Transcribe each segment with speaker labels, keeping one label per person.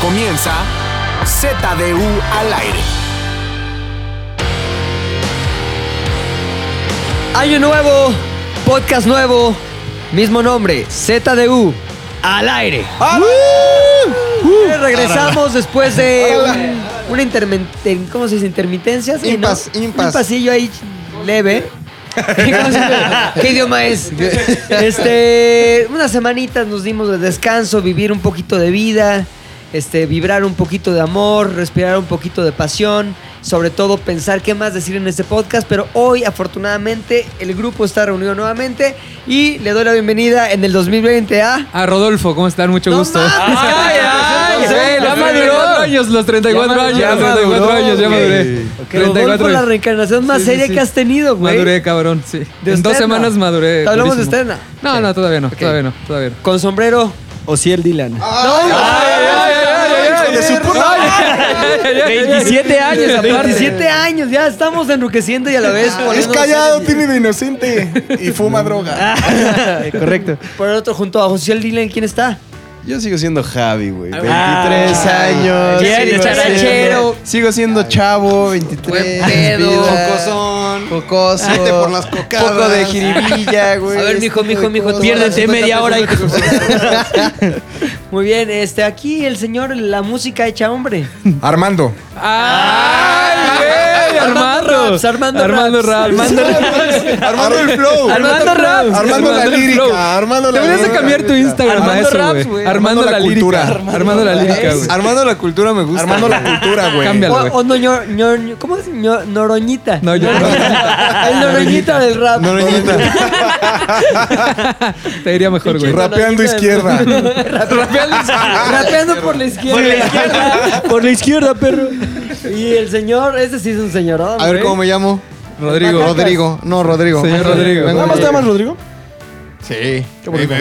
Speaker 1: Comienza ZDU al aire.
Speaker 2: Año nuevo, podcast nuevo, mismo nombre, ZDU, al aire. Uh, regresamos después de un- una intermiten- ¿cómo se dice? intermitencia. sí, ¿no?
Speaker 3: Impas, impas.
Speaker 2: Un pasillo ahí ch- leve. ¿Cómo se llama? ¿Qué idioma es? Este, unas semanitas nos dimos de descanso, vivir un poquito de vida, este, vibrar un poquito de amor, respirar un poquito de pasión, sobre todo pensar qué más decir en este podcast, pero hoy afortunadamente el grupo está reunido nuevamente y le doy la bienvenida en el 2020 a...
Speaker 4: A Rodolfo, ¿cómo están? Mucho
Speaker 2: ¡No
Speaker 4: gusto.
Speaker 2: mames!
Speaker 4: ¡Ay, ay!
Speaker 2: Sí,
Speaker 4: ay,
Speaker 2: ya
Speaker 4: los
Speaker 2: maduró.
Speaker 4: 34 años, los 34 años,
Speaker 2: Ya
Speaker 4: los 34 años, ya
Speaker 2: maduró,
Speaker 4: maduré.
Speaker 2: Que Rodolfo, la reencarnación más
Speaker 4: Sí, sí,
Speaker 2: seria
Speaker 4: sí.
Speaker 2: que has tenido, güey.
Speaker 4: Maduré, cabrón, sí.
Speaker 2: De
Speaker 4: en dos
Speaker 2: Stena.
Speaker 4: semanas maduré.
Speaker 2: ¿Te hablamos de
Speaker 4: durísimo.
Speaker 2: Stena?
Speaker 4: No,
Speaker 2: Ok.
Speaker 4: no, todavía no,
Speaker 2: Ok.
Speaker 4: todavía no, todavía no.
Speaker 2: Con sombrero.
Speaker 5: O si el Dylan.
Speaker 3: ¡Hijo de su puta madre!
Speaker 2: 27 años, aparte. 27 años, ya estamos enriqueciendo y a la vez
Speaker 3: Es
Speaker 2: poniéndonos-
Speaker 3: callado, tiene de inocente y fuma droga.
Speaker 5: Correcto.
Speaker 2: Por el otro, junto a José el Dylan, ¿quién está?
Speaker 3: Yo sigo siendo Javi, güey. 23
Speaker 5: Ah,
Speaker 3: años.
Speaker 2: bien,
Speaker 3: sigo
Speaker 2: dicharachero.
Speaker 3: siendo- Sigo siendo chavo, 23.
Speaker 2: Buen pedo.
Speaker 3: vida.
Speaker 5: Cocosón.
Speaker 3: Cocoso.
Speaker 5: Vete por las cocadas.
Speaker 3: Poco de jiribilla, güey.
Speaker 2: A ver, mijo,
Speaker 3: Este
Speaker 2: mijo, mijo,
Speaker 3: cocoso.
Speaker 2: piérdete media hora, hijo.
Speaker 3: Armando.
Speaker 2: Muy bien, este, aquí el señor, la música hecha hombre.
Speaker 3: Armando.
Speaker 4: ¡Ay, güey!
Speaker 2: Ah, Armando
Speaker 4: Armando.
Speaker 2: Raps, Armando
Speaker 4: Armando
Speaker 2: Raps.
Speaker 4: Raps. Armando
Speaker 3: Armando el flow.
Speaker 2: Armando Raps.
Speaker 3: Armando la
Speaker 4: Armando el flow.
Speaker 3: lírica. Armando la
Speaker 4: Deberías de
Speaker 3: lírica.
Speaker 4: cambiar tu Instagram a
Speaker 2: Armando
Speaker 4: eso,
Speaker 2: Raps,
Speaker 4: güey.
Speaker 2: güey.
Speaker 4: Armando la lírica. Armando la lírica, güey.
Speaker 3: Armando la cultura me gusta. Armando la cultura, güey.
Speaker 4: Cámbialo.
Speaker 2: O,
Speaker 4: güey.
Speaker 2: o no, ñor- ñor- ¿cómo es? Ñor- noroñita.
Speaker 4: No, yo
Speaker 2: El noroñita del rap.
Speaker 3: Noroñita.
Speaker 4: te diría mejor, güey.
Speaker 2: Rap.
Speaker 3: Rapeando izquierda.
Speaker 2: Rapeando por la izquierda. Por la izquierda, por la izquierda, perro. Y el señor, ese sí es un señor. ¿no?
Speaker 3: A ver cómo me llamo.
Speaker 4: Rodrigo.
Speaker 3: Rodrigo. No, Rodrigo.
Speaker 4: Señor Rodrigo.
Speaker 3: Vengo
Speaker 4: Nada más
Speaker 3: de-
Speaker 4: te
Speaker 5: Rodrigo?
Speaker 3: Sí. Eh,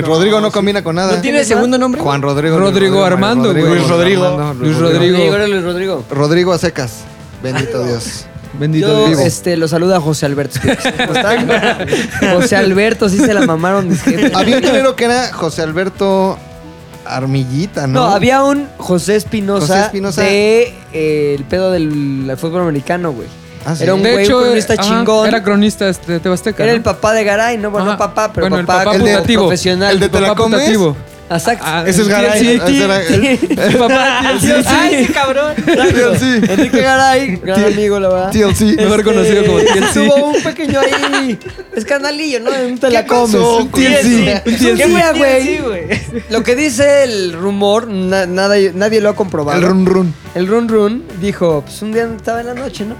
Speaker 3: Rodrigo no combina con nada.
Speaker 6: ¿No tiene segundo nombre?
Speaker 3: Juan Rodrigo.
Speaker 4: Rodrigo Armando,
Speaker 3: Rodrigo,
Speaker 4: güey.
Speaker 3: Luis Rodrigo.
Speaker 4: Armando, Luis Rodrigo.
Speaker 2: era Luis Rodrigo.
Speaker 3: Rodrigo a secas. Bendito Dios.
Speaker 4: Bendito
Speaker 2: Yo
Speaker 4: Dios.
Speaker 2: este, lo saluda José Alberto. Espinosa. ¿Cómo están? José Alberto, sí se la mamaron mis jefes.
Speaker 3: Había un dinero que era José Alberto Armillita, ¿no?
Speaker 2: No, había un José
Speaker 3: José
Speaker 2: Espinosa
Speaker 3: Espinosa.
Speaker 2: de eh, el pedo del fútbol americano, güey.
Speaker 3: Ah, sí.
Speaker 2: Era un
Speaker 4: De
Speaker 2: güey
Speaker 4: hecho,
Speaker 2: cronista
Speaker 4: eh, ajá,
Speaker 2: chingón.
Speaker 4: era cronista este, Tebasteca.
Speaker 2: Era
Speaker 4: ¿no?
Speaker 2: el papá de Garay, no, bueno,
Speaker 4: Ajá.
Speaker 2: no papá, pero
Speaker 4: Bueno, el
Speaker 2: papá,
Speaker 4: papá
Speaker 2: como
Speaker 4: putativo.
Speaker 2: profesional.
Speaker 3: El de
Speaker 4: Papá
Speaker 3: Telacomes.
Speaker 4: putativo.
Speaker 2: Exacto.
Speaker 4: Ah,
Speaker 3: Ese es Garay.
Speaker 4: sí,
Speaker 3: Ese era-
Speaker 4: El papá del TLC.
Speaker 2: Ay, sí, cabrón.
Speaker 3: TLC.
Speaker 2: Enrique Garay, gran amigo, la verdad.
Speaker 3: TLC.
Speaker 4: Mejor conocido como TLC.
Speaker 2: Tuvo un pequeño ahí escandalillo, ¿no? No te la
Speaker 3: ¿Qué pasó
Speaker 2: comes.
Speaker 3: con TLC?
Speaker 2: ¿Qué wea, güey? Lo que dice el rumor, na- nada, nadie lo ha comprobado.
Speaker 3: El run run.
Speaker 2: El Run Run dijo, pues un día estaba en la noche, ¿no?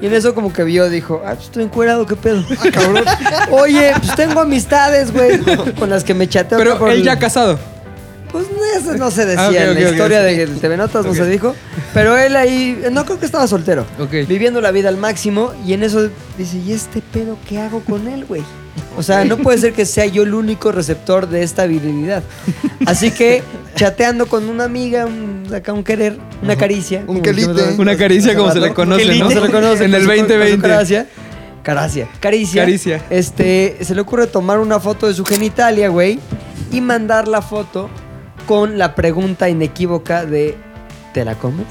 Speaker 2: Y en eso como que vio, dijo, ah, pues estoy encuerado, ¿qué pedo?
Speaker 4: Ah,
Speaker 2: cabrón. Oye, pues tengo amistades, güey, con las que me chateo. acá
Speaker 4: Pero
Speaker 2: por
Speaker 4: él
Speaker 2: el-
Speaker 4: ya casado.
Speaker 2: Pues no, eso no se decía
Speaker 4: Ah, ok,
Speaker 2: en la
Speaker 4: ok, ok,
Speaker 2: historia
Speaker 4: ok.
Speaker 2: de, de TV Notas, no se dijo. Pero él ahí, no creo que estaba soltero.
Speaker 4: Ok.
Speaker 2: Viviendo la vida al máximo y en eso dice, ¿y este pedo qué hago con él, güey? O sea, no puede ser que sea yo el único receptor de esta virilidad. Así que chateando con una amiga, un, acá un querer, una caricia.
Speaker 3: Un quelite.
Speaker 4: Una caricia como se le conoce, ¿no?
Speaker 2: Se le conoce.
Speaker 4: En el
Speaker 2: con su- con su
Speaker 4: 2020.
Speaker 2: Caracia. Caracia. Caricia.
Speaker 4: Caricia.
Speaker 2: Este, se le ocurre tomar una foto de su genitalia, güey, y mandar la foto con la pregunta inequívoca de ¿te la comes?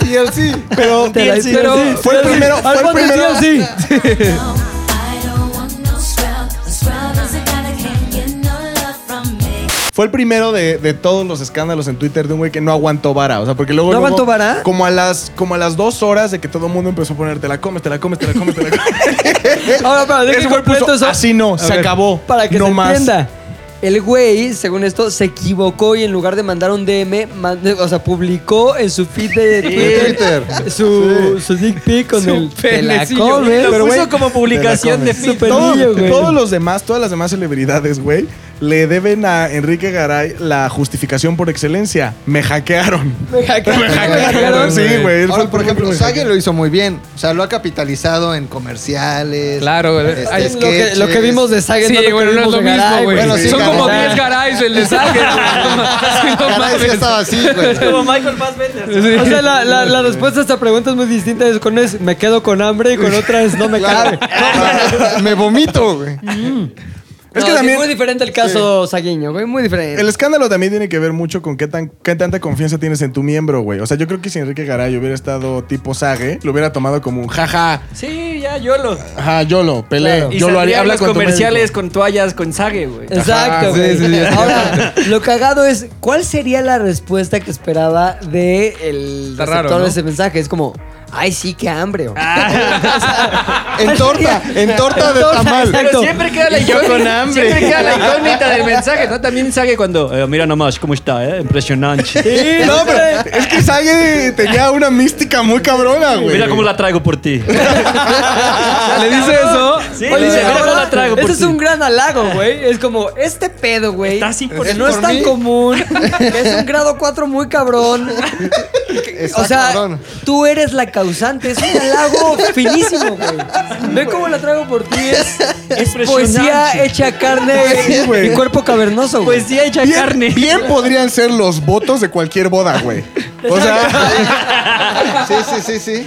Speaker 3: TLC. Pero
Speaker 2: ¿Te la
Speaker 4: Pero
Speaker 3: fue el primero. Fue el primero.
Speaker 4: sí.
Speaker 7: I don't want no scrub. A scrub is a guy that can't get no love from me.
Speaker 5: Fue el primero de, de todos los escándalos en Twitter de un güey que no aguantó vara. O sea, porque luego.
Speaker 2: ¿No
Speaker 5: luego,
Speaker 2: aguantó vara?
Speaker 5: Como a, las, como a las dos horas de que todo el mundo empezó a poner, te la comes, te la comes, te la comes, te la comes.
Speaker 2: Ahora, para
Speaker 5: Ese güey puso, así no, se
Speaker 4: ver,
Speaker 5: acabó.
Speaker 2: para que
Speaker 5: no
Speaker 2: se
Speaker 5: más.
Speaker 2: entienda. El güey, según esto, se equivocó y en lugar de mandar un DM, mand- o sea, publicó en su feed de Twitter su, su dick pic con el te la
Speaker 4: penecillo".
Speaker 2: comes.
Speaker 6: Lo
Speaker 2: Pero,
Speaker 6: puso
Speaker 2: güey,
Speaker 6: como publicación de
Speaker 2: su
Speaker 6: Facebook.
Speaker 5: Todo-
Speaker 2: pelillo, güey.
Speaker 5: todos los demás, todas las demás celebridades, güey, le deben a Enrique Garay la justificación por excelencia. Me hackearon.
Speaker 2: Me hackearon.
Speaker 4: hackearon,
Speaker 5: sí,
Speaker 4: güey.
Speaker 5: güey. él fue
Speaker 3: Ahora,
Speaker 5: el
Speaker 3: por
Speaker 5: primero
Speaker 3: ejemplo,
Speaker 5: que me
Speaker 3: Sague lo hizo muy bien. O sea, lo ha capitalizado en comerciales.
Speaker 4: Claro, güey.
Speaker 3: este,
Speaker 4: Ay,
Speaker 2: lo, que, lo que
Speaker 3: sketches.
Speaker 2: vimos de Sagan no
Speaker 4: Sí,
Speaker 2: lo que
Speaker 4: bueno, no es
Speaker 2: vimos
Speaker 4: lo
Speaker 2: de Garay,
Speaker 4: mismo, güey.
Speaker 3: Bueno, sí,
Speaker 4: Son como
Speaker 3: Garay.
Speaker 4: 10 garays el de Sague.
Speaker 3: Caray, sí estaba así, güey.
Speaker 6: Como Michael Fassbender.
Speaker 2: O sea, la, la- la respuesta a esta pregunta es muy distinta. Es, Con una es me quedo con hambre y con otra es no me cabe.
Speaker 3: Claro. Me vomito, güey.
Speaker 5: Es
Speaker 2: No,
Speaker 5: que
Speaker 2: sí,
Speaker 5: también.
Speaker 2: muy diferente el caso Saguiño, güey, muy diferente.
Speaker 5: El escándalo también tiene que ver mucho con qué, tan, qué tanta confianza tienes en tu miembro, güey. O sea, yo creo que si Enrique Garay hubiera estado tipo Sage, lo hubiera tomado como un jaja,
Speaker 6: Sí, ya, yo lo.
Speaker 5: ajá, yo lo, peleé,
Speaker 6: Y
Speaker 5: yo lo haría.
Speaker 6: saldrían
Speaker 5: Habla
Speaker 6: los
Speaker 5: con tu
Speaker 6: comerciales con toallas, con sague, güey.
Speaker 2: Exacto,
Speaker 4: Ajá, sí,
Speaker 2: güey.
Speaker 4: sí, sí.
Speaker 2: Ahora, lo cagado es, ¿cuál sería la respuesta que esperaba de el
Speaker 4: Está
Speaker 2: receptor
Speaker 4: raro,
Speaker 2: de
Speaker 4: ¿no?
Speaker 2: ese mensaje? Es como, ay, sí, qué hambre. güey".
Speaker 3: En torta, en torta de
Speaker 2: Torta,
Speaker 3: tamal.
Speaker 6: Ah. Pero
Speaker 2: exacto.
Speaker 6: siempre queda la incógnita. Siempre queda la incógnita del mensaje, ¿no? También sague cuando. eh, mira nomás cómo está, ¿eh? Impresionante.
Speaker 5: médico. No, pero es que Sage tenía una mística muy cabrona, güey.
Speaker 6: Mira cómo la traigo por ti.
Speaker 4: ¿Le dice eso?
Speaker 6: Ah, Sí,
Speaker 2: Oye, la
Speaker 6: dice, mira cómo
Speaker 2: verdad,
Speaker 6: la traigo por
Speaker 2: ese
Speaker 6: ti.
Speaker 2: es un gran halago, güey. Es como, este pedo, güey.
Speaker 6: Está así por
Speaker 2: que
Speaker 6: ti,
Speaker 2: no es
Speaker 6: por
Speaker 2: tan
Speaker 6: mí.
Speaker 2: común. que es un grado 4 muy cabrón.
Speaker 3: Está
Speaker 2: O sea,
Speaker 3: cabrón.
Speaker 2: tú eres la causante. Es un halago finísimo, güey. Ve cómo la traigo por ti. Es, es poesía hecha carne
Speaker 5: Sí, güey.
Speaker 2: y cuerpo cavernoso, güey.
Speaker 6: Poesía hecha
Speaker 5: bien,
Speaker 6: carne.
Speaker 5: bien podrían ser los votos de cualquier boda, güey. O sea,
Speaker 3: Sí, sí, sí, sí.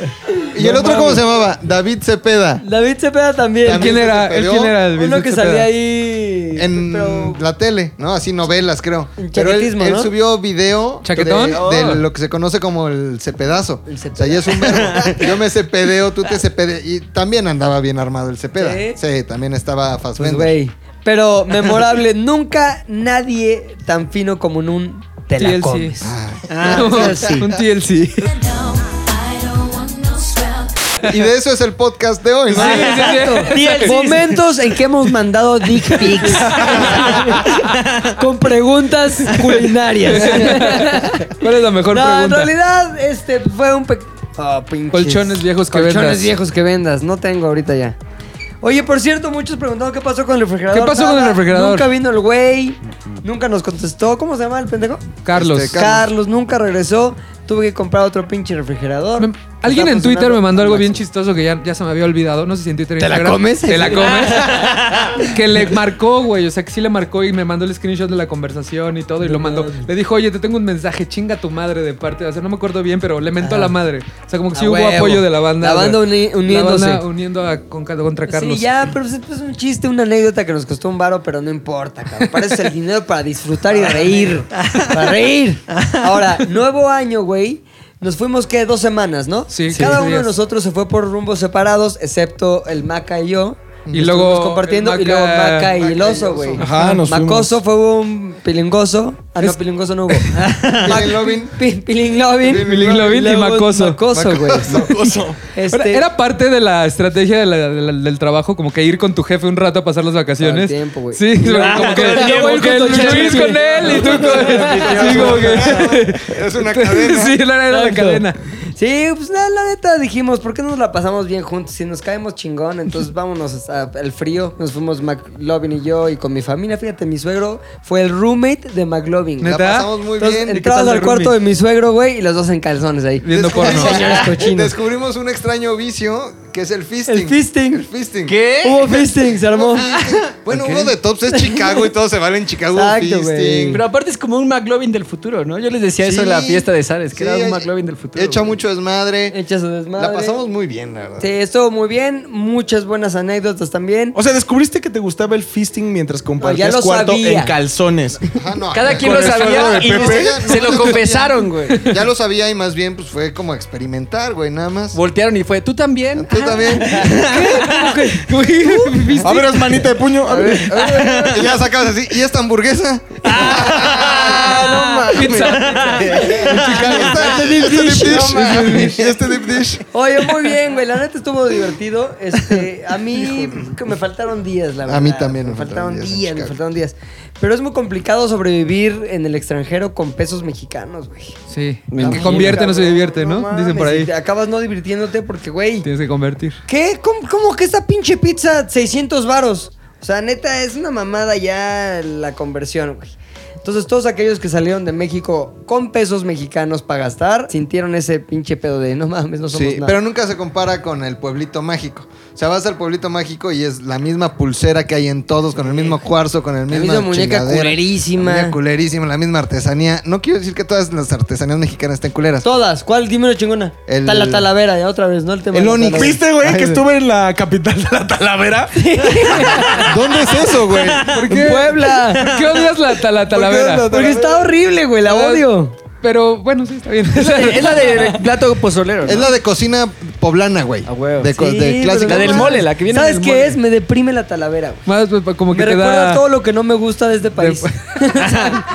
Speaker 3: ¿Y el otro cómo se llamaba? David Cepeda.
Speaker 2: David Cepeda también.
Speaker 3: También
Speaker 4: ¿Quién
Speaker 3: se
Speaker 4: era? ¿Él
Speaker 3: superó
Speaker 4: quién era? el
Speaker 2: Uno
Speaker 4: Vicente
Speaker 2: que
Speaker 4: Cepeda?
Speaker 2: salía ahí.
Speaker 3: En
Speaker 2: pero-
Speaker 3: la tele, ¿no? Así novelas, creo.
Speaker 2: En
Speaker 3: Pero él,
Speaker 2: chaquetismo,
Speaker 3: él
Speaker 2: ¿no? Oh.
Speaker 3: subió video de,
Speaker 4: ¿Chaquetón?
Speaker 3: de lo que se conoce como el cepedazo.
Speaker 2: El
Speaker 3: O sea, ya es un verbo. Yo me cepedeo, tú te cepede. Y también andaba bien armado el cepeda.
Speaker 2: ¿Sí?
Speaker 3: Sí, también estaba
Speaker 2: Pues,
Speaker 3: Fassbender.
Speaker 2: güey. Pero memorable. Nunca nadie tan fino como en un te la
Speaker 4: TLC.
Speaker 2: comes.
Speaker 3: Ah,
Speaker 4: Un TLC.
Speaker 7: No, I don't want no scrub.
Speaker 3: Y de eso es el podcast de hoy, ¿no?
Speaker 2: Exacto.
Speaker 6: TLC.
Speaker 2: Momentos en que hemos mandado dick pics con preguntas culinarias.
Speaker 4: ¿Cuál es la mejor
Speaker 2: no, en
Speaker 4: pregunta?
Speaker 2: realidad este fue un pe- Ah, pinches.
Speaker 4: Colchones viejos que
Speaker 2: Colchones
Speaker 4: vendas.
Speaker 2: viejos que vendas. No tengo ahorita ya. Oye, por cierto, muchos preguntaron qué pasó con el refrigerador.
Speaker 4: ¿Qué pasó con el refrigerador?
Speaker 2: Nunca vino el güey. Nunca nos contestó. ¿Cómo se llama el pendejo?
Speaker 4: Carlos.
Speaker 3: Este,
Speaker 2: Carlos. nunca regresó. Tuve que comprar otro pinche refrigerador.
Speaker 4: Me- Alguien
Speaker 2: Está
Speaker 4: en Twitter
Speaker 2: funcionando
Speaker 4: me mandó algo
Speaker 2: al
Speaker 4: bien
Speaker 2: máximo.
Speaker 4: chistoso que ya, ya se me había olvidado. No sé si en Twitter. o Instagram. ¿Te la comes? que le marcó, güey. O sea, que sí le marcó y me mandó el screenshot de la conversación y todo. Y lo mandó. Le dijo, oye, te tengo un mensaje. Chinga tu madre de parte. O sea, no me acuerdo bien, pero le mentó a la madre. O sea, como que sí
Speaker 2: Ah. A
Speaker 4: hubo
Speaker 2: huevo.
Speaker 4: apoyo de la banda.
Speaker 2: La banda
Speaker 4: güey.
Speaker 2: uni- uniéndose.
Speaker 4: La banda uniendo a, con- contra Carlos.
Speaker 2: Sí, ya, pero es es un chiste, una anécdota que nos costó un varo, pero no importa, cabrón. Para eso es el dinero para disfrutar y reír. Para reír. Ahora, nuevo año, güey. Nos fuimos, ¿qué? Dos semanas, ¿no?
Speaker 4: Sí,
Speaker 2: Cada
Speaker 4: sí,
Speaker 2: uno de
Speaker 4: días.
Speaker 2: nosotros se fue por rumbos separados, excepto el Maca y yo.
Speaker 4: Y
Speaker 2: Estuvimos
Speaker 4: luego
Speaker 2: compartiendo,
Speaker 4: el
Speaker 2: y luego
Speaker 4: Maca-
Speaker 2: Maca y el
Speaker 3: Maca y el
Speaker 2: oso,
Speaker 3: oso.
Speaker 2: güey.
Speaker 5: Ajá, nos
Speaker 2: Macoso fue un pilingoso. Ah, no, pilingoso no hubo.
Speaker 3: Pilinglovin.
Speaker 2: Pi- Pilinglovin.
Speaker 4: Pilinglovin y
Speaker 2: Luego un
Speaker 4: macoso.
Speaker 2: Macoso, güey.
Speaker 5: oso.
Speaker 2: Este-
Speaker 4: Era- Era parte de la estrategia de la- de la- del trabajo, como que ir con tu jefe un rato a pasar las vacaciones.
Speaker 2: Todo el tiempo, güey.
Speaker 4: Sí, como que,
Speaker 6: todo el tiempo,
Speaker 4: como que
Speaker 6: con tu
Speaker 4: Luis
Speaker 6: jefe.
Speaker 4: con él y tú con. sí, como que.
Speaker 3: Es una cadena.
Speaker 4: Sí, la era la
Speaker 2: Exacto.
Speaker 4: cadena.
Speaker 2: Sí, pues la, la neta dijimos, ¿por qué no nos la pasamos bien juntos? Si nos caemos chingón, entonces vámonos a- al frío. Nos fuimos McLovin y yo y con mi familia. Fíjate, mi suegro fue el roommate de McLovin.
Speaker 3: La
Speaker 4: ¿Neta?
Speaker 3: pasamos muy
Speaker 2: Entonces
Speaker 3: bien.
Speaker 2: entrabas
Speaker 4: tal
Speaker 2: al
Speaker 4: de
Speaker 2: cuarto de
Speaker 4: roomie?
Speaker 2: mi suegro, güey, y los dos en calzones ahí.
Speaker 4: Viendo porno.
Speaker 2: Señores cochinos.
Speaker 3: Descubrimos un extraño vicio que es el fisting.
Speaker 2: El fisting.
Speaker 3: El fisting.
Speaker 6: Eh,
Speaker 2: Hubo fisting, se armó.
Speaker 3: Bueno, uno de tops es Chicago y todos se valen Chicago
Speaker 2: Exacto, güey.
Speaker 3: fisting.
Speaker 6: Pero aparte es como un McLovin del futuro, ¿no? Yo les decía eso en la
Speaker 3: Sí.
Speaker 6: fiesta de Sares, que
Speaker 3: Sí, eh,
Speaker 6: era un
Speaker 3: he-
Speaker 6: McLovin del futuro.
Speaker 3: Echa
Speaker 6: güey.
Speaker 3: mucho desmadre.
Speaker 2: Hecha su desmadre.
Speaker 3: La pasamos muy bien, la verdad.
Speaker 2: Sí, estuvo muy bien. Muchas buenas anécdotas también. Ah,
Speaker 5: O sea, descubriste que te gustaba el fisting mientras compartías
Speaker 2: lo
Speaker 5: cuarto
Speaker 2: sabía.
Speaker 5: en calzones.
Speaker 3: Ajá, no,
Speaker 6: Cada quien lo
Speaker 5: Con el sueldo
Speaker 6: sabía
Speaker 5: de
Speaker 6: y
Speaker 5: Pepe.
Speaker 6: se- se lo confesaron, güey.
Speaker 3: Ya lo sabía y más bien pues fue como experimentar, güey, nada más.
Speaker 6: Voltearon y fue, ¿tú también?
Speaker 3: Tú también.
Speaker 5: A ver, es manita de puño. A ver.
Speaker 3: Y ya sacabas así. ¿Y esta hamburguesa?
Speaker 4: Ah, pizza.
Speaker 3: Este deep dish. No mames. Este deep dish.
Speaker 2: Oye, muy bien, güey. La neta estuvo divertido. Este, a mí que me faltaron días, la verdad.
Speaker 3: A mí también
Speaker 2: me faltaron días, me faltaron días. Pero es muy complicado sobrevivir en el extranjero con pesos mexicanos, güey.
Speaker 4: Sí.
Speaker 6: Me
Speaker 4: Que
Speaker 6: imagino,
Speaker 4: convierte, no se
Speaker 2: Cabrón,
Speaker 4: divierte, ¿no?
Speaker 2: mames,
Speaker 4: Dicen por
Speaker 2: y
Speaker 4: ahí.
Speaker 2: te acabas no divirtiéndote porque, güey,
Speaker 4: Tienes que convertir.
Speaker 2: ¿qué? ¿Cómo, cómo que esta pinche pizza 600 varos? O sea, neta, es una mamada ya la conversión, güey. Entonces, todos aquellos que salieron de México con pesos mexicanos para gastar, sintieron ese pinche pedo de no mames, no somos
Speaker 3: Sí,
Speaker 2: nada.
Speaker 3: pero nunca se compara con el pueblito mágico. O sea, vas al pueblito mágico y es la misma pulsera que hay en todos, con el mismo cuarzo, con el
Speaker 2: La
Speaker 3: mismo.
Speaker 2: misma muñeca culerísima.
Speaker 3: La muñeca culerísima, la misma artesanía. No quiero decir que todas las artesanías mexicanas estén culeras.
Speaker 2: Todas. ¿Cuál? Dime una chingona.
Speaker 3: El-
Speaker 2: Está la talavera, ya otra vez, ¿no? El tema
Speaker 3: El
Speaker 2: de la
Speaker 3: Onix.
Speaker 2: talavera.
Speaker 5: ¿Viste, güey, que estuve en la capital de la Talavera?
Speaker 3: ¿Dónde es eso, güey?
Speaker 4: ¿Por
Speaker 2: En Puebla.
Speaker 4: ¿Por qué odias la, ta- la talavera?
Speaker 5: odias la
Speaker 2: Porque está horrible, güey. La odio.
Speaker 4: Pero bueno, sí, está bien.
Speaker 6: Es la de plato pozolero.
Speaker 3: Es la de cocina poblana, güey.
Speaker 6: A huevo.
Speaker 3: De, co-
Speaker 2: Sí,
Speaker 3: de
Speaker 2: pero
Speaker 3: clásica.
Speaker 6: La del
Speaker 2: no
Speaker 6: mole,
Speaker 2: mames.
Speaker 6: la que viene
Speaker 2: ¿Sabes
Speaker 6: del
Speaker 2: qué
Speaker 6: mole.
Speaker 2: es? Me deprime la talavera, güey.
Speaker 4: Más pues, como que
Speaker 2: Me
Speaker 4: te
Speaker 2: recuerda
Speaker 4: da...
Speaker 2: todo lo que no me gusta de este país. O sea,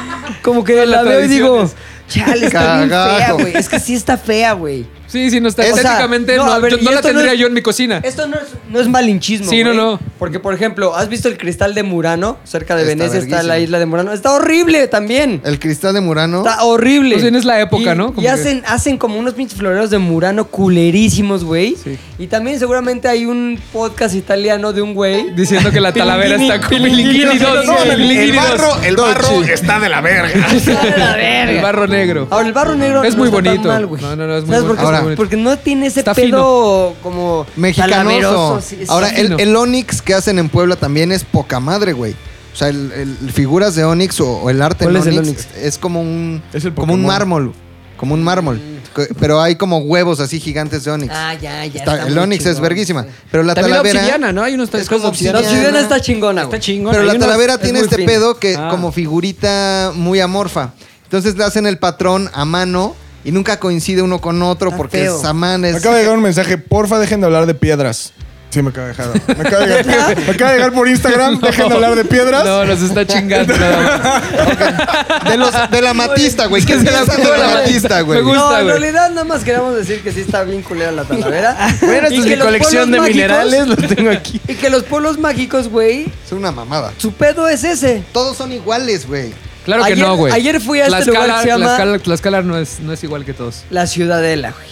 Speaker 2: como que
Speaker 4: Todas
Speaker 2: la
Speaker 4: las
Speaker 2: veo y digo,
Speaker 4: tradiciones.
Speaker 2: chale, está bien fea,
Speaker 3: Cagajo.
Speaker 2: güey. Es que sí está fea, güey.
Speaker 4: Sí, sí, no está.
Speaker 2: O sea,
Speaker 4: Estéticamente
Speaker 2: no,
Speaker 4: no,
Speaker 2: a ver,
Speaker 4: yo-
Speaker 2: y
Speaker 4: no la
Speaker 2: esto no
Speaker 4: tendría
Speaker 2: es-
Speaker 4: yo en mi cocina.
Speaker 2: Esto no es, no es malinchismo.
Speaker 4: Sí, no,
Speaker 2: güey.
Speaker 4: no.
Speaker 2: Porque, por ejemplo, ¿has visto el cristal de Murano? Cerca de
Speaker 3: Está ¿Eh?
Speaker 2: Venecia está la
Speaker 3: verguísima.
Speaker 2: isla de Murano. Está horrible también.
Speaker 3: El cristal de Murano.
Speaker 2: Está horrible.
Speaker 4: Más bien es Pues la época,
Speaker 2: Y-
Speaker 4: ¿no?
Speaker 2: Y
Speaker 4: Como que-
Speaker 2: hacen, hacen como unos pinches floreros de Murano culerísimos, güey.
Speaker 4: Sí.
Speaker 2: Y también seguramente hay un podcast italiano de un güey.
Speaker 4: Diciendo que la talavera está con
Speaker 2: Pilinguini,
Speaker 4: Pilinguini dos,
Speaker 2: no, el-
Speaker 4: Pilinguini
Speaker 5: El
Speaker 4: dos.
Speaker 5: barro, el barro está de la verga.
Speaker 2: la
Speaker 4: El
Speaker 2: verga.
Speaker 4: barro negro.
Speaker 2: Ahora, el barro negro
Speaker 4: Es
Speaker 2: no
Speaker 4: muy
Speaker 2: está tan
Speaker 4: bonito.
Speaker 2: mal, güey.
Speaker 4: No, no, no, es muy
Speaker 2: ¿Sabes
Speaker 4: bonito.
Speaker 2: por qué?
Speaker 3: Ahora-
Speaker 2: Porque- porque no tiene ese
Speaker 4: Está
Speaker 2: pedo como
Speaker 3: Mexicanoso.
Speaker 2: talaveroso, sí, sí.
Speaker 3: Ahora,
Speaker 4: sí, no.
Speaker 3: el, el Onix que hacen en Puebla también es poca madre, güey. O sea, el, el- figuras de Onix o, o el arte
Speaker 2: ¿Cuál
Speaker 3: en
Speaker 2: es el
Speaker 3: Onix,
Speaker 2: Onix?
Speaker 3: es como un
Speaker 5: Es el
Speaker 3: como un
Speaker 5: Pokémon.
Speaker 3: mármol, como un mármol. Que- Pero hay como huevos así gigantes de Onix.
Speaker 2: Mm. Ah, ya, ya.
Speaker 3: Está- el
Speaker 2: muy
Speaker 3: Onix es
Speaker 2: chingón,
Speaker 3: verguísima,
Speaker 2: sí.
Speaker 3: pero la
Speaker 6: También la
Speaker 3: talavera
Speaker 6: obsidiana, ¿no? Hay unos
Speaker 3: es como
Speaker 6: cosas
Speaker 2: La
Speaker 3: Pero
Speaker 6: obsidiana.
Speaker 3: obsidiana.
Speaker 2: obsidiana está chingona,
Speaker 6: Está
Speaker 2: güey.
Speaker 6: chingón.
Speaker 3: Pero
Speaker 6: hay
Speaker 3: la
Speaker 6: unos-
Speaker 3: talavera
Speaker 2: es
Speaker 3: tiene
Speaker 2: muy
Speaker 3: este
Speaker 2: fina.
Speaker 3: pedo que
Speaker 6: Ah.
Speaker 3: como figurita muy amorfa. Entonces le hacen el patrón a mano y nunca coincide uno con otro
Speaker 2: Está
Speaker 3: porque
Speaker 2: feo.
Speaker 3: es a mano.
Speaker 5: Me
Speaker 3: es-
Speaker 5: acaba de llegar un mensaje, porfa, dejen de hablar de piedras. Sí, me acaba de llegar. Me acaba de llegar, me acaba de llegar por Instagram, dejen de hablar de piedras.
Speaker 4: No, nos está chingando. nada más.
Speaker 3: De, los, de la matista, güey. ¿Qué
Speaker 4: De la-
Speaker 3: piensan de la,
Speaker 4: de la-
Speaker 3: matista, güey?
Speaker 4: Me gusta,
Speaker 2: no, en
Speaker 4: güey.
Speaker 2: realidad nada más queremos decir que sí está bien culera la talavera.
Speaker 6: Bueno,
Speaker 2: Y
Speaker 6: esta es
Speaker 2: que
Speaker 6: mi
Speaker 2: los
Speaker 6: colección de
Speaker 2: pueblos mágicos-
Speaker 6: minerales, lo tengo aquí.
Speaker 2: Y que los pueblos mágicos, güey,
Speaker 3: Es una mamada.
Speaker 2: su pedo es ese.
Speaker 3: Todos son iguales, güey.
Speaker 4: Claro que
Speaker 2: Ayer-
Speaker 4: no, güey.
Speaker 2: ayer fui a este lugar que se llama-
Speaker 4: Tlaxcala, Tlaxcala no, es, no es igual que todos.
Speaker 2: La ciudadela, güey.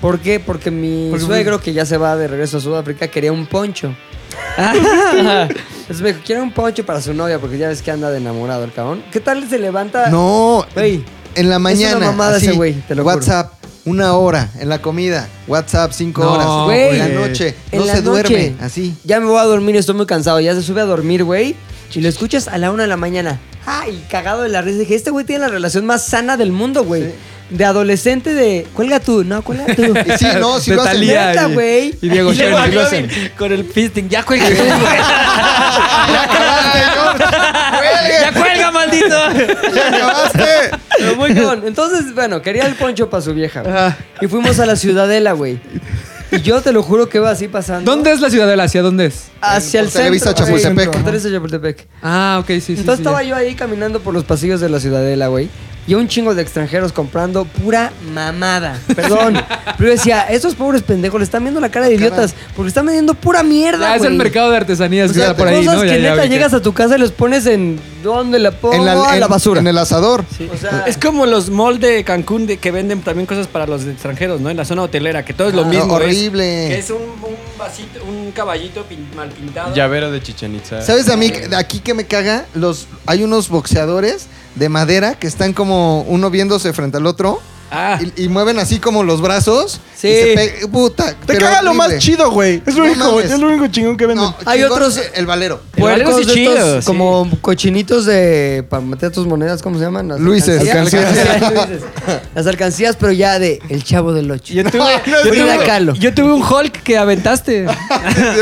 Speaker 2: ¿Por qué? Porque mi
Speaker 4: Porque-
Speaker 2: suegro, que ya se va de regreso a Sudáfrica, quería un poncho. Entonces me dijo, quiero un poncho para su novia, porque ya ves que anda de enamorado el cabrón. ¿Qué tal se levanta?
Speaker 3: No,
Speaker 2: Ah, Güey,
Speaker 3: en la mañana.
Speaker 2: una mamada
Speaker 3: así,
Speaker 2: ese güey, te lo juro.
Speaker 3: WhatsApp, una hora en la comida. WhatsApp, cinco
Speaker 4: No,
Speaker 3: horas.
Speaker 2: güey.
Speaker 3: En la noche.
Speaker 2: En
Speaker 3: no
Speaker 2: la
Speaker 3: se duerme.
Speaker 2: noche.
Speaker 3: Así.
Speaker 2: Ya me voy a dormir, estoy muy cansado. Ya se sube a dormir, güey. Y lo escuchas a la una de la mañana. Ay, cagado de la risa. Dije, este güey tiene la relación más sana del mundo, güey. De adolescente de, cuelga tú, no, cuelga tú.
Speaker 3: Y sí, no, sí
Speaker 4: De
Speaker 3: lo hacen.
Speaker 4: Thalía
Speaker 2: Neta,
Speaker 4: y-
Speaker 2: güey.
Speaker 4: Y Diego
Speaker 6: Y
Speaker 4: Schoen,
Speaker 6: luego
Speaker 4: sí lo
Speaker 6: acá
Speaker 4: hacen.
Speaker 6: viene Con el fisting, ya cuelga. ya cuelga, maldito.
Speaker 3: ¡Ya acabaste!
Speaker 2: Pero muy cabrón. Entonces, bueno, quería el poncho para su vieja. güey. Y fuimos a la Ciudadela, güey. Y yo te lo juro que va así pasando.
Speaker 4: ¿Dónde es la ciudadela? ¿Hacia dónde es?
Speaker 2: Hacia el
Speaker 3: Por Televisa
Speaker 2: centro. güey.
Speaker 3: Chapultepec.
Speaker 2: Por Televisa Chapultepec.
Speaker 4: Ah, ok, sí, sí.
Speaker 2: Entonces
Speaker 4: sí,
Speaker 2: estaba
Speaker 4: ya.
Speaker 2: yo ahí caminando por los pasillos de la Ciudadela, güey. Y un chingo de extranjeros comprando pura mamada. Perdón. Pero yo decía, estos pobres pendejos le están viendo la cara de idiotas porque están vendiendo pura mierda,
Speaker 4: Ah, es
Speaker 2: güey.
Speaker 4: el mercado de artesanías,
Speaker 3: O sea,
Speaker 4: ya por ahí,
Speaker 2: Cosas
Speaker 4: ¿no?
Speaker 2: que
Speaker 4: Ya, ya
Speaker 2: neta
Speaker 4: ubiqué.
Speaker 2: llegas a tu casa y los pones en... ¿Dónde la pongo?
Speaker 3: En
Speaker 2: En la,
Speaker 3: en-
Speaker 2: basura.
Speaker 3: En el asador.
Speaker 2: O sea,
Speaker 6: Es como los malls de Cancún de- que venden también cosas para los extranjeros, ¿no? En la zona hotelera, que todo es lo
Speaker 3: Ah,
Speaker 6: mismo.
Speaker 3: horrible.
Speaker 6: Es, que es un, un vasito, un caballito pin- mal pintado.
Speaker 8: Llavero de Chichen Itza.
Speaker 3: ¿Sabes a mí aquí que me caga? Los, hay unos boxeadores de madera que están como uno viéndose frente al otro
Speaker 6: Ah,
Speaker 3: y, y mueven así como los brazos.
Speaker 2: Sí.
Speaker 3: y se pe- puta.
Speaker 5: Te
Speaker 3: pero
Speaker 5: caga lo
Speaker 3: horrible.
Speaker 5: más chido, güey. Es lo
Speaker 3: No
Speaker 5: único,
Speaker 3: mames.
Speaker 5: es lo único chingón que venden.
Speaker 3: No,
Speaker 2: Hay
Speaker 3: chingón,
Speaker 2: otros-
Speaker 3: El valero.
Speaker 6: Algo
Speaker 2: Puercos
Speaker 6: así
Speaker 2: de estos,
Speaker 6: chido, sí.
Speaker 2: como cochinitos de para meter tus monedas, ¿cómo se llaman? Las
Speaker 3: Luises,
Speaker 2: Alcancías, Luises. Las alcancías, pero ya de El Chavo del Ocho.
Speaker 6: yo tuve,
Speaker 3: no es
Speaker 6: yo,
Speaker 2: Frida Kahlo.
Speaker 6: tuve, yo tuve un Hulk que aventaste.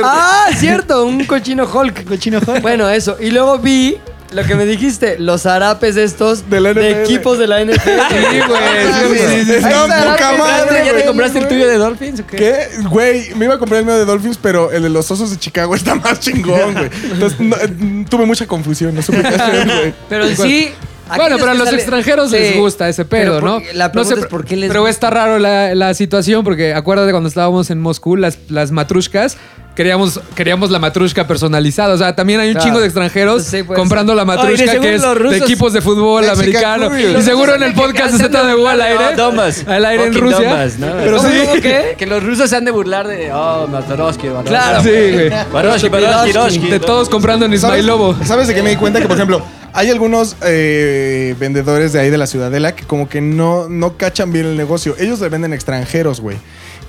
Speaker 2: Ah, cierto, un cochino Hulk. Cochino Hulk. Bueno, eso. Y luego vi lo que me dijiste, los harapes estos
Speaker 5: De la NFL.
Speaker 2: de equipos de la NFL. Sí,
Speaker 3: sí, sí, sí.
Speaker 5: No, poca madre,
Speaker 6: ¿Ya
Speaker 5: güey.
Speaker 6: te compraste el tuyo de Dolphins o qué?
Speaker 5: ¿Qué? Güey, me iba a comprar el mío de Dolphins, pero el de los osos de Chicago está más chingón, güey. Entonces no, eh, tuve mucha confusión, no supe qué hacer, güey.
Speaker 2: Pero en sí.
Speaker 4: Bueno, pero a los extranjeros les gusta ese pedo, ¿no?
Speaker 2: La pregunta
Speaker 4: no
Speaker 2: es por qué les
Speaker 4: Pero
Speaker 2: gusta.
Speaker 4: está raro la, la situación, porque acuérdate cuando estábamos en Moscú, las, las matrushkas, queríamos, queríamos la matrushka personalizada. O sea, también hay un
Speaker 2: Claro.
Speaker 4: chingo de extranjeros
Speaker 2: Sí, pues.
Speaker 4: comprando la matrushka
Speaker 6: según
Speaker 4: que es
Speaker 6: los
Speaker 4: de
Speaker 6: rusos-
Speaker 4: equipos de fútbol
Speaker 3: Mexican
Speaker 4: americano.
Speaker 3: Curious.
Speaker 4: Y
Speaker 3: Los
Speaker 4: seguro
Speaker 6: rusos
Speaker 4: en el
Speaker 6: que
Speaker 4: podcast de
Speaker 6: cantan
Speaker 4: ZDU al
Speaker 6: de-
Speaker 4: aire.
Speaker 6: No, Domas.
Speaker 4: Al aire en
Speaker 6: Fucking
Speaker 4: Rusia.
Speaker 6: Domas, ¿no?
Speaker 4: Pero
Speaker 6: ¿Cómo,
Speaker 4: sí.
Speaker 6: cómo, Que los rusos se han de burlar de. Oh, Matorowski, Matorowski.
Speaker 4: Claro, sí, güey.
Speaker 6: Baroski, Baroski, Baroski.
Speaker 4: De todos comprando en Ismael Lobo.
Speaker 5: ¿Sabes de qué me di cuenta? Que, por ejemplo, hay algunos eh, vendedores de ahí de la Ciudadela que como que no, no cachan bien el negocio. Ellos le venden a extranjeros, güey.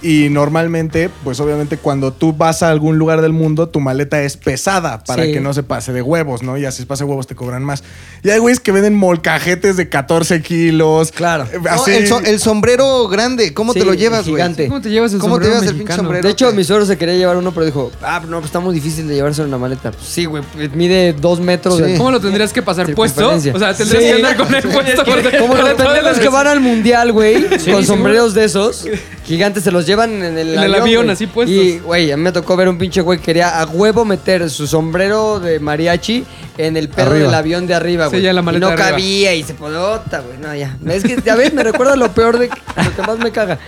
Speaker 5: Y normalmente, pues obviamente cuando tú vas a algún lugar del mundo, tu maleta es pesada para
Speaker 2: Sí.
Speaker 5: que no se pase de huevos, ¿no? Y así se pase de huevos te cobran más. Y hay güeyes que venden molcajetes de 14 kilos.
Speaker 2: Claro.
Speaker 5: Eh,
Speaker 3: No,
Speaker 5: Así,
Speaker 3: el, so- el sombrero grande, ¿cómo
Speaker 2: Sí,
Speaker 3: te lo llevas, güey?
Speaker 2: gigante.
Speaker 4: ¿Cómo te llevas el
Speaker 3: ¿Cómo te
Speaker 4: sombrero
Speaker 3: llevas el pinche
Speaker 4: mexicano?
Speaker 3: sombrero?
Speaker 2: De hecho, mi suegro se quería llevar uno, pero dijo, ah, no, pues está muy difícil de llevarse en una maleta. Pues sí, güey, pues, mide dos metros.
Speaker 3: Sí.
Speaker 2: de-
Speaker 4: ¿Cómo lo tendrías que pasar puesto? O
Speaker 2: Circunferencia.
Speaker 4: sea, tendrías
Speaker 2: Sí.
Speaker 4: que andar con el puesto. porque-
Speaker 2: Como los
Speaker 4: porque todo
Speaker 2: pendejos
Speaker 4: el-
Speaker 2: que van al mundial, güey, con sombreros de esos, gigantes, se los llevan en el
Speaker 4: En el
Speaker 2: avión,
Speaker 4: avión,
Speaker 2: güey.
Speaker 4: así puestos.
Speaker 2: Y, güey, a mí me tocó ver un pinche güey que quería a huevo meter su sombrero de mariachi en el perro
Speaker 3: Arriba.
Speaker 2: del avión de arriba,
Speaker 4: Sí,
Speaker 2: güey.
Speaker 4: ya la
Speaker 2: Y
Speaker 4: maleta
Speaker 2: no
Speaker 4: de arriba.
Speaker 2: cabía y se podota, güey. No, ya. Es que, a ver, me recuerda lo peor de lo que más me caga.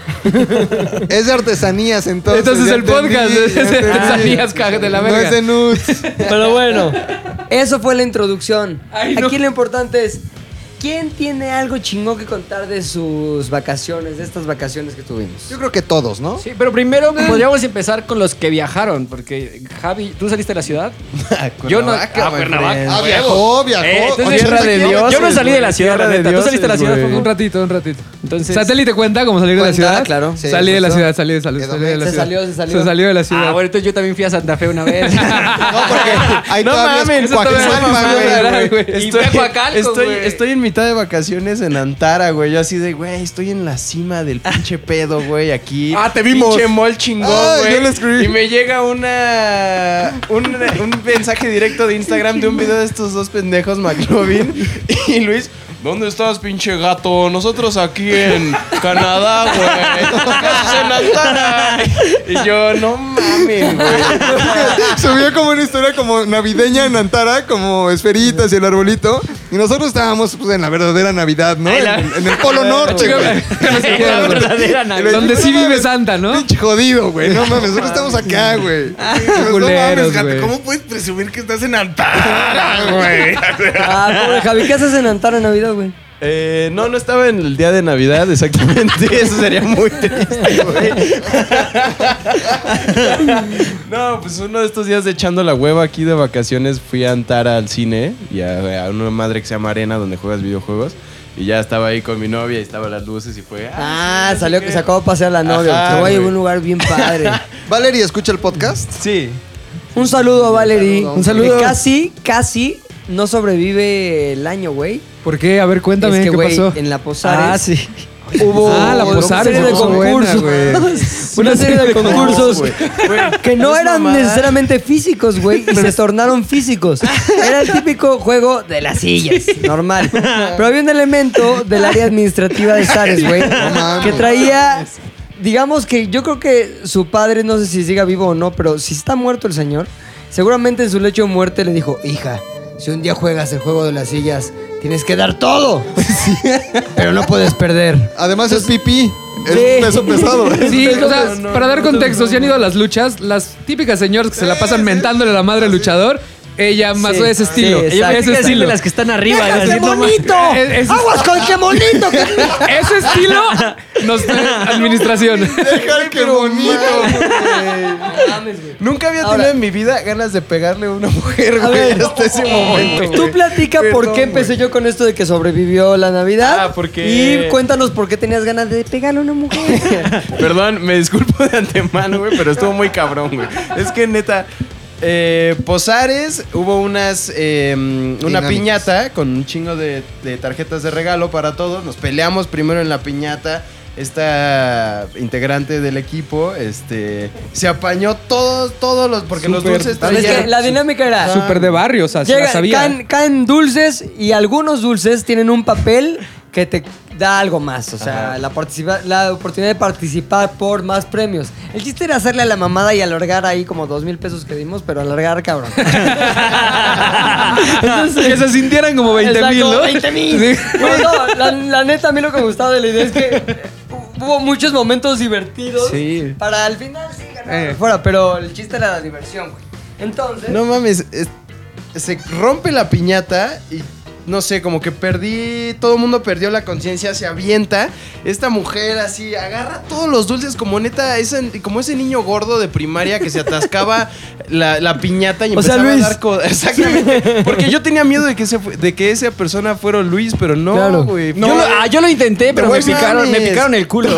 Speaker 3: Es de artesanías, entonces.
Speaker 4: Entonces
Speaker 3: ya
Speaker 4: el podcast
Speaker 3: entendí,
Speaker 4: es
Speaker 3: ya
Speaker 4: de
Speaker 3: entendí.
Speaker 4: artesanías, caga de la
Speaker 3: No es
Speaker 4: verga.
Speaker 3: de nudes.
Speaker 2: Pero bueno, eso fue la introducción.
Speaker 4: Ay, no.
Speaker 2: Aquí lo importante es, ¿quién tiene algo chingón que contar de sus vacaciones, de estas vacaciones que tuvimos?
Speaker 3: Yo creo que todos, ¿no?
Speaker 6: Sí, pero primero
Speaker 8: Mm.
Speaker 6: podríamos empezar con los que viajaron, porque Javi, ¿tú saliste de la ciudad? yo no.
Speaker 3: Cuernavaca,
Speaker 6: Ah,
Speaker 3: my
Speaker 6: Cuernavaca.
Speaker 3: friend.
Speaker 6: a
Speaker 3: Ah,
Speaker 6: huevo.
Speaker 3: viajó, viajó.
Speaker 6: entonces,
Speaker 3: Tierra de
Speaker 6: yo- Yo no
Speaker 3: dioses,
Speaker 6: salí de la ciudad, la neta. ¿Tú saliste de la ciudad,
Speaker 4: Un
Speaker 6: Juanjo?
Speaker 4: ratito, un ratito.
Speaker 6: Entonces-
Speaker 4: ¿Satélite cuenta como salir de la
Speaker 2: Cuenta,
Speaker 4: ciudad?
Speaker 2: claro.
Speaker 3: Sí,
Speaker 4: salí de la
Speaker 3: justo.
Speaker 4: ciudad, salí de salud.
Speaker 3: Quedó
Speaker 4: Salí de la
Speaker 2: Se
Speaker 4: ciudad.
Speaker 2: salió, se salió.
Speaker 4: Se salió de la ciudad.
Speaker 6: Ah, bueno, entonces yo también fui a Santa Fe una vez.
Speaker 3: No, porque ahí
Speaker 4: No
Speaker 3: todavía
Speaker 4: mames,
Speaker 3: es
Speaker 4: eso todavía no
Speaker 3: Coajimalpa,
Speaker 4: mames,
Speaker 3: güey.
Speaker 4: ¿verdad?
Speaker 8: güey.
Speaker 4: güey.
Speaker 8: Estoy,
Speaker 6: Y fue a Coacalco,
Speaker 8: estoy,
Speaker 6: güey.
Speaker 8: estoy en mitad de vacaciones en Antara, güey. Yo así de, güey, estoy en la cima del pinche pedo, güey, aquí.
Speaker 5: Ah, te vimos.
Speaker 8: Pinche mall chingón,
Speaker 3: Ah,
Speaker 8: güey.
Speaker 3: yo le escribí.
Speaker 8: Y me llega una un, un mensaje directo de Instagram de un video de estos dos pendejos, McLovin y Luis. ¿Dónde estás, pinche gato? Nosotros aquí en Canadá, güey. ¿Qué haces en Antara? Y yo, no mames, güey.
Speaker 3: Subió como una historia como navideña en Antara, como esferitas y el arbolito. Y nosotros estábamos pues, en la verdadera Navidad, ¿no? En, en el Polo Norte, güey.
Speaker 6: La verdadera Navidad.
Speaker 4: Donde sí
Speaker 3: No
Speaker 4: vive
Speaker 3: mames.
Speaker 4: Santa, ¿no?
Speaker 3: Pinche jodido, güey. No mames, nosotros estamos acá, güey.
Speaker 5: No
Speaker 4: culeros,
Speaker 5: mames, gato,
Speaker 4: güey.
Speaker 5: ¿cómo puedes presumir que estás en Antara, güey?
Speaker 2: Ah, pobre Javi, ¿qué haces en Antara en Navidad, güey?
Speaker 6: Ah,
Speaker 8: Eh, no, no estaba en el día de Navidad, exactamente. Eso sería muy triste, güey. No, pues uno de estos días de echando la hueva aquí de vacaciones fui a Antara al cine y a, a una madre que se llama Arena donde juegas videojuegos. Y ya estaba ahí con mi novia y estaban las luces y fue.
Speaker 2: Ah, salió que se acabó de pasear la novia.
Speaker 8: Ajá,
Speaker 2: Te voy a llevar a
Speaker 8: güey.
Speaker 2: un lugar bien padre.
Speaker 3: Valeria, escucha el podcast.
Speaker 8: Sí.
Speaker 2: Un saludo a Valerie.
Speaker 3: Un saludo.
Speaker 2: Que casi, casi no sobrevive el año, güey.
Speaker 4: ¿Por qué? A ver, cuéntame,
Speaker 2: Es que,
Speaker 4: ¿qué
Speaker 2: güey,
Speaker 4: pasó?
Speaker 2: en la Posada.
Speaker 4: Ah, sí.
Speaker 2: Hubo
Speaker 4: Ah, la
Speaker 2: una
Speaker 4: Posares,
Speaker 2: serie de
Speaker 4: se puso buena,
Speaker 2: concursos. una serie de concursos que no eran necesariamente físicos, güey, y se tornaron físicos. Era el típico juego de las sillas, normal. Pero había un elemento del área administrativa de Sares, güey,
Speaker 3: mames.
Speaker 2: que traía. Digamos que yo creo que su padre, no sé si siga vivo o no, pero si está muerto el señor, seguramente en su lecho de muerte le dijo: Hija, si un día juegas el juego de las sillas, tienes que dar todo. Pero no puedes perder.
Speaker 3: Además es pipí. Es
Speaker 2: Sí.
Speaker 3: peso pesado.
Speaker 4: Sí, o sea, para dar contexto, si han ido a las luchas, las típicas señoras que se la pasan mentándole a la madre al luchador, ella más
Speaker 2: Sí,
Speaker 4: de ese
Speaker 2: sí,
Speaker 4: estilo.
Speaker 2: exacto.
Speaker 4: ese
Speaker 2: Típicas
Speaker 4: estilo.
Speaker 6: las que están arriba.
Speaker 2: ¡Qué
Speaker 6: así, no mames.
Speaker 2: bonito!
Speaker 4: Es- es-
Speaker 2: ¡Aguas con qué bonito!
Speaker 4: Ese estilo nos administración.
Speaker 3: Dejar que bonito.
Speaker 8: Nunca había
Speaker 2: Ahora-
Speaker 8: tenido en mi vida ganas de pegarle a una mujer,
Speaker 2: A
Speaker 8: güey,
Speaker 2: ver. eh,
Speaker 8: hasta ese momento.
Speaker 2: Tú
Speaker 8: güey.
Speaker 2: platica por
Speaker 8: Perdón,
Speaker 2: qué empecé yo con esto de que sobrevivió la Navidad.
Speaker 8: Ah, porque-
Speaker 2: Y cuéntanos por qué tenías ganas de pegarle a una mujer.
Speaker 8: Perdón, me disculpo de antemano, güey, pero estuvo muy cabrón, güey. Es que neta, eh, Posares hubo unas eh, una
Speaker 3: Dinámicas.
Speaker 8: piñata con un chingo de, de tarjetas de regalo para todos. Nos peleamos primero en la piñata. Esta integrante del equipo, este, se apañó todos, todos los, porque los
Speaker 4: Súper.
Speaker 8: dulces
Speaker 4: Tal
Speaker 2: Es que
Speaker 8: traían-
Speaker 2: la dinámica era...
Speaker 4: Súper de barrio, o sea, se la
Speaker 2: llega-
Speaker 4: sabía.
Speaker 2: caen, caen dulces y algunos dulces tienen un papel que te da algo más. O sea, la, participa- la oportunidad de participar por más premios. El chiste era hacerle a la mamada y alargar ahí como dos mil pesos que dimos, pero alargar, cabrón.
Speaker 4: que se sintieran como 20 mil, ¿no?
Speaker 2: Exacto, 20,000. Bueno, no, la, la neta, a mí lo que me gustaba de la idea es que hubo muchos momentos divertidos.
Speaker 8: Sí.
Speaker 2: Para al final sí ganar
Speaker 4: Eh.
Speaker 2: fuera, pero el chiste era la diversión, güey. Entonces,
Speaker 8: No mames, es- se rompe la piñata y no sé, como que perdí, todo el mundo perdió la conciencia, se avienta. Esta mujer así agarra todos los dulces, como neta, ese- como ese niño gordo de primaria que se atascaba la, la piñata y
Speaker 2: O sea,
Speaker 8: empezaba
Speaker 2: Luis.
Speaker 8: a dar co- Exactamente. Porque yo tenía miedo de que, ese fu- de que esa persona fuera Luis, pero no,
Speaker 2: Claro.
Speaker 8: güey.
Speaker 6: yo, lo, ah, yo lo intenté, pero me
Speaker 8: güey,
Speaker 6: picaron, me
Speaker 8: mames.
Speaker 6: picaron el culo.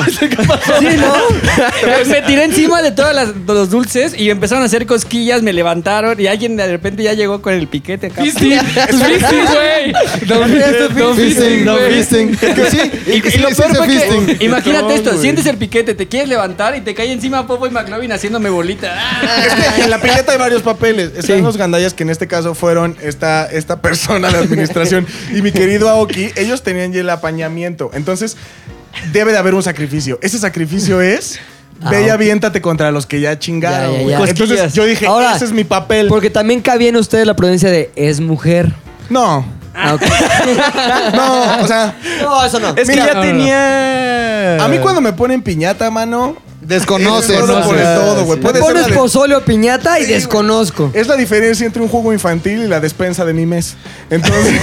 Speaker 6: Me- me tiré encima de todos los dulces y empezaron a hacer cosquillas, me levantaron y alguien de repente ya llegó con el piquete acá.
Speaker 4: Fisting, fisting, güey. Don- Don fisting,
Speaker 3: Fisting, no
Speaker 4: güey.
Speaker 3: fisting. Que sí,
Speaker 6: Y, y
Speaker 3: que sí,
Speaker 6: lo
Speaker 3: sí
Speaker 6: peor
Speaker 3: hice
Speaker 6: fue que-
Speaker 3: fisting.
Speaker 6: imagínate esto, sientes el piquete, te quieres levantar y te cae encima Popo y McLovin haciéndome bolita. ¡Ah!
Speaker 5: Es que en la piñata hay varios papeles. Están los gandallas que en este caso fueron esta, esta persona de administración y mi querido Aoki. Ellos tenían ya el apañamiento. Entonces, debe de haber un sacrificio. Ese sacrificio es. Ve y aviéntate contra los que ya chingaron.
Speaker 2: Ya, ya,
Speaker 5: güey.
Speaker 2: ya.
Speaker 5: Entonces
Speaker 6: Cosquillas.
Speaker 5: yo dije,
Speaker 2: Ahora-
Speaker 5: ese es mi papel.
Speaker 2: Porque también cabía en ustedes la prudencia de es mujer.
Speaker 5: No,
Speaker 2: Ah, ok.
Speaker 5: no, o sea,
Speaker 2: no, eso no.
Speaker 8: Es que
Speaker 5: Mira,
Speaker 8: ya
Speaker 5: no, no, no.
Speaker 8: tenía.
Speaker 5: a mí cuando me ponen piñata, mano,
Speaker 3: Desconoces.
Speaker 5: no lo
Speaker 8: Desconoces.
Speaker 5: pones todo, güey.
Speaker 8: Sí.
Speaker 2: Me
Speaker 5: Puede ser
Speaker 2: pones
Speaker 5: la de-
Speaker 2: pozole o piñata y desconozco.
Speaker 5: Es la diferencia entre un juego infantil y la despensa de mi mes. Entonces,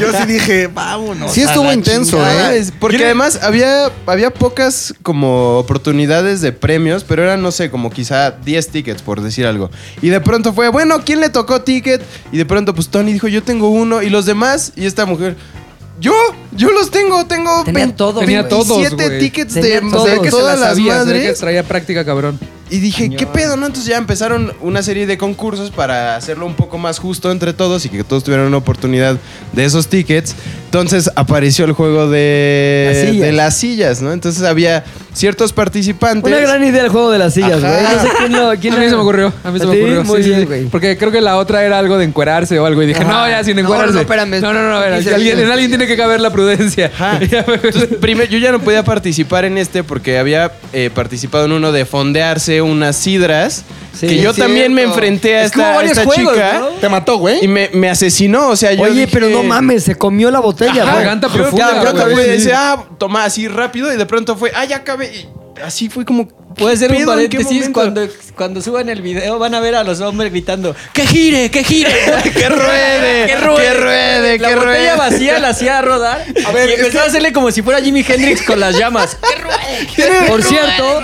Speaker 5: yo sí dije, vámonos.
Speaker 3: Sí estuvo intenso,
Speaker 8: Ah,
Speaker 3: ¿eh?
Speaker 8: es- Porque además había, había pocas como oportunidades de premios, pero eran, no sé, como quizá 10 tickets, por decir algo. Y de pronto fue, bueno, ¿quién le tocó ticket? Y de pronto, pues Tony dijo, yo tengo uno, y los demás, y esta mujer. Yo, yo los tengo, tengo
Speaker 2: Tenía
Speaker 8: 20,
Speaker 2: todo,
Speaker 4: Tenía Este, güey. todos,
Speaker 8: 27
Speaker 4: güey.
Speaker 8: tickets
Speaker 2: Tenía
Speaker 8: de,
Speaker 2: todos.
Speaker 8: de
Speaker 2: Se la
Speaker 8: todas las
Speaker 4: sabía, se ve que
Speaker 8: madres.
Speaker 4: traía práctica, cabrón.
Speaker 8: Y dije, ¿qué pedo, no? Entonces ya empezaron una serie de concursos para hacerlo un poco más justo entre todos y que todos tuvieran una oportunidad de esos tickets. Entonces apareció el juego de,
Speaker 2: Las sillas.
Speaker 8: de las sillas, ¿no? Entonces había ciertos participantes.
Speaker 2: Una gran idea el juego de las sillas,
Speaker 8: Ajá.
Speaker 2: güey. No sé quién lo. quién
Speaker 4: A mí
Speaker 2: lo-
Speaker 4: se me ocurrió, a mí se me
Speaker 2: ti?
Speaker 4: ocurrió.
Speaker 2: Muy
Speaker 4: sí,
Speaker 2: bien,
Speaker 4: sí,
Speaker 2: güey.
Speaker 4: Porque creo que la otra era algo de encuerarse o algo. Y dije,
Speaker 2: Ajá.
Speaker 4: no, ya sin
Speaker 2: No,
Speaker 4: encuerarse.
Speaker 2: no, no, espérame.
Speaker 4: No, no, no, a ver,
Speaker 2: Quince
Speaker 4: alguien, en
Speaker 2: segundos.
Speaker 4: alguien tiene que caber la prudencia.
Speaker 8: Ajá.
Speaker 4: Ya, güey.
Speaker 8: Entonces, primer- yo ya no podía participar en este porque había eh, participado en uno de fondearse unas sidras.
Speaker 2: Sí,
Speaker 8: que yo
Speaker 2: es
Speaker 8: también me
Speaker 2: cierto.
Speaker 8: enfrenté a
Speaker 6: Es como
Speaker 8: esta, a
Speaker 6: varios
Speaker 8: esta
Speaker 6: juegos,
Speaker 8: chica.
Speaker 6: ¿no?
Speaker 5: Te mató,
Speaker 8: Y
Speaker 5: güey.
Speaker 8: me, me asesinó, o sea, yo
Speaker 2: Oye,
Speaker 8: dije-
Speaker 2: pero no mames, se comió la botella, güey.
Speaker 4: Garganta
Speaker 8: Creo que
Speaker 4: profunda.
Speaker 8: de pronto
Speaker 4: güey.
Speaker 8: fue, dice, ah, toma así rápido y de pronto fue, ah, ya acabé. Y así fue como.
Speaker 6: Puede ser un
Speaker 8: ¿Pedo? ¿En qué
Speaker 6: paréntesis
Speaker 8: momento?
Speaker 6: cuando, cuando suban el video van a ver a los hombres gritando ¡Que gire! ¡Que gire!
Speaker 8: ¡Que ruede!
Speaker 6: ¡Que ruede!
Speaker 8: ¡Que ruede!
Speaker 6: La
Speaker 8: ¡Que
Speaker 6: botella
Speaker 8: ruede!
Speaker 6: vacía la hacía rodar y empezó a hacerle como si fuera Jimi Hendrix con las llamas.
Speaker 2: Por cierto,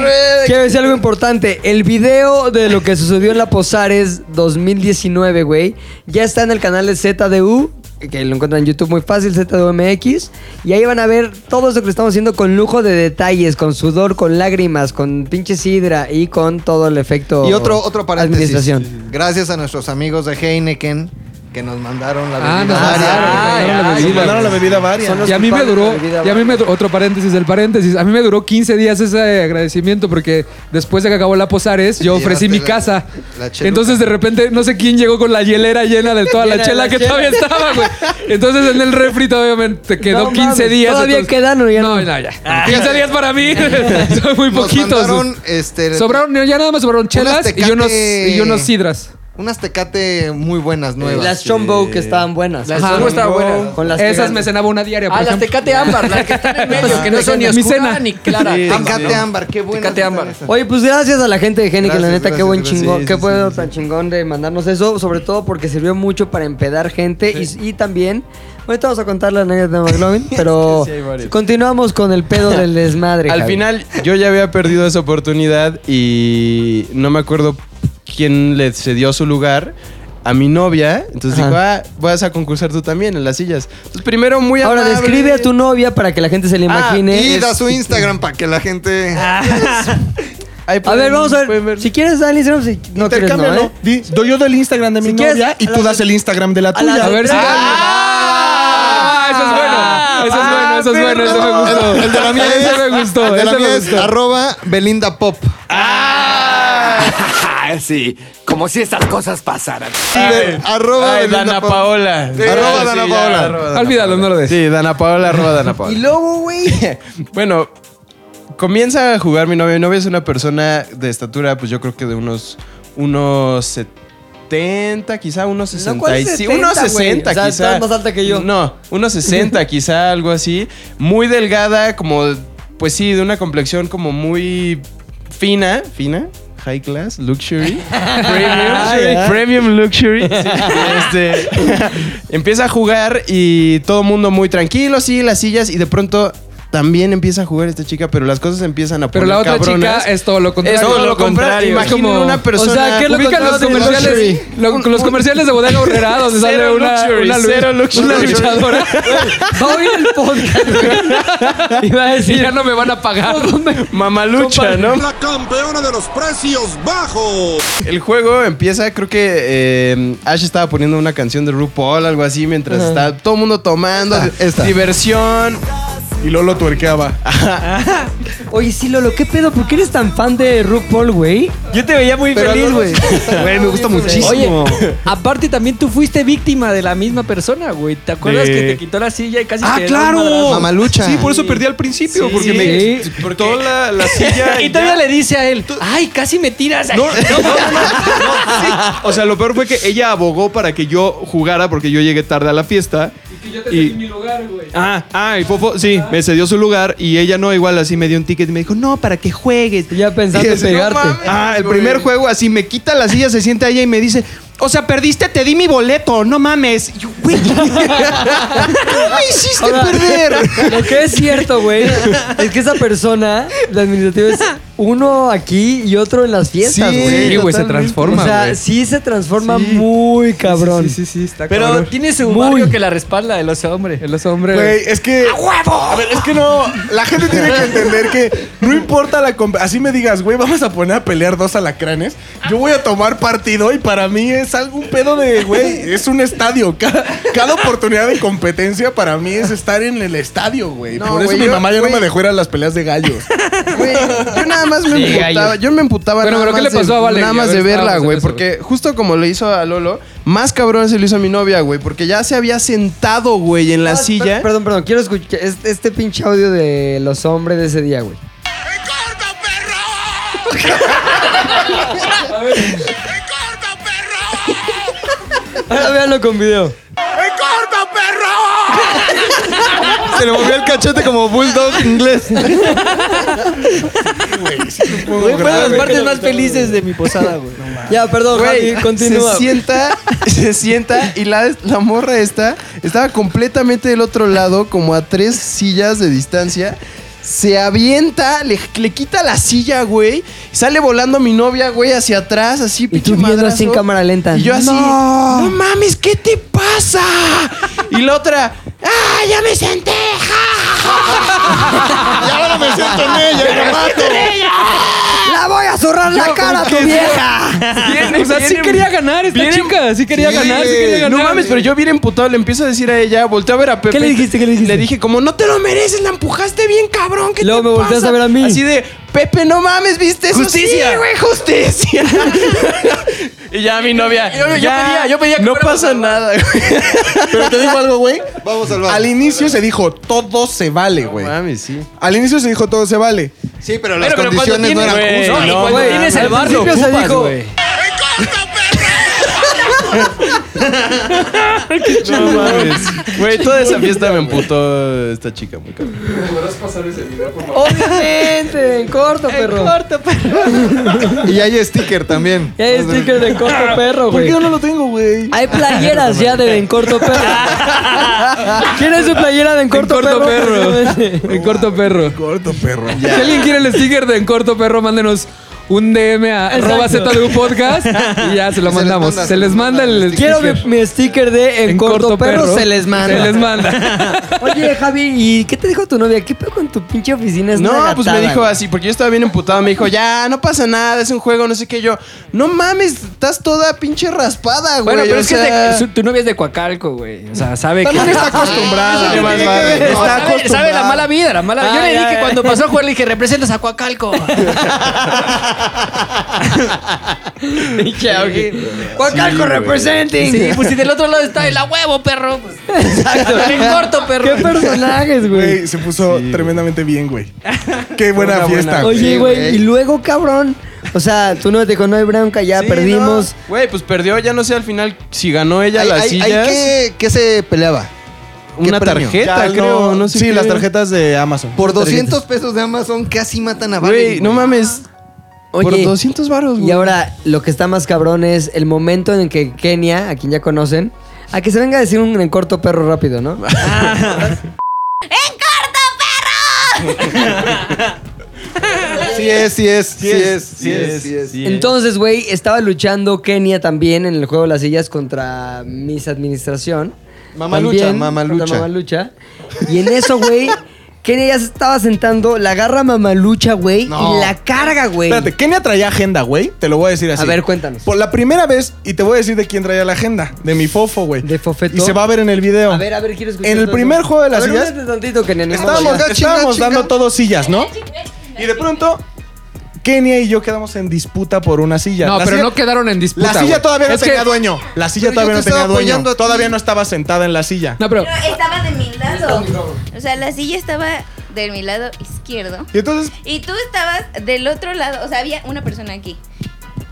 Speaker 2: quiero decir algo importante. El video de lo que sucedió en la Posares 2019, güey, ya está en el canal de ZDU, que lo encuentran en YouTube muy fácil, ZDUMX. Y ahí van a ver todo eso que estamos haciendo con lujo de detalles, con sudor, con lágrimas, con pinche sidra y con todo el efecto.
Speaker 3: Y otro, otro paréntesis.
Speaker 2: Administración.
Speaker 3: Gracias a nuestros amigos de Heineken que nos mandaron la
Speaker 4: Ah, nos
Speaker 3: bebida.
Speaker 4: mandaron,
Speaker 3: Ah,
Speaker 4: nos mandaron la
Speaker 6: ya,
Speaker 4: bebida,
Speaker 5: Nos mandaron la
Speaker 4: güey.
Speaker 5: bebida varia.
Speaker 2: Son los
Speaker 4: Y a mí me
Speaker 2: culpables de
Speaker 4: duró,
Speaker 2: la vida,
Speaker 4: y a mí
Speaker 2: güey.
Speaker 4: me duró- otro paréntesis del paréntesis, a mí me duró 15 días ese agradecimiento porque después de que acabó la Posares, yo
Speaker 3: Te
Speaker 4: ofrecí mi
Speaker 3: llevaste la-
Speaker 4: casa.
Speaker 3: la cheluca.
Speaker 4: Entonces de repente no sé quién llegó con la hielera llena de toda la
Speaker 2: Llena de
Speaker 4: chela
Speaker 2: la
Speaker 4: que
Speaker 2: chela.
Speaker 4: todavía estaba, güey. Entonces en el refri todavía te quedó
Speaker 2: No
Speaker 4: 15
Speaker 2: mames,
Speaker 4: días.
Speaker 2: ¿todavía
Speaker 4: entonces-
Speaker 2: quedan o ya
Speaker 4: No,
Speaker 2: no?
Speaker 4: ya. 15 días para mí
Speaker 3: Ah.
Speaker 4: son muy
Speaker 3: Nos
Speaker 4: poquitos. güey.
Speaker 3: mandaron, este,
Speaker 4: Sobraron, ya nada más sobraron chelas y
Speaker 3: Tecate-
Speaker 4: yo unos, y unos sidras.
Speaker 3: unas tecate muy buenas nuevas.
Speaker 2: Las Chombo que estaban buenas.
Speaker 6: Las
Speaker 2: Ajá.
Speaker 6: Chombo estaban buenas.
Speaker 2: Con las
Speaker 4: Esas
Speaker 2: que-
Speaker 4: me cenaba una diaria, por
Speaker 6: Ah, las
Speaker 4: ejemplo.
Speaker 6: Tecate Ámbar, las que están en medio, que no son ni
Speaker 4: Mi
Speaker 6: oscura
Speaker 4: cena.
Speaker 6: ni clara.
Speaker 8: Sí,
Speaker 6: Ámbar,
Speaker 3: Tecate
Speaker 6: ¿no?
Speaker 3: ámbar, qué buenas.
Speaker 6: Tecate
Speaker 3: están
Speaker 6: ámbar.
Speaker 3: esas.
Speaker 2: Oye, pues gracias a la gente de Gene, que la
Speaker 3: Gracias,
Speaker 2: neta, qué
Speaker 3: gracias,
Speaker 2: buen
Speaker 3: gracias.
Speaker 2: chingón,
Speaker 3: Sí,
Speaker 2: qué
Speaker 3: sí,
Speaker 2: bueno
Speaker 3: sí,
Speaker 2: tan chingón de mandarnos eso, sobre todo porque sirvió mucho para empedar gente y- y, también. Ahorita vamos a contar la anécdota de McLovin, pero
Speaker 8: sí hay varios.
Speaker 2: continuamos con el pedo del desmadre.
Speaker 8: Al
Speaker 2: Javi.
Speaker 8: final, yo ya había perdido esa oportunidad y no me acuerdo quién le cedió su lugar. A mi novia, entonces
Speaker 2: Ajá.
Speaker 8: dijo, ah, vas a concursar tú también en las sillas. Entonces, primero, muy
Speaker 2: Ahora
Speaker 8: amable.
Speaker 2: describe a tu novia para que la gente se le
Speaker 8: Ah,
Speaker 2: imagine.
Speaker 3: Y da
Speaker 2: Es-
Speaker 3: su Instagram para que la gente.
Speaker 4: Ah.
Speaker 8: Ahí
Speaker 2: A
Speaker 8: pueden-
Speaker 2: ver, vamos a ver.
Speaker 8: pueden
Speaker 2: Si quieres, dale Instagram. Si no quieres, no,
Speaker 5: Intercámbialo.
Speaker 2: ¿eh?
Speaker 5: Di, doy yo del Instagram de mi
Speaker 2: Si
Speaker 5: novia
Speaker 2: quieres,
Speaker 5: y
Speaker 2: a
Speaker 5: tú
Speaker 2: la-
Speaker 5: das el Instagram de la
Speaker 2: a la
Speaker 5: tuya.
Speaker 4: A ver si. ¡Ah! Eso es bueno. Eso es bueno, eso es bueno, eso me gustó.
Speaker 3: ah, El, el de la mía es.
Speaker 4: Ese me
Speaker 5: Ah,
Speaker 4: gustó,
Speaker 3: el de la
Speaker 4: ese me
Speaker 3: mía es
Speaker 4: gustó.
Speaker 3: arroba Belinda Pop.
Speaker 2: Ah.
Speaker 1: Ah, sí, como si estas cosas pasaran.
Speaker 3: Be- arroba
Speaker 8: Ay,
Speaker 3: Belinda
Speaker 8: Dana
Speaker 3: Pop.
Speaker 8: Paola.
Speaker 3: Sí, arroba Dana
Speaker 8: ya,
Speaker 3: Paola.
Speaker 8: arroba Dana
Speaker 4: Olvídalo, no lo des.
Speaker 8: Sí, Dana Paola, arroba Dana Paola.
Speaker 2: Y luego, güey.
Speaker 8: Bueno, comienza a jugar mi novia. Mi novia es una persona de estatura, pues yo creo que de unos, unos 70, quizá unos
Speaker 2: No, ¿cuál
Speaker 8: 65.
Speaker 2: 70,
Speaker 8: unos 60,
Speaker 2: güey? O sea,
Speaker 8: quizá.
Speaker 2: estás más alta que yo.
Speaker 8: No, unos 60, quizá algo así. Muy delgada, como, pues sí, de una complexión como muy fina. ¿Fina? High Class, Luxury. Premium, Premium Luxury. Este, empieza a jugar y todo el mundo muy tranquilo, sí, las sillas, y de pronto también empieza a jugar esta chica, pero las cosas empiezan a
Speaker 4: Pero
Speaker 8: poner
Speaker 4: la otra
Speaker 8: cabronas.
Speaker 4: chica es todo lo contrario.
Speaker 8: Es todo lo contrario. Imaginen una persona-
Speaker 4: O sea, ¿qué es lo
Speaker 8: Ubican
Speaker 4: contrario? Los
Speaker 8: los
Speaker 4: comerciales,
Speaker 8: luxury.
Speaker 4: lo- los comerciales de bodega horrera donde sale
Speaker 8: Cero
Speaker 4: una,
Speaker 8: luxury,
Speaker 4: una, lu-
Speaker 8: cero luxury.
Speaker 4: una luchadora.
Speaker 2: Va a oír el podcast. güey. Y va a
Speaker 4: y
Speaker 2: decir,
Speaker 4: ya no me van a pagar.
Speaker 8: Mamalucha, ¿no?
Speaker 9: La campeona de los precios bajos.
Speaker 8: El juego empieza, creo que eh, Ash estaba poniendo una canción de RuPaul, algo así, mientras está todo el mundo tomando, diversión.
Speaker 5: Y Lolo tuerqueaba.
Speaker 2: oye, sí, Lolo, ¿qué pedo? ¿Por qué eres tan fan de RuPaul, güey?
Speaker 6: Yo te veía muy feliz, güey.
Speaker 8: Güey, me gusta
Speaker 6: Oye,
Speaker 8: muchísimo.
Speaker 6: aparte también tú fuiste víctima de la misma persona, güey. ¿Te acuerdas
Speaker 5: De-
Speaker 6: que te quitó la silla y casi
Speaker 5: ¡Ah,
Speaker 6: te dio un
Speaker 5: claro!
Speaker 6: madrazo?
Speaker 8: Mamalucha.
Speaker 5: Sí, por eso perdí al principio,
Speaker 6: Sí.
Speaker 5: porque
Speaker 6: Sí.
Speaker 5: me porque... toda la, la silla.
Speaker 6: Y todavía le dice a él, ay, casi me tiras.
Speaker 5: No, no, no, no, no, sí. O sea, lo peor fue que ella abogó para que yo jugara porque yo llegué tarde a la fiesta. Y que yo te cedí mi lugar, güey. Ah, ah, y Fofo, sí, me cedió su lugar y ella no, igual así me dio un ticket y me dijo, no, para que juegues.
Speaker 2: Ya pensaste
Speaker 5: Y yo, "No
Speaker 2: pegarte.
Speaker 5: mames, Ah, el primer juego así me quita la silla, se sienta ella y me dice, o sea, perdiste, te di mi boleto, no mames. Y yo, güey, ¿qué me hiciste
Speaker 2: Ahora-
Speaker 5: perder?
Speaker 2: Lo que es cierto, güey, es que esa persona, la administrativa, es uno aquí y otro en las fiestas,
Speaker 4: Sí,
Speaker 2: güey.
Speaker 4: güey, se transforma,
Speaker 2: o sea,
Speaker 4: güey.
Speaker 2: sí se transforma
Speaker 4: Sí.
Speaker 2: muy cabrón.
Speaker 4: Sí, sí, sí, sí, está
Speaker 6: Pero
Speaker 4: cabrón.
Speaker 6: tiene su
Speaker 2: Muy.
Speaker 6: barrio que la respalda de los hombres.
Speaker 4: Los hombres...
Speaker 8: Güey, es que. ¡A huevo! A ver, es que no. La gente tiene que entender que no importa la. comp- Así me digas, güey, vamos a poner a pelear dos alacranes. Yo voy a tomar partido y para mí es algo un pedo de, güey, es un estadio. Cada, cada oportunidad de competencia para mí es estar en el estadio, güey. Por eso mi mamá ya no me dejó ir a las peleas de gallos. Güey, yo nada más me emputaba. Yo me emputaba
Speaker 4: Bueno,
Speaker 8: nada
Speaker 4: pero ¿qué
Speaker 8: más
Speaker 4: le pasó
Speaker 8: de-
Speaker 4: a Valeria?
Speaker 8: Nada
Speaker 4: A
Speaker 8: más
Speaker 4: ver,
Speaker 8: de verla,
Speaker 4: estábamos en
Speaker 8: güey,
Speaker 4: eso,
Speaker 8: porque eh, justo como le hizo a Lolo, más cabrón se lo hizo a mi novia, güey, porque ya se había sentado, güey, en la
Speaker 2: Ah,
Speaker 8: silla.
Speaker 2: per- Perdón, perdón, quiero escuchar este, este pinche audio de los hombres de ese día, güey.
Speaker 9: ¡Corta, perro! ¡Corta, perro!
Speaker 2: Ahora véanlo con video.
Speaker 9: ¡Corta, perro!
Speaker 3: Se le movió el cachete como bulldog inglés.
Speaker 6: Güey, fue de las partes más felices de mi posada, güey.
Speaker 2: Ya, perdón,
Speaker 8: Güey,
Speaker 2: Javi, continúa.
Speaker 8: Se sienta, se sienta y la, la morra esta estaba completamente del otro lado, como a tres sillas de distancia. Se avienta, le, le quita la silla, güey. Sale volando mi novia, güey, hacia atrás, así,
Speaker 2: Y tú
Speaker 8: pinche
Speaker 2: viendo así en
Speaker 8: madrazo.
Speaker 2: cámara lenta.
Speaker 8: Y yo así,
Speaker 2: ¡No!
Speaker 8: no, mames, ¿qué te pasa? Y la otra, ¡ah, ya me senté!
Speaker 3: Y ahora me siento en ella y lo mato.
Speaker 2: ¡La voy a zurrar la cara, tu vieja!
Speaker 4: Ah, o sea, sí quería ganar esta chica. Sí quería
Speaker 3: Sí.
Speaker 4: ganar, sí quería ganar.
Speaker 8: No mames, pero yo bien emputado le empiezo a decir a ella, volteo a ver a Pepe.
Speaker 2: ¿Qué le dijiste? ¿Qué le dijiste?
Speaker 8: Le dije como, no te lo mereces, la empujaste bien, cabrón, ¿qué
Speaker 2: Luego
Speaker 8: te
Speaker 2: me volteas
Speaker 8: pasa?"
Speaker 2: a ver a mí.
Speaker 8: Así de, Pepe, no mames, ¿viste eso?
Speaker 6: Justicia.
Speaker 8: Sí, güey, justicia. y ya mi novia, yo, pedía, yo pedía. No pasa nada, güey.
Speaker 5: Pero te digo algo, güey.
Speaker 3: Vamos al
Speaker 5: Al
Speaker 3: bar.
Speaker 5: inicio se dijo, todo se vale, güey.
Speaker 8: mames, sí.
Speaker 5: Al inicio se dijo, todo se vale.
Speaker 3: Sí, pero las condiciones no eran
Speaker 6: güey,
Speaker 3: justas.
Speaker 6: no, y cuando
Speaker 2: güey,
Speaker 6: tienes
Speaker 2: al
Speaker 6: el bar lo
Speaker 2: principio se
Speaker 6: ocupas,
Speaker 2: dijo-
Speaker 6: güey.
Speaker 9: ¡Corta, perro!
Speaker 8: No mames. Güey, toda esa fiesta me emputó esta chica, muy cabrón.
Speaker 2: Obviamente, en corto, perro.
Speaker 3: Y hay sticker también.
Speaker 2: Ya hay stickers de en corto, perro, güey.
Speaker 8: no lo tengo, güey?
Speaker 2: Hay playeras ya de en corto, perro. ¿Quién es su playera de en corto,
Speaker 4: corto
Speaker 2: perro?
Speaker 4: perro. En corto perro.
Speaker 8: Corto, perro.
Speaker 4: Si alguien quiere el sticker de En Corto Perro, mándenos un DM a
Speaker 2: Exacto.
Speaker 4: arroba ZDU Podcast y ya se lo
Speaker 3: les
Speaker 4: mandamos.
Speaker 3: manda,
Speaker 4: se les manda el
Speaker 2: Quiero mi,
Speaker 4: sticker.
Speaker 2: mi sticker de en, corto, perro, se les manda.
Speaker 4: Se les manda.
Speaker 2: Oye, Javi, ¿y qué te dijo tu novia? ¿Qué pedo con tu pinche oficina? Es
Speaker 8: No,
Speaker 2: una
Speaker 8: pues me
Speaker 2: gatada,
Speaker 8: dijo
Speaker 2: güey.
Speaker 8: así, porque yo estaba bien emputado. Me dijo, ya, no pasa nada, es un juego, no sé qué. Yo, no mames, estás toda pinche raspada, güey.
Speaker 6: Bueno, pero
Speaker 8: o
Speaker 6: es que es de-
Speaker 8: sea,
Speaker 6: su- tu novia es de Coacalco, güey. O sea, sabe
Speaker 8: También
Speaker 6: que...
Speaker 8: está acostumbrada.
Speaker 6: Eso
Speaker 8: más
Speaker 6: Ah, tiene que
Speaker 8: vale,
Speaker 6: ver.
Speaker 8: ¿no?
Speaker 6: Sabe- Sabe la mala vida, la mala vida. Yo
Speaker 2: Ah,
Speaker 6: le
Speaker 2: ya,
Speaker 6: dije
Speaker 2: ya.
Speaker 6: cuando pasó a jugar, le dije, representas a Coacalco.
Speaker 2: Coacalco representing.
Speaker 6: Sí, pues si del otro lado está el a huevo, perro. pues, En corto, perro.
Speaker 2: Qué personajes, güey.
Speaker 8: se puso tremendamente bien, güey. Qué buena fiesta.
Speaker 2: Oye,
Speaker 3: Sí,
Speaker 2: güey,
Speaker 3: güey.
Speaker 2: y luego, cabrón. O sea, tú no te dijo, no hay bronca, ya
Speaker 8: Sí,
Speaker 2: perdimos.
Speaker 8: no. Güey, pues perdió, ya no sé al final si ganó ella
Speaker 3: Hay-
Speaker 8: las
Speaker 3: hay- hay
Speaker 8: sillas.
Speaker 3: que- ¿Qué se peleaba? ¿qué
Speaker 8: una
Speaker 3: premio?
Speaker 8: tarjeta, creo, no sé
Speaker 5: Sí,
Speaker 8: qué.
Speaker 5: las tarjetas de Amazon.
Speaker 3: Por 200 pesos de Amazon casi matan a Valerie.
Speaker 8: Güey, no mames.
Speaker 2: Oye,
Speaker 8: Por 200 varos, güey.
Speaker 2: Y ahora, lo que está más cabrón es el momento en el que Kenia, a quien ya conocen, a que se venga a decir un en corto perro rápido, ¿no?
Speaker 3: Sí es, sí es, sí es, sí
Speaker 8: es,
Speaker 3: es, sí es.
Speaker 2: Entonces, güey, estaba luchando Kenia también en el juego de las sillas contra Miss Administración.
Speaker 3: Mamalucha,
Speaker 2: También
Speaker 3: mamalucha.
Speaker 2: contra Mamalucha. Y en eso, güey, Kenia ya se estaba sentando, la agarra a Mamalucha, güey, y la carga, güey.
Speaker 5: Espérate, Kenia traía agenda, güey. Te lo voy a decir así.
Speaker 2: A ver, cuéntanos.
Speaker 5: Por la primera vez, y te voy a decir de quién traía la agenda. De mi fofo, güey.
Speaker 2: ¿De Fofeto?
Speaker 5: Y se va a ver en el video.
Speaker 2: A ver, a ver, quiero escuchar.
Speaker 5: En el
Speaker 2: todo
Speaker 5: primer
Speaker 2: eso.
Speaker 5: juego de las
Speaker 2: A ver,
Speaker 5: sillas-
Speaker 2: espérate tantito, Kenia. necesitamos
Speaker 5: Estábamos,
Speaker 2: ya.
Speaker 5: estábamos
Speaker 3: chinga.
Speaker 5: dando todos sillas, ¿no? Y de pronto, Kenia y yo quedamos en disputa por una silla.
Speaker 4: No,
Speaker 5: La
Speaker 4: pero
Speaker 5: silla-
Speaker 4: no quedaron en disputa.
Speaker 5: La silla
Speaker 4: güey.
Speaker 5: todavía no
Speaker 4: Es que-
Speaker 5: tenía dueño. La
Speaker 3: Pero
Speaker 5: silla
Speaker 3: yo
Speaker 5: todavía no
Speaker 3: te estaba
Speaker 5: tenía
Speaker 3: apoyando a
Speaker 5: dueño.
Speaker 3: ti.
Speaker 5: Todavía no estaba sentada en la silla.
Speaker 4: No, pero.
Speaker 9: Pero estaba de mi lado. O sea, la silla estaba de mi lado izquierdo.
Speaker 5: Y entonces,
Speaker 9: Y tú estabas del otro lado. O sea, había una persona aquí.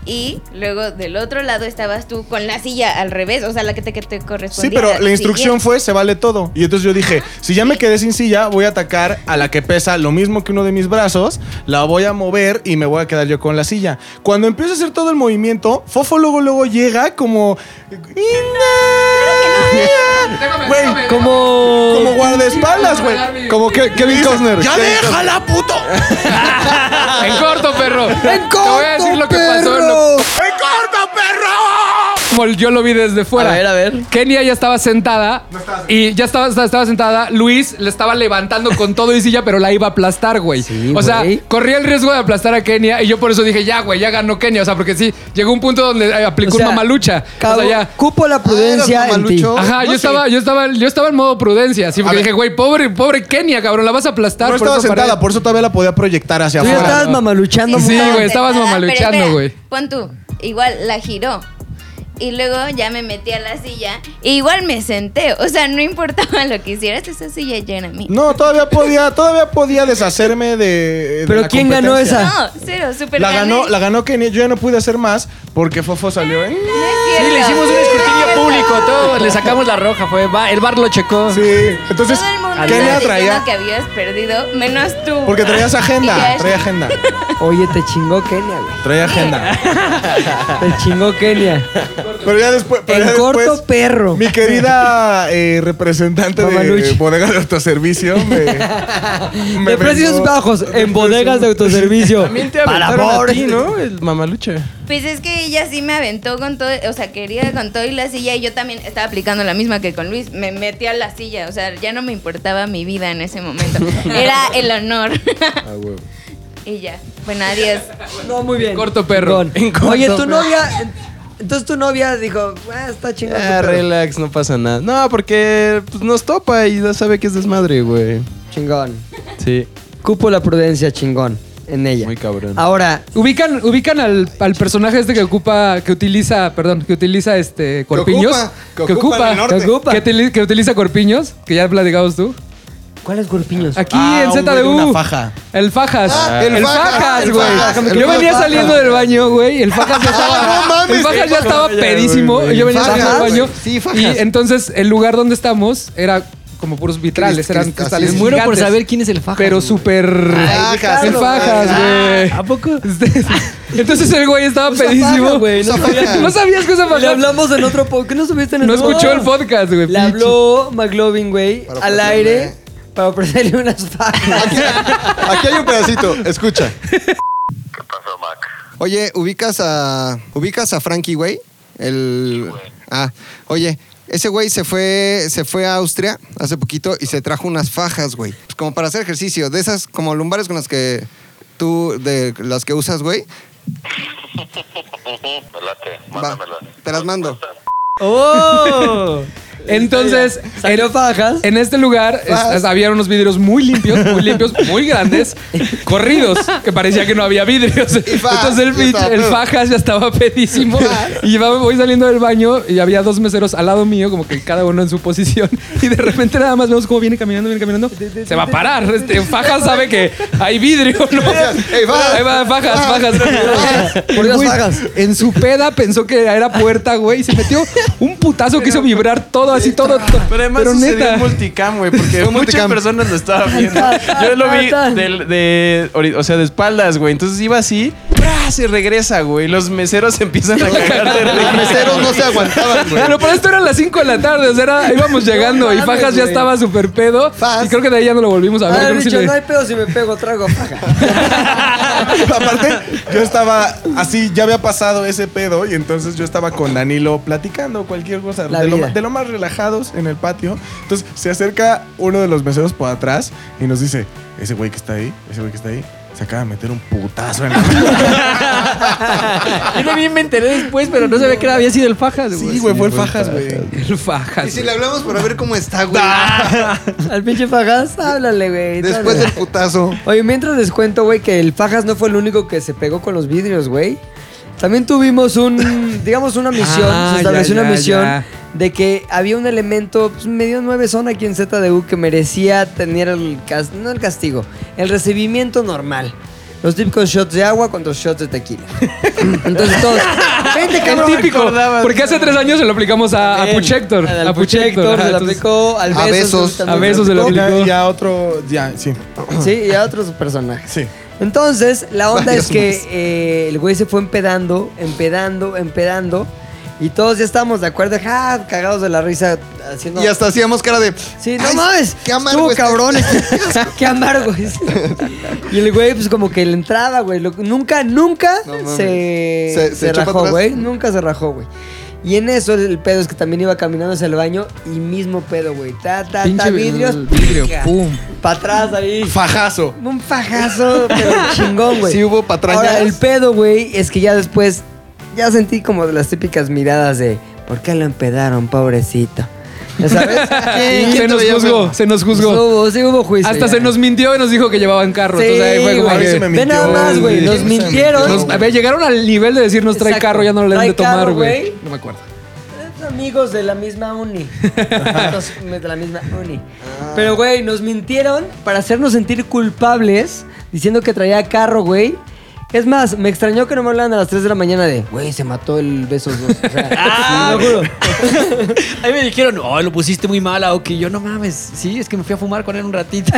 Speaker 9: Y luego del otro lado estabas tú con la silla al revés. O sea, la que te, que te
Speaker 5: sí,
Speaker 9: correspondía.
Speaker 5: pero la instrucción
Speaker 9: siguiente.
Speaker 5: fue, se vale todo. Y entonces yo dije, si ya me quedé sin silla, voy a atacar a la que pesa lo mismo que uno de mis brazos, la voy a mover y me voy a quedar yo con la silla. Cuando empiezo a hacer todo el movimiento, Fofo luego luego llega como...
Speaker 9: ¿eh?
Speaker 5: Güey,
Speaker 2: Como.
Speaker 5: Como guardaespaldas, güey.
Speaker 3: Como que Kevin Costner.
Speaker 5: ¡Ya
Speaker 3: Kevin Costner.
Speaker 5: déjala, puto!
Speaker 4: En corto, perro.
Speaker 3: ¡En
Speaker 4: Te voy a
Speaker 3: corto,
Speaker 4: decir lo que pasó.
Speaker 3: perro!
Speaker 4: lo-
Speaker 10: ¡En corto, perro!
Speaker 4: como yo lo vi desde fuera.
Speaker 2: A ver, a ver.
Speaker 4: Kenia ya estaba sentada. y ya estaba, estaba, estaba sentada. Luis le estaba levantando con todo y silla, pero la iba a aplastar, güey.
Speaker 2: Sí,
Speaker 4: o sea,
Speaker 2: güey.
Speaker 4: corría el riesgo de aplastar a Kenia. Y yo por eso dije, ya, güey, ya ganó Kenia. O sea, porque sí, llegó un punto donde eh, aplicó
Speaker 2: O sea,
Speaker 4: una malucha.
Speaker 2: cabo-
Speaker 4: o sea, ya.
Speaker 2: Cupo la prudencia
Speaker 3: Ah, eras
Speaker 2: en ti.
Speaker 3: mamalucho.
Speaker 4: Ajá,
Speaker 5: No
Speaker 4: yo
Speaker 5: sé.
Speaker 4: estaba, yo estaba, yo estaba en modo prudencia, sí, porque
Speaker 5: ver.
Speaker 4: dije, güey, pobre, pobre Kenia, cabrón, la vas a aplastar.
Speaker 5: No
Speaker 4: por
Speaker 5: estaba
Speaker 4: esa pared.
Speaker 5: sentada, por eso todavía la podía proyectar hacia
Speaker 2: Tú ya
Speaker 5: afuera.
Speaker 2: estabas mamaluchando
Speaker 4: Sí,
Speaker 2: mucho.
Speaker 4: güey, estabas
Speaker 9: Sentada,
Speaker 4: mamaluchando,
Speaker 9: pero espera,
Speaker 4: güey.
Speaker 9: Pon tú. Igual la giró. Y luego ya me metí a la silla. E igual me senté. O sea, no importaba lo que hicieras, esa silla ya era mía.
Speaker 5: No, todavía podía, todavía podía deshacerme de. de
Speaker 2: Pero
Speaker 5: la
Speaker 2: ¿quién ganó
Speaker 5: competencia.
Speaker 2: esa?
Speaker 9: No, cero, súper
Speaker 5: La ganó,
Speaker 9: gané.
Speaker 5: la ganó Kenia. Yo ya no pude hacer más porque Fofo salió en.
Speaker 9: No es
Speaker 6: Sí, le
Speaker 9: cierto.
Speaker 6: hicimos un escrutinio público a todos. Le sacamos la roja, fue. va- el bar lo checó.
Speaker 5: Sí. Entonces,
Speaker 9: Todo el mundo
Speaker 5: Kenia
Speaker 9: diciendo
Speaker 5: traía.
Speaker 9: que habías perdido, menos tú.
Speaker 5: Porque traías agenda.
Speaker 9: Y
Speaker 5: Traía
Speaker 9: Ash-
Speaker 5: agenda.
Speaker 2: Oye, te chingó Kenia, güey.
Speaker 5: Traía agenda.
Speaker 2: Te chingó Kenia.
Speaker 5: Pero ya después. Pero ya
Speaker 2: En corto
Speaker 5: después,
Speaker 2: perro.
Speaker 5: Mi querida eh, representante de
Speaker 2: Mamaluchi.
Speaker 5: bodega de autoservicio me. me
Speaker 2: de precios
Speaker 5: vendió-
Speaker 2: bajos en bodegas de autoservicio.
Speaker 8: También te
Speaker 2: Para
Speaker 8: aventaron a
Speaker 2: pobres.
Speaker 8: ti, ¿no? El mamaluche.
Speaker 9: Pues es que ella sí me aventó con todo, o sea, quería con todo y la silla y yo también estaba aplicando la misma que con Luis, me metí a la silla, o sea, ya no me importaba mi vida en ese momento, era el honor.
Speaker 11: Ah,
Speaker 9: y ya, bueno, adiós.
Speaker 2: No, muy bien.
Speaker 4: Corto perro.
Speaker 2: Perdón.
Speaker 8: En corto
Speaker 2: Oye, tu
Speaker 8: perro.
Speaker 2: novia. Entonces tu novia dijo, ah, está chingón. tu
Speaker 8: Ah,
Speaker 2: perro".
Speaker 8: relax, no pasa nada. No, porque pues, nos topa y ya sabe que es desmadre, güey.
Speaker 2: Chingón.
Speaker 8: Sí,
Speaker 2: Cupo la prudencia, chingón. En ella.
Speaker 8: muy cabrón.
Speaker 2: Ahora,
Speaker 4: Ubican, ubican al, al personaje este que ocupa, que utiliza, perdón, que utiliza este corpiños.
Speaker 3: ocupa, que ocupa en el norte.
Speaker 4: que, ocupa. Que, utili- que utiliza corpiños, que ya platicabas tú.
Speaker 2: ¿cuáles golpiños?
Speaker 4: Aquí
Speaker 5: Ah,
Speaker 4: en
Speaker 5: un güey de
Speaker 4: ZDU.
Speaker 5: una faja.
Speaker 4: El Fajas.
Speaker 3: Ah,
Speaker 4: el,
Speaker 3: el Fajas,
Speaker 4: Fajas,
Speaker 3: el Fajas,
Speaker 4: güey.
Speaker 3: el
Speaker 4: Yo venía
Speaker 3: Fajas.
Speaker 4: saliendo del baño, güey. El Fajas ya estaba.
Speaker 3: Ah, no mames,
Speaker 4: el Fajas
Speaker 3: el
Speaker 4: ya
Speaker 3: Fajas.
Speaker 4: estaba
Speaker 8: Ya,
Speaker 4: pedísimo.
Speaker 8: güey.
Speaker 4: Yo venía
Speaker 3: Fajas,
Speaker 4: saliendo del baño.
Speaker 3: güey. Sí, Fajas.
Speaker 4: Y entonces el lugar donde estamos era como puros vitrales,
Speaker 3: Cris-
Speaker 4: eran
Speaker 3: cris-
Speaker 4: cristales.
Speaker 3: así es.
Speaker 6: Muero por
Speaker 4: gigantes,
Speaker 6: saber quién es el faja.
Speaker 4: Pero súper.
Speaker 3: Fajas, Ah,
Speaker 4: El
Speaker 3: no
Speaker 4: Fajas,
Speaker 3: mames.
Speaker 4: güey.
Speaker 6: ¿A poco?
Speaker 4: Este, Entonces el güey estaba
Speaker 2: Usa faja,
Speaker 4: pedísimo.
Speaker 2: güey, no
Speaker 4: No,
Speaker 2: sabía.
Speaker 4: sabías que usa
Speaker 2: Le
Speaker 4: faja.
Speaker 2: hablamos en otro podcast. ¿Qué no subiste en el
Speaker 4: No escuchó el
Speaker 2: podcast?
Speaker 4: podcast, güey.
Speaker 2: Le habló McLovin, güey,
Speaker 3: Para
Speaker 2: al
Speaker 3: ofrecerle-
Speaker 2: aire para ofrecerle unas fajas.
Speaker 3: Aquí hay un pedacito, escucha.
Speaker 10: ¿Qué pasó, Mac?
Speaker 3: Oye, ubicas a. ¿Ubicas a Frankie, güey? El. Ah, oye. Ese güey se fue, se fue a Austria hace poquito y se trajo unas fajas, güey. Pues como para hacer ejercicio. De esas como lumbares con las que tú, de las que usas, güey.
Speaker 10: Me late,
Speaker 3: Va,
Speaker 10: mándamelas.
Speaker 3: te las mando.
Speaker 2: ¡Oh!
Speaker 4: Entonces,
Speaker 2: Salió fajas.
Speaker 4: En este lugar es- es- había unos vidrios muy limpios, muy limpios, muy grandes, corridos, que parecía que no había vidrios.
Speaker 3: fajas,
Speaker 4: Entonces el,
Speaker 3: y
Speaker 4: fit-
Speaker 3: estaba
Speaker 4: el
Speaker 3: pedo.
Speaker 4: fajas ya estaba pedísimo. Y llevaba- voy saliendo del baño y había dos meseros al lado mío, como que cada uno en su posición. Y de repente nada más vemos cómo viene caminando, viene caminando. Se va a parar. Este, fajas sabe que hay vidrio, ¿no?
Speaker 3: "Ey, fajas,
Speaker 4: Ahí va, fajas, fajas.
Speaker 2: Por Dios,
Speaker 4: Güey,
Speaker 2: fajas.
Speaker 4: En su peda pensó que era puerta, güey, y se metió un putazo que hizo vibrar todo, así todo. todo.
Speaker 8: Pero además sucedió en multicam, güey, porque muchas
Speaker 3: multicam.
Speaker 8: personas lo estaban viendo. Yo lo vi del- de, ori- o sea, de espaldas, güey. Entonces iba así, ¡bra! ¡Ah! Se regresa, güey. Los meseros empiezan a cagar de risa.
Speaker 3: Los meseros no se aguantaban, güey.
Speaker 4: Pero para esto eran las 5 de la tarde, o sea, era- íbamos llegando y Fajas ya estaba súper pedo. Y creo que de ahí ya no lo volvimos a ver.
Speaker 2: Ah,
Speaker 4: creo que sí
Speaker 2: dicho,
Speaker 4: le-
Speaker 2: no hay pedo si me pego, trago faja.
Speaker 5: Aparte, yo estaba así, ya había pasado ese pedo y entonces yo estaba con Danilo platicando cualquier cosa,
Speaker 2: La
Speaker 5: de lo,
Speaker 2: vida.
Speaker 5: de lo más relajados en el patio. Entonces se acerca uno de los meseros por atrás y nos dice, ese güey que está ahí, ese güey que está ahí, se acaba de meter un putazo en la
Speaker 6: Yo también me enteré después, pero no sabía que era- había sido el Fajas, güey.
Speaker 5: Sí, güey, fue el fajas, güey.
Speaker 4: El Fajas.
Speaker 3: Y si le hablamos para ver cómo está, güey.
Speaker 2: Ah. Al pinche Fajas, háblale, güey.
Speaker 3: Después del putazo.
Speaker 2: Oye, mientras les cuento, güey, que el Fajas no fue el único que se pegó con los vidrios, güey. También tuvimos un, digamos, una misión,
Speaker 4: Ah,
Speaker 2: se estableció
Speaker 4: ya,
Speaker 2: una
Speaker 4: ya,
Speaker 2: misión
Speaker 4: ya.
Speaker 2: de que había un elemento pues, medio nueve zona aquí en ZDU que merecía tener el, cas- no el castigo, el recibimiento normal. Los típicos shots de agua contra los shots de tequila. Entonces todos, vente
Speaker 4: El
Speaker 2: cabrón.
Speaker 4: típico, porque hace tres años se lo aplicamos a, a
Speaker 2: Ven,
Speaker 4: Puchector.
Speaker 2: al
Speaker 4: A Puchector.
Speaker 2: Puchector,
Speaker 4: ajá,
Speaker 2: se lo
Speaker 4: entonces-
Speaker 2: aplicó, al
Speaker 3: A
Speaker 2: Besos,
Speaker 3: Besos.
Speaker 2: también
Speaker 4: A Besos se lo
Speaker 5: Y
Speaker 4: aplicó.
Speaker 5: la- y a otro, ya, sí,
Speaker 2: Sí, y a otros personajes.
Speaker 5: sí.
Speaker 2: Entonces, la onda
Speaker 3: Varios
Speaker 2: es que
Speaker 3: más.
Speaker 2: eh, el güey se fue empedando, empedando, empedando. Y todos ya estábamos de acuerdo, ja, cagados de la risa, haciendo.
Speaker 3: Y hasta hacíamos cara de.
Speaker 2: Sí, no
Speaker 3: "Ay,
Speaker 2: mames.
Speaker 3: Qué
Speaker 2: Estuvo
Speaker 3: amargo. está".
Speaker 2: cabrón. qué amargo. es. y el güey, pues como que le entraba, güey. Lo- Nunca, nunca
Speaker 3: No mames.
Speaker 2: se,
Speaker 3: Se-
Speaker 2: se
Speaker 3: se echó para
Speaker 2: rajó,
Speaker 3: atrás.
Speaker 2: güey. Nunca se rajó, güey. Y en eso el pedo es que también iba caminando hacia el baño y mismo pedo, güey. Ta, ta, ta,
Speaker 4: Pinche
Speaker 2: vidrios.
Speaker 4: vidrio, pum.
Speaker 2: Para atrás ahí.
Speaker 5: Fajazo.
Speaker 2: Un fajazo, pero chingón, güey.
Speaker 3: Sí hubo patrañas.
Speaker 2: Ahora, el pedo, güey, es que ya después, ya sentí como las típicas miradas de, ¿por qué lo empedaron, pobrecito? ¿Ya sabes?
Speaker 3: ¿Quién- quién
Speaker 4: Se
Speaker 3: te
Speaker 4: nos
Speaker 3: veía
Speaker 4: juzgó,
Speaker 3: enfermo?
Speaker 4: se nos
Speaker 2: Pues
Speaker 4: juzgó.
Speaker 2: hubo- sí hubo juicio.
Speaker 4: Hasta
Speaker 2: ya.
Speaker 4: se nos mintió y nos dijo que llevaban carro.
Speaker 2: Sí,
Speaker 4: o sea, ahí fue como
Speaker 2: güey.
Speaker 4: que-
Speaker 5: A mí se me
Speaker 2: Ve nada
Speaker 5: mintió,
Speaker 2: más, güey.
Speaker 5: güey.
Speaker 2: Nos
Speaker 5: Se me
Speaker 2: mintieron.
Speaker 4: Nos- a ver, llegaron al nivel de decir nos trae
Speaker 2: Exacto.
Speaker 4: carro, ya no le dan
Speaker 2: Trae
Speaker 4: de tomar,
Speaker 2: carro,
Speaker 4: güey.
Speaker 2: güey.
Speaker 4: No me acuerdo.
Speaker 2: amigos de la misma uni. Los- de la misma uni. Pero, güey, nos mintieron para hacernos sentir culpables diciendo que traía carro, güey. Es más, me extrañó que no me hablaran a las 3 de la mañana de, güey, se mató el besos dos. O sea,
Speaker 6: Ah,
Speaker 2: te lo juro.
Speaker 6: Ahí me dijeron, oh, lo pusiste muy mal, ok. Yo, no mames, sí, es que me fui a fumar con él un ratito.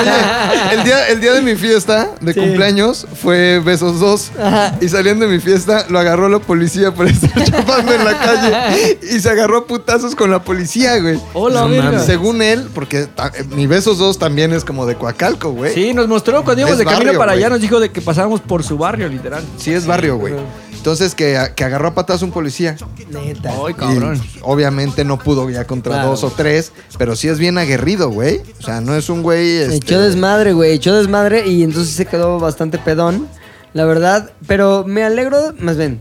Speaker 3: Oye, el, día, el día de mi fiesta de cumpleaños fue Besos 2. Y saliendo de mi fiesta, lo agarró la policía por estar chapando en la calle. Y se agarró a putazos con la policía, güey.
Speaker 6: Hola,
Speaker 3: No
Speaker 6: verga.
Speaker 3: mames. Según él, porque ta- eh, mi Besos 2 también es como de Coacalco, güey.
Speaker 6: Sí, nos mostró cuando íbamos
Speaker 3: Es
Speaker 6: de camino
Speaker 3: barrio,
Speaker 6: para allá,
Speaker 3: güey.
Speaker 6: nos dijo de que pasábamos por su barrio, literal.
Speaker 3: Sí, es barrio, güey. Entonces, que, que agarró a patadas un policía.
Speaker 2: Neta.
Speaker 6: Ay, cabrón.
Speaker 3: Y, obviamente no pudo ya contra
Speaker 2: Claro.
Speaker 3: dos o tres, pero sí es bien aguerrido, güey. O sea, no es un güey.
Speaker 2: Se
Speaker 3: este,
Speaker 2: Echó desmadre, güey. Echó desmadre y entonces se quedó bastante pedón. La verdad. Pero me alegro, más bien,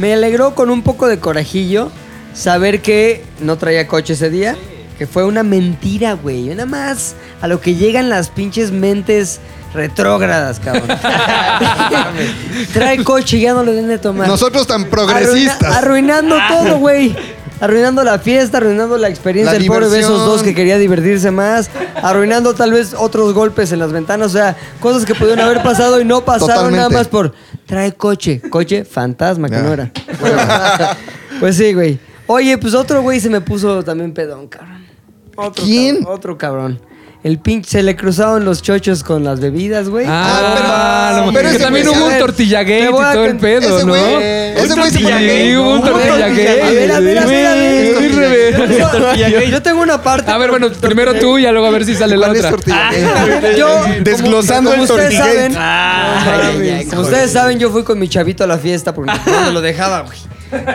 Speaker 2: me alegró con un poco de corajillo saber que no traía coche ese día. Que fue una mentira, güey. Nada más a lo que llegan las pinches mentes retrógradas, cabrón. Trae coche, ya no lo den de tomar.
Speaker 3: Nosotros tan
Speaker 2: Arruina-
Speaker 3: progresistas.
Speaker 2: arruinando
Speaker 4: Ah.
Speaker 2: todo, güey. Arruinando la fiesta, arruinando la experiencia
Speaker 3: La
Speaker 2: del pobre
Speaker 3: diversión.
Speaker 2: Besos 2 que quería divertirse más, arruinando tal vez otros golpes en las ventanas, o sea, cosas que pudieron haber pasado y no pasaron
Speaker 3: Totalmente.
Speaker 2: nada más por trae coche, coche fantasma que
Speaker 3: Ya.
Speaker 2: no era. pues sí, güey. Oye, pues otro güey se me puso también pedón, cabrón. Otro
Speaker 3: ¿Quién?
Speaker 2: cabrón, otro cabrón. El pinche se le cruzaron los chochos con las bebidas, güey.
Speaker 4: Ah,
Speaker 3: pero-
Speaker 4: no,
Speaker 3: pero
Speaker 4: que
Speaker 3: ese
Speaker 4: también
Speaker 3: güey,
Speaker 4: hubo
Speaker 3: a
Speaker 4: un
Speaker 2: ver,
Speaker 4: tortillagate
Speaker 2: te
Speaker 4: y
Speaker 2: voy a
Speaker 4: todo el
Speaker 2: con-
Speaker 4: pedo,
Speaker 3: ese
Speaker 4: ¿no?
Speaker 3: güey- ese
Speaker 4: Un
Speaker 3: güey se
Speaker 4: tortillagate,
Speaker 3: pone-
Speaker 4: Hubo un
Speaker 3: Hubo
Speaker 4: tortillagate.
Speaker 2: A ver, a ver, a ver, a ver.
Speaker 4: Güey, güey, güey.
Speaker 2: Yo- Yo, yo tengo una parte.
Speaker 4: A ver, bueno, primero tú y ya luego a ver si sale la
Speaker 3: ¿Cuál es
Speaker 4: otra.
Speaker 3: tortilla?
Speaker 2: Yo,
Speaker 5: Desglosando
Speaker 2: como
Speaker 5: el
Speaker 2: ustedes
Speaker 5: tortillate.
Speaker 2: saben- Como ustedes saben, yo fui con mi chavito a la fiesta porque mi papá no me lo dejaba, güey.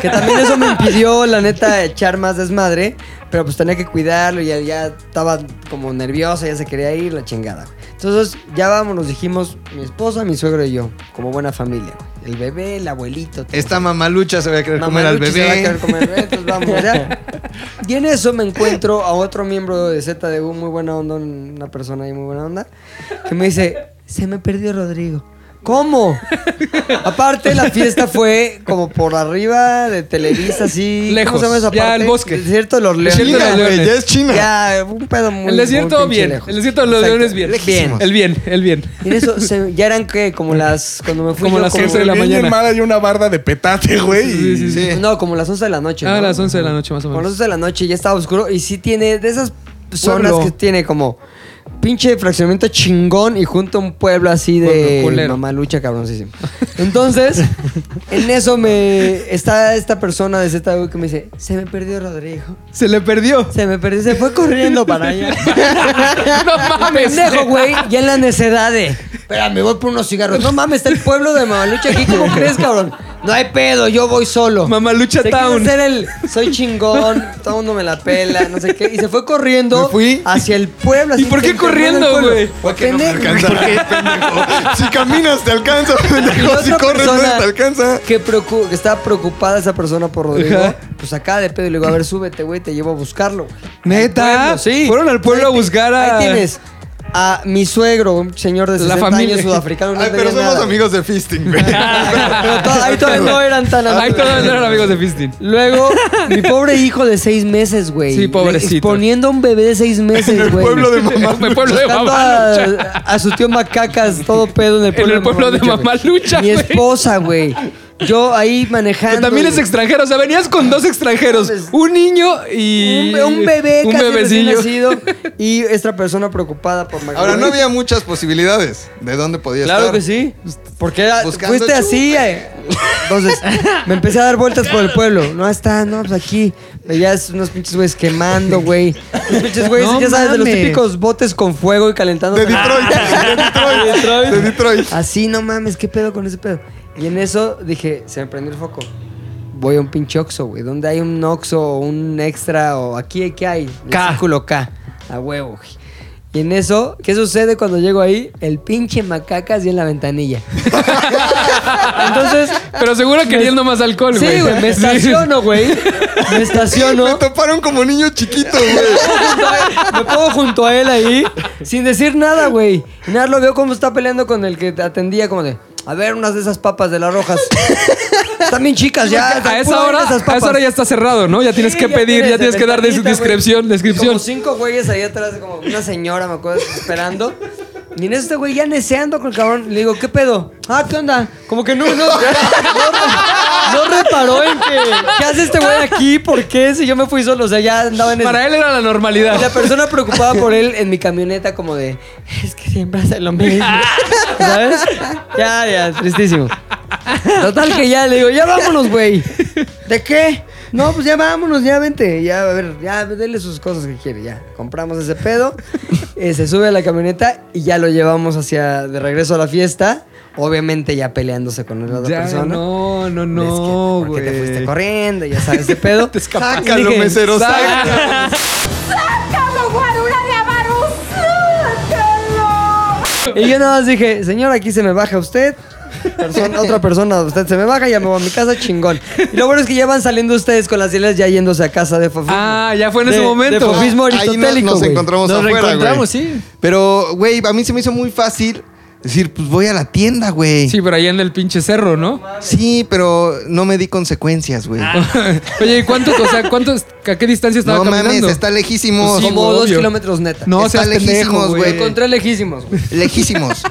Speaker 2: Que también eso me impidió, la neta, echar más desmadre. Pero pues tenía que cuidarlo y ya, ya estaba como nerviosa, ya se quería ir, la chingada, güey. Entonces ya vamos, nos dijimos mi esposa, mi suegro y yo, como buena familia, güey. El bebé, el abuelito. todo.
Speaker 3: Esta mamalucha se va a querer
Speaker 2: Mamá
Speaker 3: comer al
Speaker 2: Luchi se va a querer
Speaker 3: bebé.
Speaker 2: comer al bebé, entonces vamos allá. Y en eso me encuentro a otro miembro de ZDU, muy buena onda, un- una persona ahí muy buena onda, que me dice, se me perdió Rodrigo. ¿Cómo? Aparte, la fiesta fue como por arriba de Televisa, así. ¿cómo
Speaker 4: Lejos,
Speaker 2: se llama esa
Speaker 4: ya
Speaker 2: parte?
Speaker 4: el bosque.
Speaker 2: Desierto de los Leones.
Speaker 4: Desierto de los
Speaker 2: Ya,
Speaker 4: Leones.
Speaker 3: güey, ya es China.
Speaker 2: Ya, un pedo muy
Speaker 4: Ah, El desierto
Speaker 2: muy pinche
Speaker 4: bien,
Speaker 2: lejos.
Speaker 4: el desierto de los
Speaker 2: Exacto.
Speaker 4: leones bien.
Speaker 2: Bien.
Speaker 4: El bien, el bien.
Speaker 2: Y en eso se- ya eran que como las. Cuando me fui
Speaker 4: Como
Speaker 2: yo,
Speaker 4: las once de la
Speaker 5: Bien
Speaker 4: mañana.
Speaker 5: mal hay una barda de petate, güey.
Speaker 4: Sí,
Speaker 5: y-
Speaker 4: sí, sí.
Speaker 2: No, como las 11 de la noche.
Speaker 4: Ah, a
Speaker 2: ¿no?
Speaker 4: las 11 de la noche más o
Speaker 2: Con las
Speaker 4: menos.
Speaker 2: 11 de la noche ya estaba oscuro y sí tiene de esas zonas
Speaker 4: Pueblo.
Speaker 2: que tiene como pinche fraccionamiento chingón y junto a un pueblo así de
Speaker 4: Pueblo culero.
Speaker 2: mamalucha cabroncísimo. Entonces, en eso me está esta persona de ZDU que me dice, se me perdió Rodrigo.
Speaker 4: Se le perdió.
Speaker 2: Se me perdió, se fue corriendo para allá.
Speaker 4: No mames.
Speaker 2: Pendejo, güey, ya en la necedad de. Espérame, voy por unos cigarros. No mames, está el pueblo de Mamalucha aquí. ¿Cómo crees, cabrón? No hay pedo, yo voy solo.
Speaker 4: Mamalucha
Speaker 2: Se quiso
Speaker 4: Town.
Speaker 2: hacer el soy chingón, todo el mundo me la pela, no sé qué. Y se fue corriendo
Speaker 4: Me fui.
Speaker 2: hacia el pueblo.
Speaker 4: ¿Y
Speaker 2: así,
Speaker 4: por qué
Speaker 2: intentando
Speaker 4: corriendo,
Speaker 2: el pueblo.
Speaker 4: güey?
Speaker 2: Porque pendejo.
Speaker 3: Si caminas, te alcanza,
Speaker 2: Y
Speaker 3: pendejo.
Speaker 2: otra
Speaker 3: Si corres, no
Speaker 2: persona
Speaker 3: te alcanza.
Speaker 2: Que, preocu- que estaba preocupada esa persona por Rodrigo.
Speaker 4: Ajá.
Speaker 2: Pues acá de pedo y le digo, a ver, súbete, güey, te llevo a buscarlo. güey.
Speaker 4: ¿Neta?
Speaker 2: Al pueblo, sí.
Speaker 4: Fueron al pueblo
Speaker 2: Ahí
Speaker 4: a
Speaker 2: ti-
Speaker 4: buscar a-
Speaker 2: Ahí tienes a mi suegro, un señor de
Speaker 4: La
Speaker 2: 60
Speaker 4: familia.
Speaker 2: años sudafricano. No
Speaker 3: Ay, pero
Speaker 2: tenía
Speaker 3: somos
Speaker 2: nada.
Speaker 3: amigos de fisting, güey.
Speaker 2: Pero to- ahí todavía no eran tan
Speaker 4: Ahí
Speaker 2: amigos.
Speaker 4: todos eran amigos de Fistin.
Speaker 2: Luego, mi pobre hijo de seis meses, güey.
Speaker 4: Sí, pobrecito.
Speaker 2: Le- Exponiendo a un bebé de seis meses, güey.
Speaker 3: El pueblo de mamá.
Speaker 4: El pueblo de
Speaker 2: Buscando
Speaker 4: Mamalucha.
Speaker 2: a, a su tío Macacas, todo pedo en el pueblo,
Speaker 4: En el pueblo de Mamalucha,
Speaker 2: güey. Mi
Speaker 4: güey.
Speaker 2: esposa, güey. Yo ahí manejando.
Speaker 4: Que también es
Speaker 2: güey.
Speaker 4: extranjero. O sea, venías con dos extranjeros. Un niño y...
Speaker 2: Pues, Un, be- un bebé
Speaker 4: Un
Speaker 2: casi recién
Speaker 4: bebecillo.
Speaker 2: nacido y esta persona preocupada por Macaco.
Speaker 3: Ahora, no había muchas posibilidades de dónde podía
Speaker 2: Claro
Speaker 3: estar.
Speaker 2: que sí. Porque era-
Speaker 3: Buscando
Speaker 2: fuiste
Speaker 3: chupe.
Speaker 2: así. eh. Entonces, me empecé a dar vueltas por el pueblo. No, está, no, pues aquí. Veías unos pinches güeyes quemando, güey. Unos pinches güeyes,
Speaker 4: No
Speaker 2: ya sabes, de los
Speaker 4: mames.
Speaker 2: típicos botes con fuego y calentando.
Speaker 3: De Detroit, de Detroit, de Detroit.
Speaker 2: Así, no mames, ¿qué pedo con ese pedo? Y en eso dije, se me prendió el foco. Voy a un pinche Oxxo, güey. ¿Dónde hay un Oxxo o un extra o aquí, qué hay? El
Speaker 4: K.
Speaker 2: Círculo K. A huevo, güey. Y en eso, ¿qué sucede cuando llego ahí? El pinche macacas y en la ventanilla. Entonces,
Speaker 4: Pero seguro queriendo más alcohol, güey.
Speaker 2: sí, güey, me estaciono, güey. Me
Speaker 3: Me
Speaker 2: estaciono.
Speaker 3: toparon como niño chiquito, güey.
Speaker 2: Me pongo junto a él ahí, sin decir nada, güey. Y nada, lo veo como está peleando con el que te atendía, como de, a ver, unas de esas papas de las rojas. Están bien chicas ya.
Speaker 4: a
Speaker 2: puro
Speaker 4: esa
Speaker 2: ver
Speaker 4: hora,
Speaker 2: esas
Speaker 4: a esa hora ya está cerrado, ¿no? Ya tienes
Speaker 2: Sí,
Speaker 4: que pedir, ya tienes
Speaker 2: de
Speaker 4: que dar des-
Speaker 2: ventanita, güey.
Speaker 4: descripción, descripción.
Speaker 2: Como cinco güeyes ahí atrás, como una señora, me acuerdo, esperando. Y en eso este güey ya neceando con el cabrón. Le digo, ¿qué pedo? Ah, ¿qué onda? Como que no, no, no, re- no reparó en que, ¿qué hace este güey aquí? ¿Por qué? Si yo me fui solo, o sea, ya andaba en el...
Speaker 4: Para él era la
Speaker 2: Y la
Speaker 4: normalidad.
Speaker 2: persona preocupada por él en mi camioneta como de, es que siempre hace lo mismo. ¿Sabes? Ya, ya, tristísimo. Total que ya le digo, ya vámonos, güey. ¿De qué? No, pues ya vámonos, ya vente. Ya, a ver, ya, denle sus cosas que quiere, ya. Compramos ese pedo. eh, se sube a la camioneta y ya lo llevamos hacia, de regreso a la fiesta. Obviamente ya peleándose con la otra
Speaker 4: Ya,
Speaker 2: persona.
Speaker 4: no, no,
Speaker 2: Es que,
Speaker 4: no,
Speaker 2: ¿Por qué te fuiste
Speaker 4: güey.
Speaker 2: corriendo? Ya sabes ese pedo. te
Speaker 3: escapaste. Sácalo, mesero, sácalo.
Speaker 2: Y yo nada más dije, señor, aquí se me baja usted. Persona- otra persona, usted se me baja, ya me voy a mi casa, chingón. Y lo bueno es que ya van saliendo ustedes con las hileras ya yéndose a casa de Fofismo.
Speaker 4: Ah, ya fue en
Speaker 2: De-
Speaker 4: ese
Speaker 2: de
Speaker 4: momento.
Speaker 2: fofismo
Speaker 3: Ahí no-
Speaker 2: aristotélico,
Speaker 3: nos
Speaker 2: güey.
Speaker 3: encontramos
Speaker 6: Nos
Speaker 3: afuera,
Speaker 6: reencontramos,
Speaker 3: güey.
Speaker 6: sí.
Speaker 3: Pero, güey, a mí se me hizo muy fácil decir, pues voy a la tienda, güey.
Speaker 4: Sí, pero allá en el pinche cerro, ¿no?
Speaker 3: Sí, pero no me di consecuencias, güey.
Speaker 4: Oye, ¿y cuánto, o sea, cuánto, a qué distancia estaba
Speaker 3: No
Speaker 4: caminando?
Speaker 3: mames, está lejísimos.
Speaker 4: Pues sí,
Speaker 2: Como dos
Speaker 4: obvio.
Speaker 2: kilómetros neta.
Speaker 4: No,
Speaker 3: está
Speaker 4: seas pendejo,
Speaker 3: lejísimos,
Speaker 2: Me
Speaker 4: güey.
Speaker 3: güey.
Speaker 2: encontré lejísimos, güey.
Speaker 3: Lejísimos.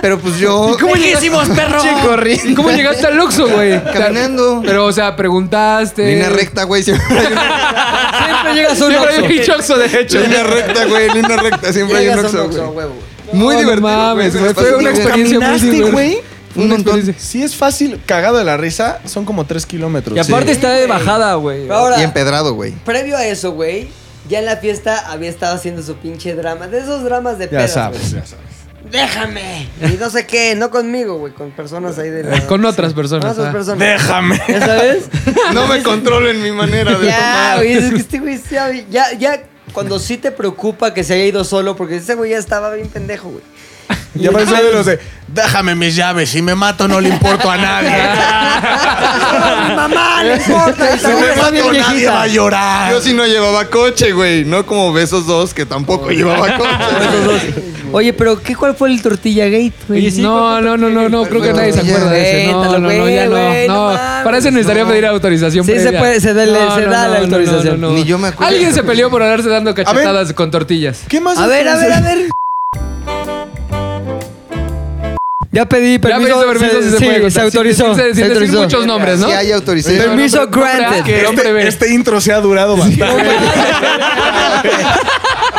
Speaker 3: Pero pues yo.
Speaker 6: ¡Buenísimos, perro!
Speaker 4: ¿Y ¿Cómo llegaste al Oxxo, güey?
Speaker 3: Caminando.
Speaker 4: Pero, o sea, preguntaste.
Speaker 3: Línea recta, güey. Siempre hay una
Speaker 2: Siempre Ah, llegas a un
Speaker 4: Siempre hay
Speaker 2: Oxxo.
Speaker 4: un pinche Oxxo, de hecho.
Speaker 3: línea recta, güey. Línea recta. Siempre hay un
Speaker 2: Llegas a un
Speaker 3: Oxxo,
Speaker 2: Oxxo,
Speaker 3: güey. Pues,
Speaker 2: huevo.
Speaker 3: Muy
Speaker 4: No, no
Speaker 3: divertido.
Speaker 4: mames,
Speaker 3: se
Speaker 4: güey,
Speaker 3: la
Speaker 4: fue
Speaker 3: pasé
Speaker 4: una
Speaker 3: bien.
Speaker 4: experiencia muy
Speaker 3: Caminaste,
Speaker 4: divertida.
Speaker 3: güey.
Speaker 4: Una
Speaker 3: Un montón.
Speaker 4: experiencia.
Speaker 5: Si es fácil, cagado de la risa, son como tres kilómetros.
Speaker 6: Y aparte está de bajada, güey.
Speaker 2: Pero Ahora,
Speaker 3: Y empedrado, güey.
Speaker 2: previo a eso, güey, ya en la fiesta había estado haciendo su pinche drama. De esos dramas de
Speaker 5: Ya
Speaker 2: pedas,
Speaker 5: sabes,
Speaker 2: güey.
Speaker 5: ya sabes.
Speaker 2: ¡Déjame! Y no sé qué, no conmigo, güey, con personas ahí de la...
Speaker 4: Con otras
Speaker 2: Con
Speaker 4: personas.
Speaker 2: otras
Speaker 4: ah.
Speaker 2: personas.
Speaker 5: Déjame.
Speaker 2: ¿Ya sabes?
Speaker 3: No me controlo en mi manera de
Speaker 2: ya,
Speaker 3: tomar.
Speaker 2: güey, es que este güey sabe- ya, ya, cuando sí te preocupa que se haya ido solo, porque ese güey ya estaba bien pendejo, güey.
Speaker 5: Ya parece de los de, déjame mis llaves, si me mato no le importo a nadie.
Speaker 2: ¡Ah, mi mamá, no importa!
Speaker 3: Si me
Speaker 2: Está bien
Speaker 3: mato, nadie
Speaker 2: viejita.
Speaker 5: va a llorar.
Speaker 3: Yo sí no llevaba coche, güey. No como besos dos, que tampoco llevaba coche.
Speaker 2: Oye, pero ¿qué, ¿cuál fue el Tortilla Gate, güey?
Speaker 4: Oye, no, no, no, no, no, creo que nadie se
Speaker 3: Oye,
Speaker 4: acuerda de ese. No,
Speaker 2: véntalo,
Speaker 4: no, no, no, ya
Speaker 2: güey, güey, no
Speaker 4: no. No,
Speaker 2: mames,
Speaker 4: para eso necesitaría
Speaker 2: no.
Speaker 4: pedir autorización.
Speaker 2: Sí, se
Speaker 4: previa.
Speaker 2: puede, se da la- se da la autorización.
Speaker 3: Ni yo me acuerdo.
Speaker 4: Alguien se peleó por andarse dando cachetadas con tortillas.
Speaker 5: ¿Qué más?
Speaker 2: A ver, a ver, a ver. Ya pedí
Speaker 4: Ya pediste
Speaker 2: permiso.
Speaker 4: permiso, sí se
Speaker 2: sí,
Speaker 4: puede
Speaker 2: se
Speaker 4: contar. Sin-
Speaker 2: autorizó.
Speaker 4: sin- sin
Speaker 2: se
Speaker 4: decir
Speaker 2: autorizó.
Speaker 4: muchos nombres, ¿no?
Speaker 3: Si hay autorización.
Speaker 2: Permiso
Speaker 4: No, no, no, no,
Speaker 2: granted. Este,
Speaker 4: que hombre,
Speaker 5: Este,
Speaker 4: ve.
Speaker 5: este intro se ha durado bastante.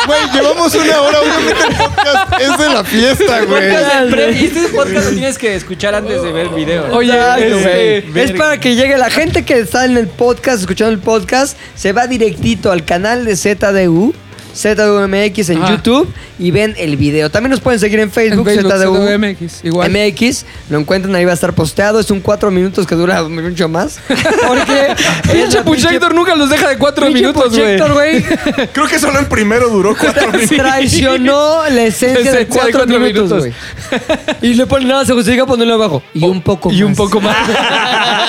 Speaker 3: Güey, llevamos una hora, obviamente el podcast es de la fiesta, güey.
Speaker 6: Y este podcast lo tienes que escuchar antes de ver el video.
Speaker 2: Oye,
Speaker 6: Exacto,
Speaker 2: este,
Speaker 6: güey.
Speaker 2: es para que llegue la gente que está en el podcast, escuchando el podcast, se va directito al canal de ZDU. ZDUMX en
Speaker 4: Ajá.
Speaker 2: YouTube y ven el video. También nos pueden seguir en Facebook,
Speaker 4: Facebook,
Speaker 2: ZDU
Speaker 4: ZDUMX, igual.
Speaker 2: MX, lo encuentran ahí, va a estar posteado. Es un cuatro minutos que dura mucho más. Porque es la
Speaker 4: Pinche Puchector nunca los deja de cuatro
Speaker 2: pinche
Speaker 4: minutos, güey.
Speaker 2: Puchector, güey.
Speaker 5: Creo que solo el primero duró cuatro minutos.
Speaker 2: Traicionó la esencia de
Speaker 4: Esencia
Speaker 2: cuatro,
Speaker 4: de cuatro
Speaker 2: minutos, güey.
Speaker 4: minutos.
Speaker 2: Y le ponen nada, se justifica ponerlo abajo. Y un poco más.
Speaker 4: Y un poco más.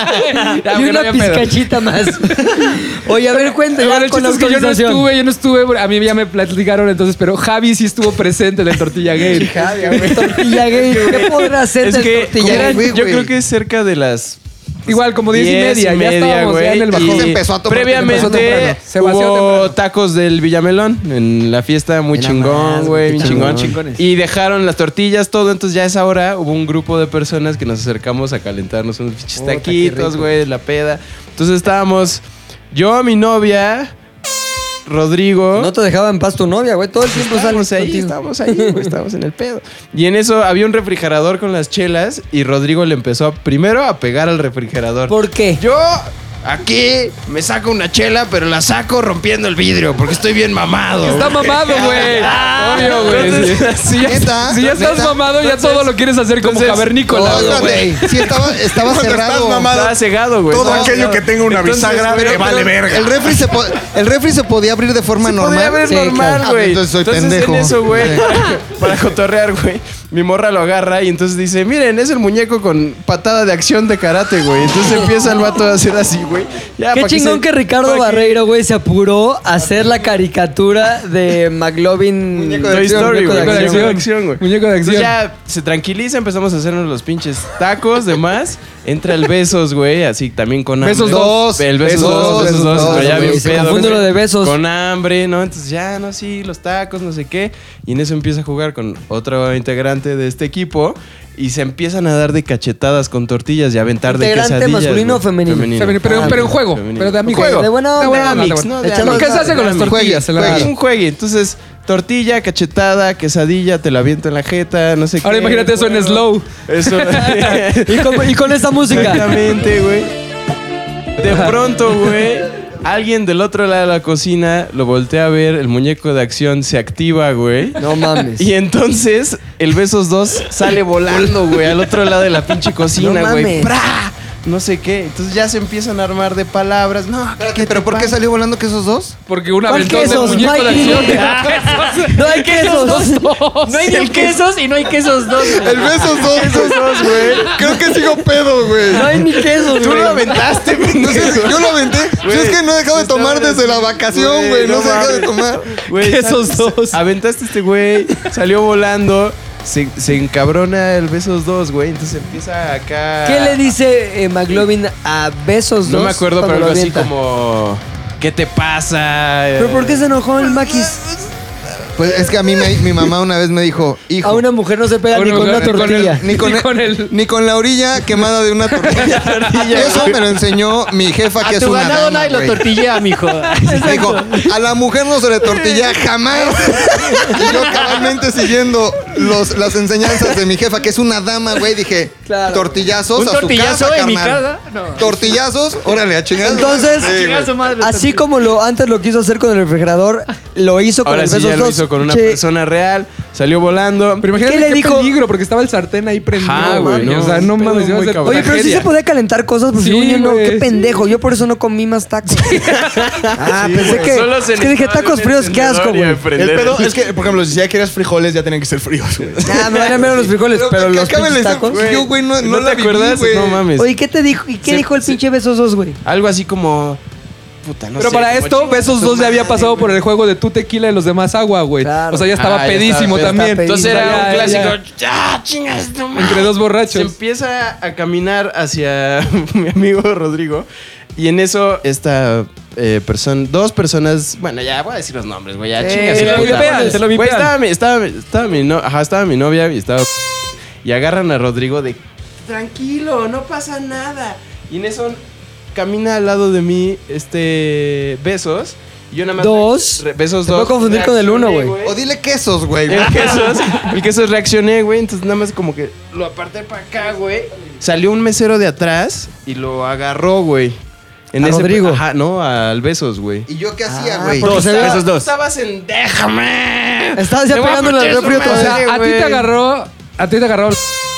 Speaker 2: y una pizcachita más. Oye, a ver, cuenta
Speaker 4: Bueno,
Speaker 2: ya
Speaker 4: el
Speaker 2: con
Speaker 4: chiste es que yo no
Speaker 2: autorización.
Speaker 4: estuve, yo no estuve, a mí ya me platicaron entonces, pero Javi sí estuvo presente en el Tortilla Gate.
Speaker 2: Tortilla gay, ¿qué podrá hacer
Speaker 8: Es
Speaker 2: del
Speaker 8: que
Speaker 2: tortilla
Speaker 8: eran-
Speaker 2: gay?
Speaker 3: güey,
Speaker 8: yo
Speaker 3: güey.
Speaker 8: creo que es cerca de las
Speaker 4: Igual, como diez y media, ya estábamos ya en el
Speaker 8: güey,
Speaker 4: bajón.
Speaker 8: y
Speaker 3: Se empezó a tomar
Speaker 4: temprano.
Speaker 8: previamente
Speaker 4: Se vació
Speaker 8: hubo
Speaker 4: temprano.
Speaker 8: tacos del Villamelón en la fiesta muy
Speaker 3: Mira
Speaker 8: chingón,
Speaker 3: más,
Speaker 8: güey,
Speaker 3: qué
Speaker 8: bien
Speaker 3: chingón.
Speaker 8: chingón. Y dejaron las tortillas, todo. Entonces ya a esa hora hubo un grupo de personas que nos acercamos a calentarnos unos
Speaker 4: Oh,
Speaker 8: pinches
Speaker 3: Puta, qué
Speaker 8: taquitos,
Speaker 3: rico.
Speaker 8: güey, la peda. Entonces estábamos yo, mi novia, Rodrigo.
Speaker 2: No Pues te dejaba en paz tu novia, güey. Todo el tiempo
Speaker 8: Estábamos
Speaker 2: sales
Speaker 8: ahí,
Speaker 2: contigo.
Speaker 8: estábamos ahí, güey, estábamos en el pedo. Y en eso había un refrigerador con las chelas y Rodrigo le empezó a- primero a pegar al refrigerador.
Speaker 2: ¿Por qué?
Speaker 8: Yo aquí me saco una chela, pero la saco rompiendo el vidrio porque estoy bien mamado.
Speaker 4: Está
Speaker 8: güey.
Speaker 4: mamado, güey. Obvio, güey.
Speaker 8: Entonces,
Speaker 4: sí. Si ya,
Speaker 3: Neta,
Speaker 4: si ya estás
Speaker 3: neta.
Speaker 4: mamado, ya todo lo quieres hacer como
Speaker 8: entonces-
Speaker 4: cavernícola,
Speaker 3: No,
Speaker 4: güey.
Speaker 3: espérate, Sí, estaba, estaba
Speaker 5: Cuando estás
Speaker 3: cerrado.
Speaker 5: mamado,
Speaker 8: Estaba cegado, güey.
Speaker 5: Todo
Speaker 8: Estaba
Speaker 5: aquello
Speaker 8: cegado.
Speaker 5: que tenga una
Speaker 8: Entonces,
Speaker 5: bisagra
Speaker 8: pero-
Speaker 5: te vale
Speaker 8: pero-
Speaker 5: verga.
Speaker 3: El refri, se po- el refri se podía abrir de forma normal.
Speaker 8: Podría haber
Speaker 3: Sí,
Speaker 8: normal,
Speaker 3: claro.
Speaker 8: güey.
Speaker 3: Ah, entonces soy pendejo.
Speaker 8: en eso, güey, para cotorrear, güey, mi morra lo agarra y entonces dice, miren, es el muñeco con patada de acción de karate, güey. Entonces empieza el vato a hacer así, güey. Ya,
Speaker 2: Qué
Speaker 8: para
Speaker 2: chingón
Speaker 8: se-
Speaker 2: que Ricardo
Speaker 8: para que-
Speaker 2: Barreiro, güey, se apuró a hacer la caricatura de McLovin.
Speaker 8: Muñeco de acción,
Speaker 2: Muñeco de
Speaker 8: güey.
Speaker 2: acción. Pues
Speaker 8: Muñeco de acción, güey.
Speaker 4: Muñeco de
Speaker 8: Entonces
Speaker 4: acción.
Speaker 8: ya se tranquiliza, empezamos a hacernos los pinches tacos, demás. Entra el besos, güey, así también con hambre.
Speaker 4: Besos
Speaker 3: dos.
Speaker 8: El besos
Speaker 3: Besos
Speaker 8: dos,
Speaker 3: dos,
Speaker 8: besos dos,
Speaker 3: besos
Speaker 8: pero ya
Speaker 3: dos,
Speaker 8: bien
Speaker 3: güey.
Speaker 2: Pues Se
Speaker 8: pedo,
Speaker 2: confunde
Speaker 8: güey.
Speaker 2: lo de besos.
Speaker 8: Con hambre, ¿no? Entonces ya, no, sí, los tacos, no sé qué. Y en eso empieza a jugar con otro integrante de este equipo. Y se empiezan a dar de cachetadas con tortillas y aventar de
Speaker 2: ¿Integrante
Speaker 8: quesadillas.
Speaker 2: masculino
Speaker 8: güey.
Speaker 2: o femenino?
Speaker 4: Ah, Femenino, pero- pero en juego, pero de amigo.
Speaker 2: De buena
Speaker 8: De
Speaker 2: onda.
Speaker 8: buena mix, ¿no? De
Speaker 2: Echando
Speaker 4: Lo que se
Speaker 2: desmadre.
Speaker 4: hace con las tortillas, se la
Speaker 3: Juegue,
Speaker 8: Es
Speaker 4: dan.
Speaker 8: un juegue. Entonces, tortilla, cachetada, quesadilla, te la aviento en la jeta, no sé qué.
Speaker 4: Ahora imagínate eso en slow.
Speaker 8: Eso.
Speaker 2: Y con, y con esta música.
Speaker 8: Exactamente, güey. De pronto, güey, alguien del otro lado de la cocina lo voltea a ver, el muñeco de acción se activa, güey.
Speaker 2: No mames.
Speaker 8: Y entonces el Besos 2 sale volando, güey, al otro lado de la pinche cocina,
Speaker 2: No
Speaker 8: güey.
Speaker 2: mames.
Speaker 8: ¡Pra! No sé qué. Entonces ya se empiezan a armar de palabras. No,
Speaker 3: Espérate, ¿Pero por qué salió volando que esos dos?
Speaker 4: Porque una
Speaker 2: ¿Cuál
Speaker 4: aventón de
Speaker 2: quesos? No
Speaker 4: muñeco de
Speaker 2: hay-
Speaker 4: acción.
Speaker 3: Ah,
Speaker 2: No hay quesos.
Speaker 6: No hay ni quesos y no hay quesos dos. güey.
Speaker 3: El besos dos. Esos dos, güey. Creo que sigo pedo, güey.
Speaker 2: No hay ni quesos,
Speaker 8: Tú
Speaker 2: güey.
Speaker 8: lo aventaste,
Speaker 3: No sé, yo lo aventé. Yo es que no he dejado de tomar desde la vacación, güey. No, se deja de tomar.
Speaker 8: Güey,
Speaker 4: Besos
Speaker 8: sal-
Speaker 4: dos.
Speaker 8: Aventaste este güey, salió volando, se, se encabrona el besos dos, güey. Entonces empieza acá.
Speaker 2: ¿Qué le dice eh, McLovin a Besos
Speaker 8: No
Speaker 2: dos
Speaker 8: me acuerdo, pero
Speaker 2: cuando
Speaker 8: algo
Speaker 2: lo
Speaker 8: así
Speaker 2: avienta?
Speaker 8: como. ¿Qué te pasa?
Speaker 2: ¿Pero por qué se enojó el Maquis?
Speaker 3: Pues es que a mí me- mi mamá una vez me dijo, hijo,
Speaker 2: A una mujer no se pega ni
Speaker 4: Bueno,
Speaker 2: con una
Speaker 4: con el-
Speaker 2: tortilla.
Speaker 3: ni, con
Speaker 4: ni
Speaker 3: el-
Speaker 4: con el-
Speaker 3: ni con la orilla quemada de una tortilla. Eso me lo enseñó mi jefa que
Speaker 6: A
Speaker 3: es
Speaker 6: tu
Speaker 3: una
Speaker 6: ganado
Speaker 3: dama,
Speaker 6: nadie lo
Speaker 3: güey.
Speaker 6: tortillea, mijo.
Speaker 3: Me dijo, a la mujer no se le tortilla jamás. Y yo cabalmente siguiendo los, las enseñanzas de mi jefa, que es una dama, güey, dije,
Speaker 2: Claro.
Speaker 3: tortillazos
Speaker 6: Un
Speaker 3: a su
Speaker 6: tortillazo
Speaker 3: casa,
Speaker 6: en mi
Speaker 3: carnal.
Speaker 6: casa, no.
Speaker 3: Tortillazos, órale, a chingar.
Speaker 2: Entonces,
Speaker 3: Sí, güey.
Speaker 2: así como lo antes lo quiso hacer con el refrigerador, lo hizo con
Speaker 8: Ahora
Speaker 2: el
Speaker 8: sí
Speaker 2: Besos
Speaker 8: ya lo
Speaker 2: dos.
Speaker 8: hizo con una
Speaker 2: Che,
Speaker 8: persona real, salió volando.
Speaker 4: Pero imagínate
Speaker 2: ¿Qué le
Speaker 4: qué
Speaker 2: dijo?
Speaker 4: peligro, porque estaba el sartén ahí prendido.
Speaker 8: Ajá, güey,
Speaker 4: güey.
Speaker 8: no,
Speaker 4: o sea,
Speaker 8: es
Speaker 4: no
Speaker 8: un pedo
Speaker 4: mames, iba a
Speaker 8: muy
Speaker 4: ser-
Speaker 8: cabrón.
Speaker 2: Oye, pero sí se podía calentar cosas, pues
Speaker 4: Sí,
Speaker 2: según yo no,
Speaker 4: güey,
Speaker 2: qué
Speaker 4: sí.
Speaker 2: pendejo. Yo por eso no comí más tacos. ah, pensé
Speaker 8: güey.
Speaker 2: que.
Speaker 8: Solo se
Speaker 2: es que dije
Speaker 8: necesitaba
Speaker 2: tacos
Speaker 8: un
Speaker 2: fríos, qué asco, güey.
Speaker 8: encendedor
Speaker 5: El pedo es que, por ejemplo, si ya querías frijoles, ya tenían que ser fríos, güey.
Speaker 2: Nah, Ah, me valen menos los frijoles, pero,
Speaker 3: que
Speaker 2: los
Speaker 3: acabe
Speaker 2: pinches
Speaker 3: la-
Speaker 2: tacos.
Speaker 3: Yo, güey, no, no,
Speaker 8: ¿No,
Speaker 3: la
Speaker 8: te acuerdas?
Speaker 3: viví, güey.
Speaker 8: No mames.
Speaker 2: Oye, ¿qué te dijo? ¿Y qué
Speaker 8: Se-
Speaker 2: dijo el
Speaker 8: se-
Speaker 2: pinche Besos dos, güey?
Speaker 8: Algo así como. Puta, no
Speaker 4: Pero
Speaker 8: sé,
Speaker 4: para
Speaker 8: como
Speaker 4: esto,
Speaker 8: chingas
Speaker 4: Besos
Speaker 8: tu
Speaker 4: dos ya había
Speaker 8: madre,
Speaker 4: pasado
Speaker 8: güey.
Speaker 4: por el juego de tu tequila y los demás agua, güey.
Speaker 2: Claro.
Speaker 4: O sea, ya estaba
Speaker 8: Ah, ya
Speaker 4: pedísimo
Speaker 8: estaba-
Speaker 4: también.
Speaker 2: estaba
Speaker 8: Entonces
Speaker 2: pedísimo.
Speaker 8: era un
Speaker 4: Ya, ya,
Speaker 8: clásico. ¡Ah, chingas, no
Speaker 4: ya.
Speaker 8: mames!
Speaker 4: Entre dos
Speaker 8: Se
Speaker 4: borrachos.
Speaker 8: empieza a caminar hacia mi amigo Rodrigo. Y en eso, esta eh, persona, dos personas, bueno, ya voy a decir los nombres, güey, ya
Speaker 2: Sí,
Speaker 8: chingas.
Speaker 2: te lo vipean,
Speaker 4: te lo vipean.
Speaker 8: Güey, estaba, mi- estaba, estaba mi no- ajá, estaba mi novia y estaba. Y agarran a Rodrigo de. Tranquilo, no pasa nada. Y en eso camina al lado de mí, este. Besos. Y yo nada más.
Speaker 2: Dos.
Speaker 8: re- Besos
Speaker 2: Te
Speaker 8: dos.
Speaker 2: puedo confundir con el uno, güey.
Speaker 8: Reaccioné,
Speaker 3: O dile quesos, güey.
Speaker 8: El queso, el queso reaccioné, güey. Entonces nada más como que lo aparté para acá, güey. Salió un mesero de atrás y lo agarró, güey. En
Speaker 2: ¿A Rodrigo?
Speaker 8: Ajá, no, al besos, güey.
Speaker 3: ¿Y yo qué hacía, güey? Ah,
Speaker 2: porque- se vea-
Speaker 6: esos dos.
Speaker 8: Estabas en déjame.
Speaker 2: Estabas ya
Speaker 8: Te voy a
Speaker 2: pegándole al
Speaker 8: partir
Speaker 2: refri
Speaker 8: su
Speaker 2: otra
Speaker 4: O
Speaker 2: vez.
Speaker 8: madre,
Speaker 4: sea, a ti
Speaker 8: güey.
Speaker 4: te agarró. A ti te agarró.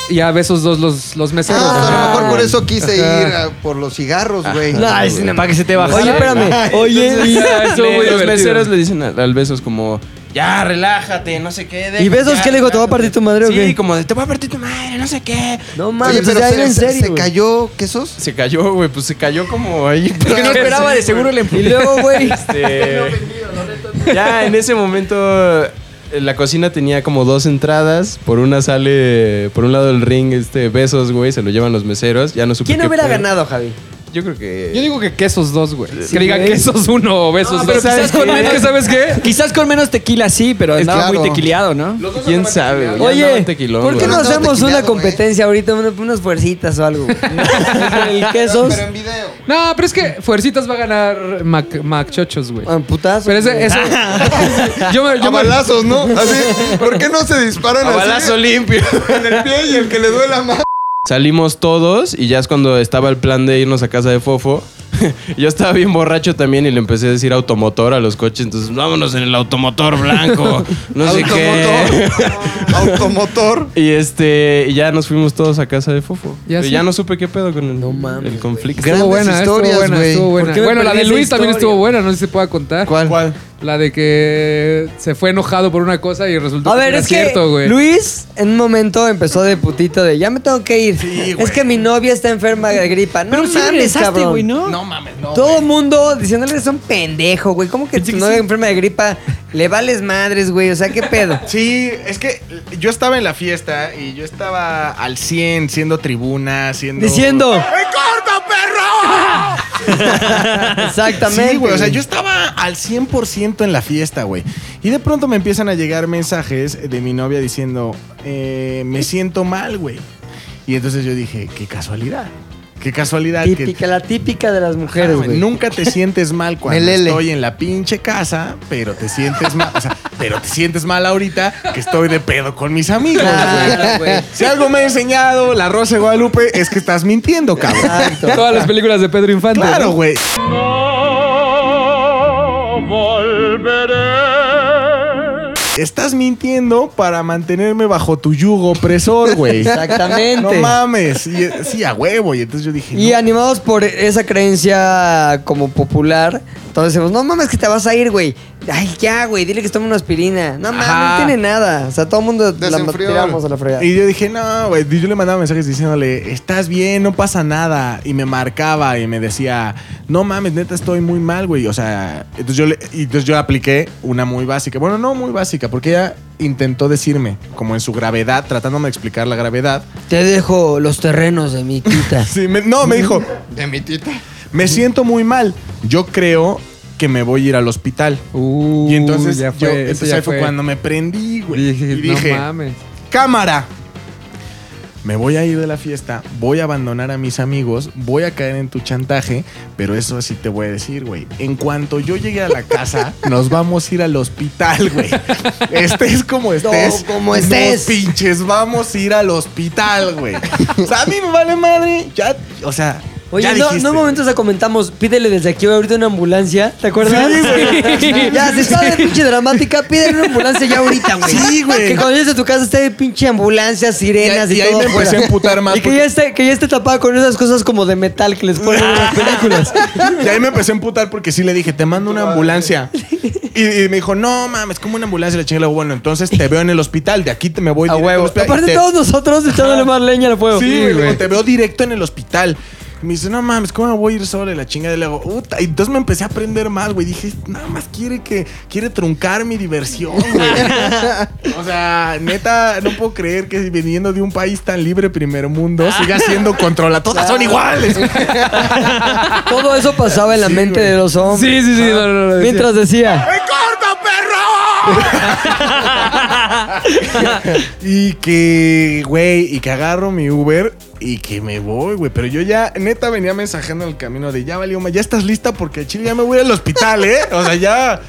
Speaker 4: Y a besos dos los, los meseros.
Speaker 3: Ah, a lo
Speaker 4: güey.
Speaker 3: mejor por eso quise ir a por los cigarros, güey.
Speaker 2: Nah, es una-
Speaker 6: Para que se te baje.
Speaker 2: Oye, espérame. Oye, y-
Speaker 4: Eso, güey,
Speaker 8: Le- los
Speaker 4: divertido.
Speaker 8: meseros le dicen al, al besos como, ya, relájate, no sé qué. deja,
Speaker 2: ¿Y besos
Speaker 8: ya,
Speaker 2: qué le digo? ¿Te va a
Speaker 8: relájate".
Speaker 2: partir tu madre o
Speaker 8: Sí,
Speaker 2: qué?
Speaker 8: como de, te va a partir tu madre, no sé qué.
Speaker 2: No
Speaker 3: Oye,
Speaker 2: mames,
Speaker 3: pero
Speaker 2: ya
Speaker 3: se,
Speaker 2: era en
Speaker 3: se-
Speaker 2: serio.
Speaker 3: se
Speaker 2: güey.
Speaker 3: cayó quesos.
Speaker 8: Se cayó, güey, pues se cayó como ahí.
Speaker 6: que no esperaba, de seguro le
Speaker 2: Y luego, güey.
Speaker 8: Este, ya, en ese momento eh, la cocina tenía como dos entradas. Por una sale, por un lado el ring, este, besos, güey, se lo llevan los meseros. Ya no supe
Speaker 2: ¿Quién
Speaker 8: qué
Speaker 2: hubiera
Speaker 8: fue.
Speaker 2: ganado, Javi?
Speaker 8: Yo creo que...
Speaker 4: Yo digo que quesos dos, güey.
Speaker 2: Sí,
Speaker 4: que diga
Speaker 2: güey.
Speaker 4: quesos uno o besos
Speaker 6: No, pero
Speaker 4: dos.
Speaker 6: ¿sabes qué?
Speaker 4: Es que ¿Sabes qué?
Speaker 6: Quizás con menos tequila sí, pero
Speaker 3: Es
Speaker 6: andaba muy
Speaker 3: claro.
Speaker 6: tequileado, ¿no?
Speaker 8: ¿Quién sabe? güey? Ya
Speaker 2: Oye,
Speaker 8: andaba tequilón,
Speaker 2: ¿por qué
Speaker 8: güey.
Speaker 2: no
Speaker 3: Andaba
Speaker 2: hacemos
Speaker 3: tequilado,
Speaker 2: una
Speaker 3: güey.
Speaker 2: competencia ahorita? una- unas fuercitas o algo. güey? el quesos.
Speaker 3: Pero en video.
Speaker 4: No, pero es que Fuercitas va a ganar Mac, Macchochos, güey.
Speaker 2: ah, putazo.
Speaker 4: Pero ese,
Speaker 2: güey.
Speaker 4: ese yo me,
Speaker 3: A
Speaker 4: yo me-
Speaker 3: balazos, ¿no? Así, ¿por qué no se disparan así?
Speaker 8: balazo limpio.
Speaker 3: En el pie y el que le duela más.
Speaker 8: Salimos todos y ya es cuando estaba el plan de irnos a casa de Fofo. Yo estaba bien borracho también y le empecé a decir automotor a los coches. Entonces, vámonos en el automotor blanco. No sé qué.
Speaker 3: Pues, Automotor.
Speaker 8: Y este, y ya nos fuimos todos a casa de Fofo.
Speaker 4: Ya
Speaker 8: Pero
Speaker 4: sí.
Speaker 8: ya no supe qué pedo con el,
Speaker 2: No mames,
Speaker 8: el conflicto.
Speaker 3: Grandes
Speaker 4: Estuvo buena,
Speaker 3: historias,
Speaker 4: estuvo buena,
Speaker 3: güey.
Speaker 4: estuvo buena.
Speaker 2: ¿Por qué me
Speaker 4: Bueno, la
Speaker 2: perdí
Speaker 4: de
Speaker 2: esa
Speaker 4: Luis también
Speaker 2: historia?
Speaker 4: estuvo buena, no sé si se pueda contar.
Speaker 8: ¿Cuál?
Speaker 4: La de que se fue enojado por una cosa y resultó
Speaker 2: A
Speaker 4: que
Speaker 2: ver,
Speaker 4: era
Speaker 2: es
Speaker 4: cierto,
Speaker 2: que
Speaker 4: güey.
Speaker 2: Luis en un momento empezó de putito de ya me tengo que ir. es que mi novia está enferma de gripa. No
Speaker 6: Pero sí
Speaker 2: mames,
Speaker 6: regresaste,
Speaker 2: cabrón.
Speaker 6: güey, ¿no?
Speaker 8: mames, no.
Speaker 2: Todo el mundo diciéndole es un pendejo, güey. ¿Cómo que tu novia enferma de gripa le vales madres, güey? O sea, ¿qué pedo?
Speaker 5: Sí, es que yo estaba en la fiesta y yo estaba al 100, siendo tribuna, siendo.
Speaker 2: Diciendo,
Speaker 10: ¡Me corta, perro!
Speaker 2: exactamente.
Speaker 5: Sí, güey. O sea, yo estaba al 100% en la fiesta, güey. Y de pronto me empiezan a llegar mensajes de mi novia diciendo, eh, me siento mal, güey. Y entonces yo dije, qué casualidad. Qué casualidad que...
Speaker 2: Típica, la típica de las mujeres,
Speaker 5: Ah, güey,
Speaker 2: güey.
Speaker 5: Nunca te sientes mal cuando
Speaker 3: Melele.
Speaker 5: estoy en la pinche casa, pero te sientes mal, o sea, pero te sientes mal ahorita que estoy de pedo con mis amigos, güey.
Speaker 2: Claro, güey.
Speaker 5: Si algo me ha enseñado la Rosa de Guadalupe es que estás mintiendo, cabrón.
Speaker 2: Exacto.
Speaker 4: Todas las películas de Pedro Infante.
Speaker 5: Claro,
Speaker 4: ¿no?
Speaker 5: güey. Estás mintiendo para mantenerme bajo tu yugo opresor, güey. No
Speaker 2: Exactamente.
Speaker 5: mames. Y, eh, sí, a huevo. Y entonces yo dije,
Speaker 2: Y
Speaker 5: no,
Speaker 2: animados por esa creencia como popular, entonces decimos, no mames que te vas a ir, güey. Ay, ya, güey, dile que tome una aspirina. No mames,
Speaker 4: Ajá.
Speaker 2: no tiene nada. O sea, todo el mundo la
Speaker 3: Desenfrió.
Speaker 2: tiramos a la fregada.
Speaker 5: Y yo dije, no, güey. Y Yo le mandaba mensajes diciéndole, estás bien, no pasa nada. Y me marcaba y me decía, no mames, neta, estoy muy mal, güey. O sea, entonces yo, le- y entonces yo apliqué una muy básica. Bueno, no muy básica, porque ella intentó decirme, como en su gravedad, tratándome de explicar la gravedad.
Speaker 2: Te dejo los terrenos de mi quita.
Speaker 5: Sí, me- no, me dijo,
Speaker 3: De mi tita.
Speaker 5: me siento muy mal. Yo creo que me voy a ir al hospital.
Speaker 4: Uh,
Speaker 5: y entonces,
Speaker 4: ya
Speaker 5: yo-
Speaker 4: fue, eso
Speaker 5: entonces
Speaker 4: ya
Speaker 5: ahí fue
Speaker 4: fue.
Speaker 5: cuando me prendí, güey.
Speaker 4: Y dije,
Speaker 5: y dije,
Speaker 4: no mames.
Speaker 5: cámara. Me voy a ir de la fiesta, voy a abandonar a mis amigos, voy a caer en tu chantaje, pero eso sí te voy a decir, güey. En cuanto yo llegue a la casa, nos vamos a ir al hospital, güey. Estés como estés.
Speaker 2: No, como estés.
Speaker 5: Nos pinches, vamos a ir al hospital, güey. O sea, a mí me vale madre. Ya, o sea,
Speaker 2: Oye,
Speaker 5: ya
Speaker 2: no,
Speaker 5: dijiste.
Speaker 2: no un momento se comentamos, pídele desde aquí ahorita una ambulancia, ¿te acuerdas? ya, si está de pinche dramática, pídele una ambulancia ya ahorita, güey.
Speaker 5: Sí, güey.
Speaker 2: Que cuando llegues a tu casa esté de pinche ambulancia, sirenas y,
Speaker 5: Y ahí- y ahí
Speaker 2: todo
Speaker 5: me empecé
Speaker 2: afuera.
Speaker 5: a emputar más
Speaker 2: Y que
Speaker 5: porque-
Speaker 2: ya, esté, que ya esté tapada con esas cosas como de metal que les ponen en
Speaker 5: Ah,
Speaker 2: las películas.
Speaker 5: Y ahí me empecé a emputar porque sí le dije, te mando una ambulancia. Y, y me dijo, no mames, como una ambulancia. Le chingue la bueno, entonces te veo en el hospital. De aquí te me voy
Speaker 4: A
Speaker 5: directo al
Speaker 4: huevo.
Speaker 5: hospital.
Speaker 2: Aparte
Speaker 5: Te-
Speaker 2: todos nosotros echándole más leña al fuego.
Speaker 5: Sí, güey. le digo,
Speaker 4: güey.
Speaker 5: Te veo directo en el hospital. Y me dice, no mames, ¿cómo me voy a ir sola? Y la chinga de le hago, puta. Y entonces me empecé a aprender más, güey. Dije, nada más quiere que, quiere truncar mi diversión, güey. o sea, neta, no puedo creer que viniendo de un país tan libre, primer mundo, siga siendo controlada. Todas son iguales.
Speaker 2: Todo eso pasaba en la mente de los hombres.
Speaker 4: Sí, sí, sí. no, no, no, decía.
Speaker 2: Mientras decía,
Speaker 10: ¡Me corta, perro!
Speaker 5: y que, güey, y que agarro mi Uber y que me voy, güey. Pero yo ya, neta, venía mensajando en el camino de ya valió, ma, ya estás lista porque al chile ya me voy al hospital, ¿eh? O sea, ya.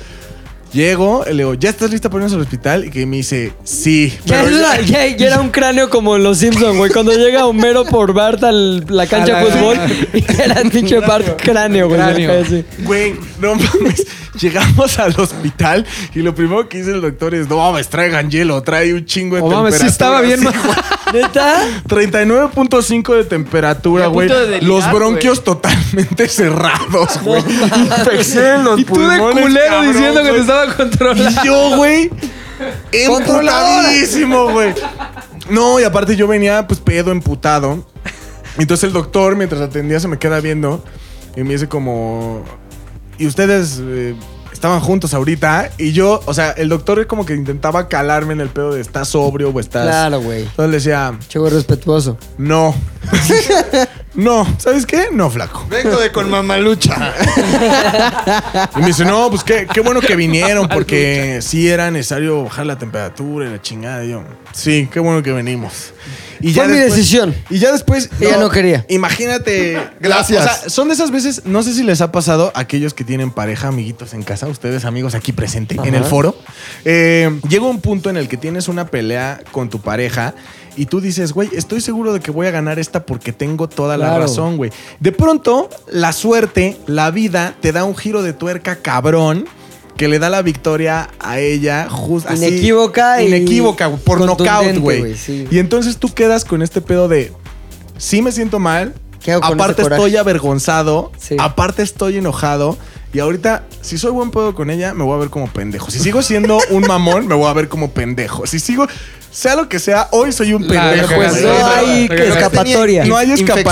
Speaker 5: Llego, le digo, ¿ya estás lista para irnos al hospital? Y que me dice, sí.
Speaker 11: Ya,
Speaker 5: pero-
Speaker 11: era, ya- ya era un cráneo como en los Simpsons, güey. Cuando llega Homero por Bart a la cancha
Speaker 5: A
Speaker 11: de
Speaker 5: la-
Speaker 11: fútbol, y era el pinche Bart cráneo, güey.
Speaker 5: Cráneo.
Speaker 11: Así.
Speaker 5: Güey, no mames. Llegamos al hospital y lo primero que dice el doctor es: No mames, traigan hielo, trae un chingo de
Speaker 4: Oh, mames, sí estaba bien,
Speaker 5: temperatura".
Speaker 4: ma-
Speaker 11: ¿Neta?
Speaker 5: 39.5 de temperatura,
Speaker 8: Y a
Speaker 5: güey.
Speaker 8: punto de delirar,
Speaker 5: Los bronquios totalmente cerrados, güey. Infección en los
Speaker 4: Y tú de
Speaker 5: pulmones,
Speaker 4: culero
Speaker 5: cabrón,
Speaker 4: diciendo que te
Speaker 5: güey.
Speaker 4: estaba controlando.
Speaker 5: Y yo, güey,
Speaker 3: Controladora.
Speaker 5: emputadísimo, güey. No, y aparte yo venía, pues, pedo, emputado. Entonces el doctor, mientras atendía, se me queda viendo y me dice como... Y ustedes eh, estaban juntos ahorita y yo, o sea, el doctor como que intentaba calarme en el pedo de estás sobrio o estás...
Speaker 11: Claro, güey.
Speaker 5: Entonces le decía,
Speaker 11: Chivo respetuoso.
Speaker 5: no. no, ¿sabes qué? No, flaco.
Speaker 8: Vengo de con
Speaker 3: Ah,
Speaker 8: mamalucha.
Speaker 5: Y me dice, no, pues qué, qué bueno que vinieron, porque sí era necesario bajar la temperatura y la chingada. Y yo, sí, qué bueno que venimos. Y
Speaker 11: Fue mi decisión.
Speaker 5: Y ya después.
Speaker 11: Ella no quería.
Speaker 5: Imagínate.
Speaker 3: Gracias.
Speaker 5: O sea, son de esas veces, no sé si les ha pasado a aquellos que tienen pareja, amiguitos en casa, ustedes amigos aquí presente en el foro. Eh, llega un punto en el que tienes una pelea con tu pareja. Y tú dices, güey, estoy seguro de que voy a ganar esta porque tengo toda la
Speaker 11: Claro.
Speaker 5: razón, güey. De pronto, la suerte, la vida, te da un giro de tuerca cabrón que le da la victoria a ella justo así.
Speaker 11: Inequívoca y
Speaker 5: Inequívoca, güey, por
Speaker 11: contundente,
Speaker 5: knockout, güey.
Speaker 11: güey, sí.
Speaker 5: Y entonces tú quedas con este pedo de, sí me siento mal,
Speaker 11: ¿Qué hago con
Speaker 5: aparte
Speaker 11: ese coraje?
Speaker 5: estoy avergonzado,
Speaker 11: Sí.
Speaker 5: aparte estoy enojado. Y ahorita, si soy buen pedo con ella, me voy a ver como pendejo. Si sigo siendo un mamón, me voy a ver como pendejo. Si sigo, sea lo que sea, hoy soy un
Speaker 4: Claro,
Speaker 5: pendejo.
Speaker 4: pues,
Speaker 5: güey.
Speaker 11: No
Speaker 5: O sea,
Speaker 11: hay
Speaker 4: Regresé.
Speaker 11: escapatoria.
Speaker 5: no hay escapa-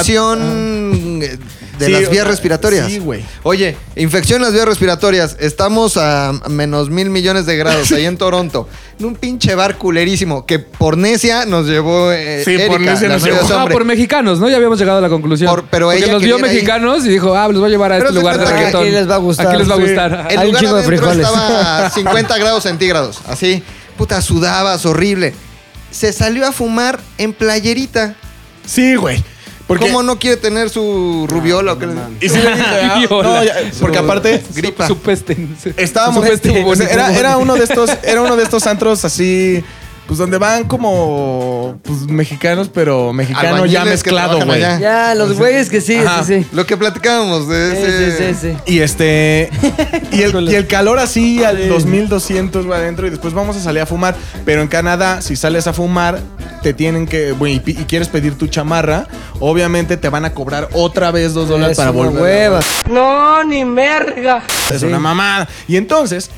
Speaker 3: Infección eh, de
Speaker 5: Sí,
Speaker 3: las
Speaker 5: o
Speaker 3: vías
Speaker 5: sea,
Speaker 3: respiratorias.
Speaker 5: sí, güey.
Speaker 3: Oye, infección en las vías respiratorias. Estamos a menos mil millones de grados ahí en Toronto. En un pinche bar culerísimo que por necia nos llevó. eh,
Speaker 5: Sí, por
Speaker 3: Erika,
Speaker 5: necia
Speaker 3: la
Speaker 5: nos
Speaker 3: novia de
Speaker 5: llevó.
Speaker 3: ese
Speaker 4: No,
Speaker 3: hombre.
Speaker 4: Ah, por mexicanos, ¿no? Ya habíamos llegado a la conclusión.
Speaker 3: Por- pero
Speaker 4: Porque
Speaker 3: ella
Speaker 4: los vio
Speaker 3: quería ir ahí.
Speaker 4: mexicanos y dijo, ah, los voy a llevar a
Speaker 3: Pero
Speaker 4: este
Speaker 3: se
Speaker 4: lugar de
Speaker 3: cuenta que
Speaker 4: reggaetón.
Speaker 11: aquí les va a gustar.
Speaker 4: Aquí les va a
Speaker 5: Sí.
Speaker 4: gustar. Ah,
Speaker 3: El
Speaker 11: Hay un
Speaker 3: lugar
Speaker 11: chingo de
Speaker 3: adentro
Speaker 11: frijoles.
Speaker 3: estaba a 50 grados centígrados, así. Puta, sudabas, horrible. Se salió a fumar en playerita.
Speaker 5: Sí, güey. Porque,
Speaker 3: ¿Cómo no quiere tener su rubiola o qué le-
Speaker 5: Y sí le dije, ah, no, ya, porque aparte
Speaker 3: gripa?
Speaker 4: Su peste.
Speaker 5: estábamos
Speaker 4: Su peste
Speaker 5: o sea,
Speaker 4: bubónica.
Speaker 5: era, era uno de estos era uno de estos antros así pues donde van como pues mexicanos pero mexicano
Speaker 3: Albañiles
Speaker 5: ya
Speaker 3: que
Speaker 5: mezclado
Speaker 3: trabajan
Speaker 5: güey
Speaker 3: allá.
Speaker 2: Ya, los güeyes que sí,
Speaker 5: Ajá.
Speaker 2: sí, sí.
Speaker 3: Lo que platicábamos de
Speaker 2: Sí,
Speaker 3: ese...
Speaker 2: sí, sí, sí.
Speaker 5: y este y el, y el calor así al 2200 va adentro y después vamos a salir a fumar pero en Canadá si sales a fumar te tienen que bueno, y, pi- y quieres pedir tu chamarra obviamente te van a cobrar otra vez dos dólares
Speaker 2: Es
Speaker 5: para
Speaker 2: una
Speaker 5: volver
Speaker 2: hueva.
Speaker 11: No, ni merga.
Speaker 5: Es una mamada. Y entonces,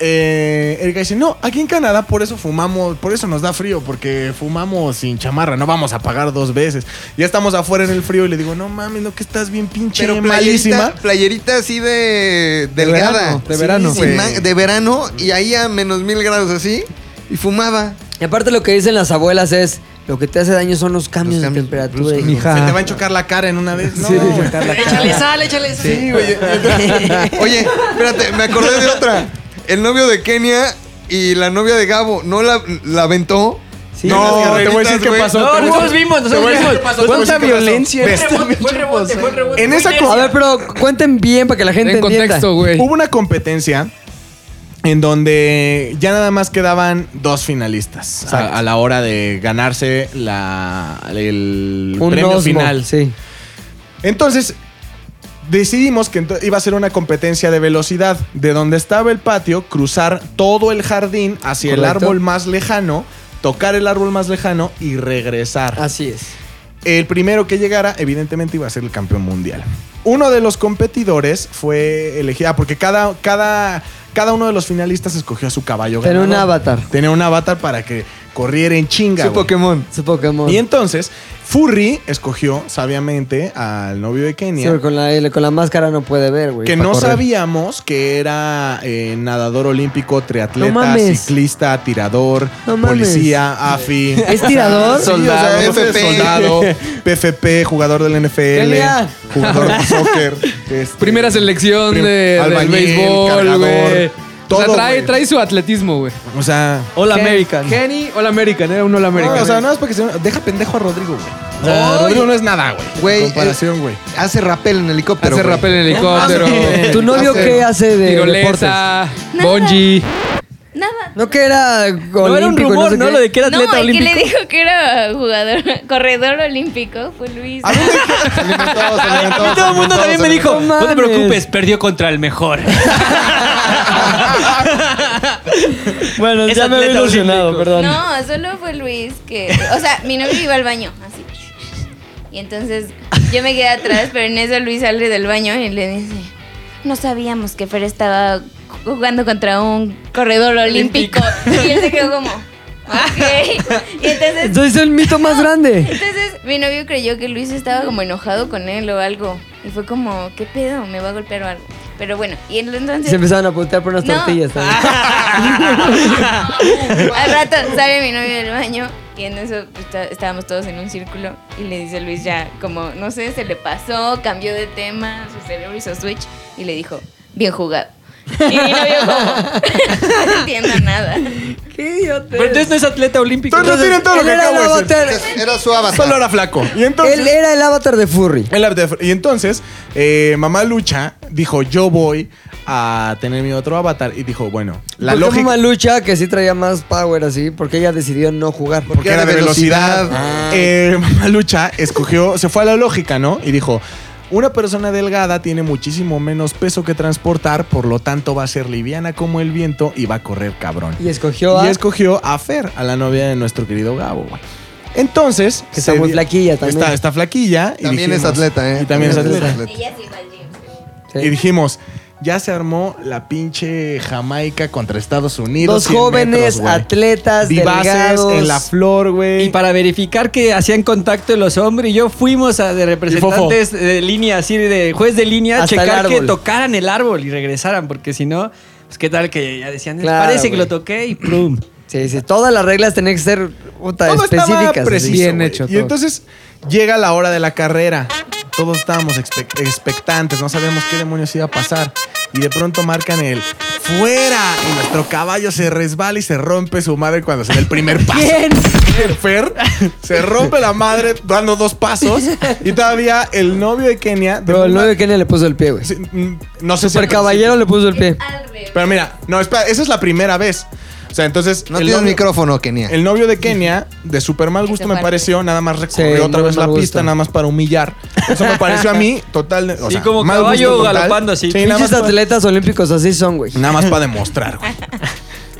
Speaker 5: eh, Erika dice, no, aquí en Canadá por eso fumamos, por eso nos da frío, porque fumamos sin chamarra, no vamos a pagar dos veces. Ya estamos afuera en el frío y le digo, no mames, no que estás bien pinche
Speaker 3: Pero
Speaker 5: malísima.
Speaker 3: playerita, playerita así de delgada.
Speaker 4: verano, de verano.
Speaker 3: sin
Speaker 5: Sí.
Speaker 3: man- de verano y ahí a menos mil grados así. Y fumaba.
Speaker 2: Y aparte lo que dicen las abuelas es, lo que te hace daño son los cambios,
Speaker 3: Los cambios
Speaker 2: de temperatura. hijo.
Speaker 4: bruscos.
Speaker 5: Se te va a chocar la cara en una vez. No, güey.
Speaker 9: Échale sal, échale sal.
Speaker 5: Sí, güey.
Speaker 3: Oye, espérate, me acordé de otra. El novio de Kenia y la novia de Gabo, ¿no la, la aventó?
Speaker 2: Sí.
Speaker 5: No,
Speaker 3: Unas
Speaker 5: te voy a decir
Speaker 3: carreritas,
Speaker 5: qué
Speaker 3: güey.
Speaker 5: pasó.
Speaker 6: No,
Speaker 5: te voy a
Speaker 6: nosotros
Speaker 5: decir-
Speaker 6: vimos,
Speaker 5: te
Speaker 6: nosotros
Speaker 5: voy a-
Speaker 6: vimos.
Speaker 5: te voy a decir
Speaker 6: Cuánta
Speaker 5: qué pasó.
Speaker 6: violencia.
Speaker 5: Ves,
Speaker 6: Fue rebote, fue rebote.
Speaker 5: En esa
Speaker 11: A ver, pero cuenten bien para que la gente
Speaker 4: En
Speaker 11: entienda.
Speaker 4: contexto, güey.
Speaker 5: Hubo una competencia en donde ya nada más quedaban dos finalistas o sea, a, la hora de ganarse la, el
Speaker 11: Un
Speaker 5: premio
Speaker 11: Osmo,
Speaker 5: final.
Speaker 11: Sí.
Speaker 5: Entonces, decidimos que ento- iba a ser una competencia de velocidad. De donde estaba el patio, cruzar todo el jardín hacia el
Speaker 11: Correcto.
Speaker 5: árbol más lejano, tocar el árbol más lejano y regresar.
Speaker 11: Así es.
Speaker 5: El primero que llegara, evidentemente, iba a ser el campeón mundial. Uno de los competidores fue elegido. Ah, porque cada, cada, cada uno de los finalistas escogió a su caballo
Speaker 11: Tenía un
Speaker 5: ganador.
Speaker 11: avatar.
Speaker 5: Tenía un avatar para que corriera en chinga.
Speaker 3: Su
Speaker 5: güey.
Speaker 3: Pokémon.
Speaker 11: Su Pokémon.
Speaker 5: Y entonces, Furry escogió sabiamente al novio de
Speaker 11: Sí,
Speaker 5: Kenia.
Speaker 11: pero con,
Speaker 2: eh,
Speaker 11: la, con la máscara no puede ver, güey.
Speaker 5: que
Speaker 11: para
Speaker 5: no
Speaker 11: correr.
Speaker 5: sabíamos que era eh, nadador olímpico,
Speaker 11: No
Speaker 5: triatleta,
Speaker 11: mames.
Speaker 5: ciclista, tirador,
Speaker 11: No mames.
Speaker 5: policía, AFI.
Speaker 11: ¿Es tirador?
Speaker 5: Soldado,
Speaker 3: Sí, o sea, FP.
Speaker 5: soldado, PFP, jugador del NFL,
Speaker 11: Genial.
Speaker 5: jugador de soccer, este,
Speaker 4: Primera selección
Speaker 5: prim-
Speaker 4: de, del
Speaker 5: albañil,
Speaker 4: béisbol,
Speaker 5: cargador.
Speaker 4: güey. o sea,
Speaker 5: Todo,
Speaker 4: trae,
Speaker 5: güey.
Speaker 4: trae su atletismo, güey.
Speaker 5: O sea.
Speaker 4: Hola American. Kenny, Hola American, era un Hola American.
Speaker 5: No, o sea, nada más para que se. Deja pendejo a Rodrigo, güey. O sea,
Speaker 3: Ay.
Speaker 5: Rodrigo no es nada, güey.
Speaker 3: Güey,
Speaker 5: en comparación, güey.
Speaker 3: Hace rappel en helicóptero.
Speaker 4: Hace
Speaker 3: güey.
Speaker 4: rappel en
Speaker 5: Ah,
Speaker 4: helicóptero.
Speaker 2: ¿Tu novio
Speaker 3: Hace-
Speaker 2: qué eh, hace de
Speaker 4: Tirolesa, bungee.
Speaker 9: Nada.
Speaker 2: ¿No que era olímpico?
Speaker 11: No, era un
Speaker 2: y
Speaker 11: rumor,
Speaker 2: sé
Speaker 11: ¿no?
Speaker 2: qué?
Speaker 11: Lo de que era atleta
Speaker 9: no, el que
Speaker 11: olímpico.
Speaker 9: le dijo que era jugador, corredor olímpico fue Luis.
Speaker 11: Y todo el mundo también me dijo, no te preocupes.
Speaker 6: perdió contra el mejor.
Speaker 11: Bueno,
Speaker 6: Es
Speaker 11: ya me había
Speaker 6: atleta
Speaker 11: ilusionado,
Speaker 6: olímpico.
Speaker 11: perdón.
Speaker 9: No, solo fue Luis que. O sea, mi novio iba al baño, así. Y entonces yo me quedé atrás, pero en eso Luis sale del baño y le dice: No sabíamos que Fer estaba jugando contra un corredor olímpico. Y él se quedó como. Ok. Y entonces
Speaker 2: Entonces es el mito más grande.
Speaker 9: Entonces mi novio creyó que Luis estaba como enojado con él o algo. Y fue como, ¿qué pedo? Me va a golpear o algo. Pero bueno, y él entonces...
Speaker 2: Se empezaron a voltear por unas
Speaker 9: No.
Speaker 2: tortillas.
Speaker 11: Ah,
Speaker 2: ¿sabes?
Speaker 9: Al rato sale mi novio del baño y en eso pues, está- estábamos todos en un círculo y le dice a Luis ya como, no sé, se le pasó, cambió de tema, su cerebro hizo switch y le dijo, bien jugado. Y mi novio como, no entiendo nada.
Speaker 2: ¡Qué idiota!
Speaker 11: Pero entonces no es atleta olímpico.
Speaker 5: Entonces retiren todo lo
Speaker 2: Él
Speaker 5: que
Speaker 2: era el
Speaker 5: acabo de decir.
Speaker 2: avatar.
Speaker 3: Era su
Speaker 5: Solo
Speaker 3: avatar.
Speaker 5: era flaco. Y entonces.
Speaker 2: Él era el avatar de Furry.
Speaker 5: El avatar. Y entonces, eh, mamá Lucha dijo: Yo voy a tener mi otro avatar. Y dijo: Bueno, la
Speaker 2: porque
Speaker 5: lógica.
Speaker 2: Mamá Lucha, que sí traía más power así, porque ella decidió no jugar.
Speaker 5: Porque era de velocidad. Eh, mamá Lucha escogió, se fue a la lógica, ¿no? Y dijo, una persona delgada tiene muchísimo menos peso que transportar, por lo tanto va a ser liviana como el viento y va a correr cabrón.
Speaker 2: Y escogió
Speaker 5: Y
Speaker 6: ah?
Speaker 2: a...
Speaker 5: escogió a Fer, a la novia de nuestro querido Gabo, güey. Entonces...
Speaker 2: Que está
Speaker 5: se
Speaker 2: muy
Speaker 5: di-
Speaker 2: flaquilla también.
Speaker 5: Está, está flaquilla. y
Speaker 3: También es
Speaker 5: dijimos-
Speaker 3: atleta, ¿eh?
Speaker 5: Y también es atleta.
Speaker 9: Ella sí va al gym.
Speaker 2: Sí.
Speaker 5: Y dijimos, ya se armó la pinche Jamaica contra Estados
Speaker 2: Dos
Speaker 5: Unidos. 100
Speaker 2: jóvenes
Speaker 5: metros, güey.
Speaker 2: atletas
Speaker 5: Vivaces
Speaker 2: delgados.
Speaker 5: en la flor, güey.
Speaker 11: Y para verificar que hacían contacto los hombres, y yo fuimos a de representantes de línea, así de juez de línea, a
Speaker 2: Hasta el
Speaker 11: checar que
Speaker 2: árbol.
Speaker 11: tocaran el árbol y regresaran, porque si no, pues qué tal que ya decían,
Speaker 2: Claro,
Speaker 11: parece que
Speaker 2: güey.
Speaker 11: lo toqué y plum.
Speaker 2: Sí, sí, todas las reglas tenían que ser puta,
Speaker 5: todo
Speaker 2: específicas.
Speaker 5: estaba
Speaker 2: así.
Speaker 5: preciso,
Speaker 4: Bien
Speaker 5: güey.
Speaker 4: hecho
Speaker 5: Y
Speaker 4: todo.
Speaker 5: entonces llega la hora de la carrera. Todos estábamos expect- expectantes, no sabíamos qué demonios iba a pasar. Y de pronto marcan el fuera. Y nuestro caballo se resbala y se rompe su madre cuando se da el primer paso.
Speaker 2: ¿Quién?
Speaker 5: El Fer se rompe la madre dando dos pasos. Y todavía el novio de Kenia. de
Speaker 2: Pero el
Speaker 5: una-
Speaker 2: 9 Kenia le puso el pie, güey.
Speaker 5: Sí, mm, No sé si.
Speaker 2: Super caballero le puso el pie.
Speaker 9: Es al revés.
Speaker 5: Pero mira, no, espera, esa es la primera vez. O sea, entonces.
Speaker 3: No
Speaker 5: el
Speaker 3: tienes
Speaker 5: novio-
Speaker 3: micrófono, Kenia.
Speaker 5: el novio de Kenia, de super mal gusto
Speaker 9: Ese
Speaker 5: me
Speaker 9: fue
Speaker 5: pareció, nada más recorrió
Speaker 2: Sí,
Speaker 5: otra
Speaker 2: muy
Speaker 5: vez la
Speaker 2: mal gusto.
Speaker 5: pista, nada más para humillar. Eso me pareció a mí total. O
Speaker 11: Sí,
Speaker 5: sea,
Speaker 11: como
Speaker 5: mal gusto
Speaker 11: caballo
Speaker 5: total.
Speaker 11: galopando así.
Speaker 5: Sí, nada
Speaker 2: Pinches
Speaker 5: más, para,
Speaker 2: atletas olímpicos así son, güey.
Speaker 5: nada más para demostrar, güey.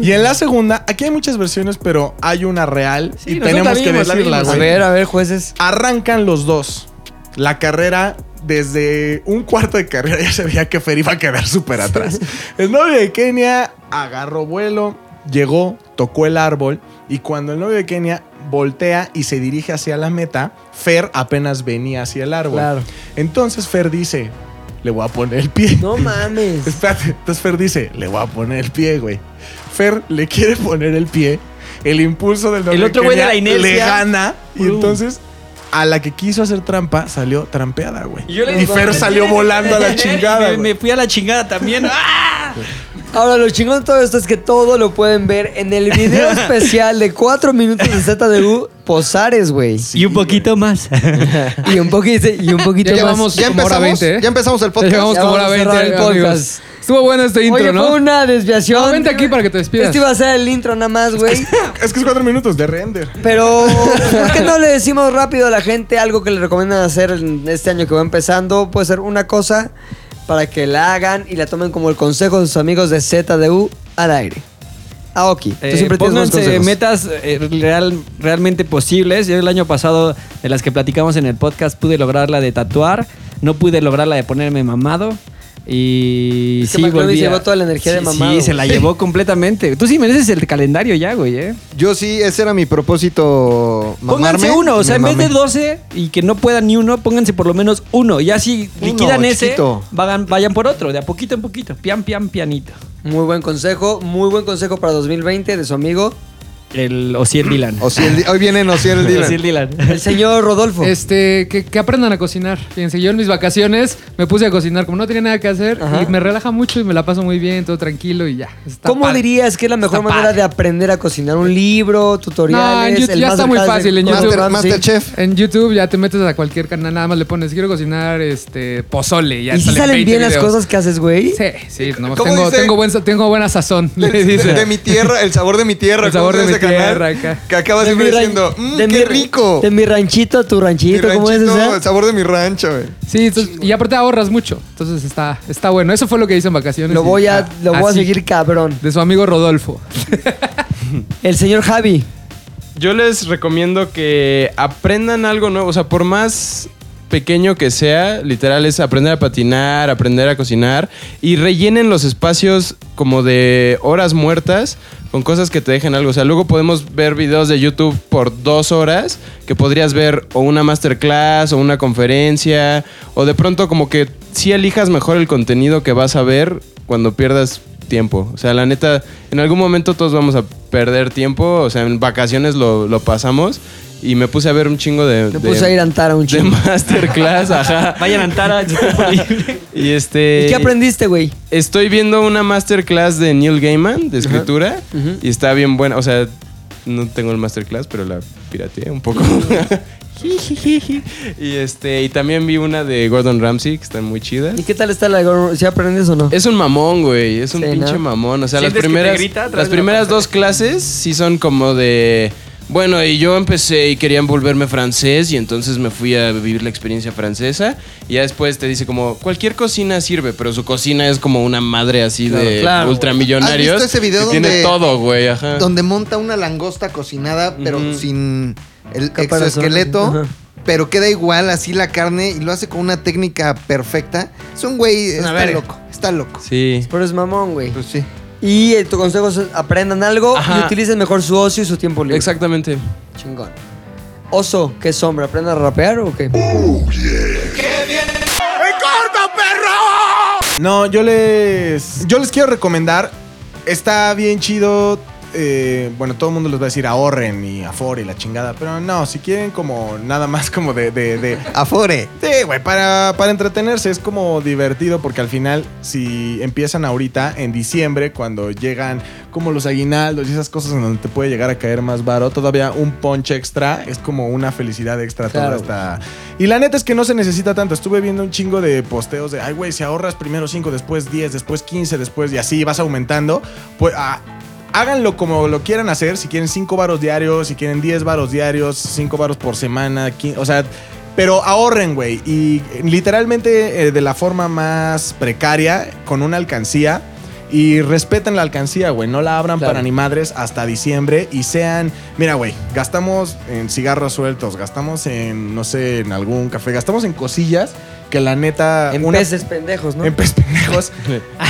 Speaker 5: Y en la segunda, aquí hay muchas versiones, pero hay una real
Speaker 11: Sí,
Speaker 5: y
Speaker 11: nosotros
Speaker 5: tenemos
Speaker 11: la
Speaker 5: que
Speaker 11: vimos, la
Speaker 5: decirla,
Speaker 11: vimos.
Speaker 2: A
Speaker 5: güey.
Speaker 2: ver, a ver, jueces.
Speaker 5: Arrancan los dos la carrera. Desde un cuarto de carrera ya se veía que Fer iba a quedar súper atrás. El novio de Kenia agarró vuelo, llegó, tocó el árbol y cuando el novio de Kenia voltea y se dirige hacia la meta, Fer apenas venía hacia el árbol.
Speaker 2: Claro.
Speaker 5: Entonces Fer dice, le voy a poner el pie.
Speaker 2: No mames.
Speaker 5: Espérate, entonces Fer dice, le voy a poner el pie, güey. Fer le quiere poner el pie, el impulso del novio
Speaker 11: otro güey de la
Speaker 5: Kenia
Speaker 11: inercia.
Speaker 5: le gana y
Speaker 11: Uh.
Speaker 5: entonces a la que quiso hacer trampa salió trampeada, güey.
Speaker 11: Y, yo le
Speaker 5: Y
Speaker 11: digo, "Pues,
Speaker 5: Fer
Speaker 11: "Vete,
Speaker 5: salió
Speaker 11: vete,
Speaker 5: volando a la
Speaker 11: vete".
Speaker 5: chingada,
Speaker 11: Y Me,
Speaker 5: güey.
Speaker 11: me fui a la chingada también. ¡Ah!
Speaker 2: Ahora, lo chingón de todo esto es que todo lo pueden ver en el video especial de 4 minutos de ZDU Posares, güey.
Speaker 11: y un poquito más.
Speaker 2: Y un poquito, y un poquito más.
Speaker 4: Ya llevamos
Speaker 3: Ya
Speaker 4: como hora
Speaker 3: empezamos,
Speaker 4: 20, ¿eh?
Speaker 3: ya empezamos el
Speaker 4: Ya
Speaker 3: podcast.
Speaker 4: llevamos
Speaker 2: Ya
Speaker 4: como
Speaker 2: vamos
Speaker 4: hora
Speaker 2: a
Speaker 4: 20,
Speaker 2: cerrar el
Speaker 4: amigos.
Speaker 2: podcast.
Speaker 4: Estuvo bueno este intro,
Speaker 2: Oye,
Speaker 4: ¿no?
Speaker 2: fue una desviación.
Speaker 4: No, vente aquí para que te despidas.
Speaker 2: Este iba a ser el intro nada más, güey.
Speaker 5: Es que es cuatro minutos de render.
Speaker 2: Pero, ¿por qué no le decimos rápido a la gente algo que le recomiendan hacer en este año que va empezando? Puede ser una cosa para que la hagan y la tomen como el consejo de sus amigos de ZDU al aire. Aoki, tú
Speaker 11: Eh,
Speaker 2: siempre tienes buenos
Speaker 11: pónganse
Speaker 2: consejos.
Speaker 11: metas eh, real- realmente posibles. Yo el año pasado, de las que platicamos en el podcast, pude lograr la de tatuar. No pude lograr la de ponerme mamado. Y
Speaker 2: Es que
Speaker 11: sí,
Speaker 2: McLovin
Speaker 11: volví
Speaker 2: se
Speaker 11: a-
Speaker 2: llevó toda la energía de
Speaker 11: Sí,
Speaker 2: mamado,
Speaker 11: Sí, se la
Speaker 2: güey.
Speaker 11: llevó completamente. Tú sí mereces el calendario ya, güey, ¿eh?
Speaker 3: Yo sí, ese era mi propósito. Mamarme,
Speaker 11: Pónganse uno, o sea, en
Speaker 3: Me
Speaker 11: vez de
Speaker 3: mamé.
Speaker 11: 12 y que no puedan ni uno, pónganse por lo menos uno. Ya si
Speaker 3: Uno,
Speaker 11: liquidan ese,
Speaker 3: chiquito.
Speaker 11: vagan- vayan por otro, de a poquito en poquito, pian, pian, pianito.
Speaker 2: Muy buen consejo, muy buen consejo para 2020 de su amigo
Speaker 11: el Osiel Dylan.
Speaker 3: hoy vienen Osiel Dylan.
Speaker 11: Osiel Dylan.
Speaker 2: El señor Rodolfo.
Speaker 4: Este, que, que aprendan a cocinar. Fíjense, yo en mis vacaciones me puse a cocinar, como no tenía nada que hacer,
Speaker 2: Ajá.
Speaker 4: y me relaja mucho y me la paso muy bien, todo tranquilo y ya. Está
Speaker 2: ¿Cómo
Speaker 4: padre.
Speaker 2: dirías que es la mejor
Speaker 4: Está
Speaker 2: manera de aprender a cocinar? ¿Un libro,
Speaker 4: No, en
Speaker 2: tutoriales?
Speaker 4: YouTube
Speaker 2: el
Speaker 4: ya está muy
Speaker 2: masterclass de
Speaker 4: fácil. En
Speaker 2: cómo
Speaker 4: YouTube,
Speaker 2: hacer, sí.
Speaker 4: En YouTube ya te metes a cualquier canal, nada más le pones quiero cocinar este pozole. Ya
Speaker 2: ¿Y si salen
Speaker 4: 20
Speaker 2: bien las
Speaker 4: videos.
Speaker 2: cosas que haces, güey?
Speaker 4: Sí, sí, nomás
Speaker 3: ¿Cómo
Speaker 4: tengo,
Speaker 3: dice?
Speaker 4: tengo, buen, sa- tengo buena sazón.
Speaker 3: De,
Speaker 4: le dice.
Speaker 3: de- de mi tierra, el sabor de mi tierra.
Speaker 4: El sabor
Speaker 3: ¿cómo se
Speaker 4: de
Speaker 3: llama
Speaker 4: mi
Speaker 3: ese canal?
Speaker 4: tierra, acá.
Speaker 3: Que acaba
Speaker 2: De mi
Speaker 3: siempre
Speaker 2: ran-
Speaker 3: diciendo, "Mm,
Speaker 2: de mi-
Speaker 3: qué rico.
Speaker 2: De mi ranchito a tu
Speaker 3: Mi
Speaker 2: ranchito, ¿cómo es
Speaker 3: ranchito,
Speaker 2: esa?
Speaker 3: el sabor de mi rancho, güey.
Speaker 4: Sí, entonces- y aparte ahorras mucho. Entonces está, está bueno. Eso fue lo que hice en vacaciones.
Speaker 2: Lo
Speaker 4: y-
Speaker 2: voy a,
Speaker 4: ah,
Speaker 2: lo voy a
Speaker 4: así,
Speaker 2: seguir cabrón.
Speaker 4: De su amigo Rodolfo.
Speaker 2: El señor Javi.
Speaker 8: Yo les recomiendo que aprendan algo nuevo. O sea, por más pequeño que sea, literal es aprender a patinar, aprender a cocinar y rellenen los espacios como de horas muertas con cosas que te dejen algo. O sea, luego podemos ver videos de YouTube por dos horas que podrías ver o una masterclass o una conferencia o de pronto como que sí elijas mejor el contenido que vas a ver cuando pierdas tiempo. O sea, la neta, en algún momento todos vamos a perder tiempo. O sea, en vacaciones lo, lo pasamos y me puse a ver un chingo de.
Speaker 2: Me
Speaker 8: de-
Speaker 2: puse a ir a Antara un
Speaker 8: de
Speaker 2: chingo.
Speaker 8: masterclass, ajá.
Speaker 11: Vayan a Antara.
Speaker 8: Y este.
Speaker 2: ¿Y qué aprendiste, güey?
Speaker 8: Estoy viendo una masterclass de Neil Gaiman de escritura y está bien buena. O sea, no tengo el masterclass, pero la pirateé un poco. y este, y también vi una de Gordon Ramsay que están muy chidas.
Speaker 2: ¿Y qué tal está la gorro? ¿Si aprendes o no?
Speaker 8: Es un mamón, güey. Es un
Speaker 2: Sí,
Speaker 8: pinche
Speaker 2: ¿no?
Speaker 8: mamón. O sea, las
Speaker 11: ¿Sientes que te
Speaker 8: primeras,
Speaker 11: grita atrás
Speaker 8: las
Speaker 11: de la
Speaker 8: primeras dos clases sí son como de. Bueno, y yo empecé y querían volverme francés y entonces me fui a vivir la experiencia francesa. Y ya después te dice como, cualquier cocina sirve, pero su cocina es como una madre así de
Speaker 2: claro.
Speaker 8: ultramillonarios.
Speaker 3: ¿Has visto ese video
Speaker 8: que tiene
Speaker 3: donde-
Speaker 8: todo, güey, ajá.
Speaker 3: Donde monta una langosta cocinada, pero
Speaker 8: Ujú.
Speaker 3: sin el
Speaker 2: Caparazón,
Speaker 3: exoesqueleto.
Speaker 2: ajá.
Speaker 3: Pero queda igual así la carne y lo hace con una técnica perfecta. Es un güey,
Speaker 2: Una
Speaker 3: está
Speaker 2: verga.
Speaker 3: loco, está loco.
Speaker 8: Sí.
Speaker 2: Pero es mamón, güey.
Speaker 3: Pues sí.
Speaker 2: Y eh, tu consejo es aprendan algo y
Speaker 8: Ajá.
Speaker 2: utilicen mejor su ocio y su tiempo libre.
Speaker 8: Exactamente.
Speaker 2: Chingón. Oso, ¿qué es hombre? ¿Aprende a rapear o qué?
Speaker 10: corto, perro!
Speaker 5: No, yo les. Yo les quiero recomendar. Está bien chido. eh, bueno, todo el mundo les va a decir ahorren y afore y la chingada. Pero no, si quieren como nada más como de. de, de-
Speaker 3: Afore.
Speaker 5: Sí, güey, para, para entretenerse es como divertido porque al final, si empiezan ahorita, en diciembre, cuando llegan como los aguinaldos y esas cosas en donde te puede llegar a caer más baro, todavía un punch extra es como una felicidad extra
Speaker 2: Claro,
Speaker 5: toda esta. Y la neta es que no se necesita tanto. Estuve viendo un chingo de posteos de, ay, güey, si ahorras primero 5, después 10, después 15, después y así vas aumentando. Pues ah, háganlo como lo quieran hacer. Si quieren 5 varos diarios, si quieren 10 varos diarios, 5 varos por semana, quin- o sea. Pero ahorren, güey. Y eh, literalmente eh, de la forma más precaria, con una alcancía. Y respeten la alcancía, güey. No la abran
Speaker 2: Claro.
Speaker 5: para ni madres hasta diciembre. Y sean. Mira, güey. Gastamos en cigarros sueltos. Gastamos en, no sé, en algún café. Gastamos en cosillas que la neta.
Speaker 2: En
Speaker 5: una-
Speaker 2: peces pendejos, ¿no?
Speaker 5: En pez pendejos.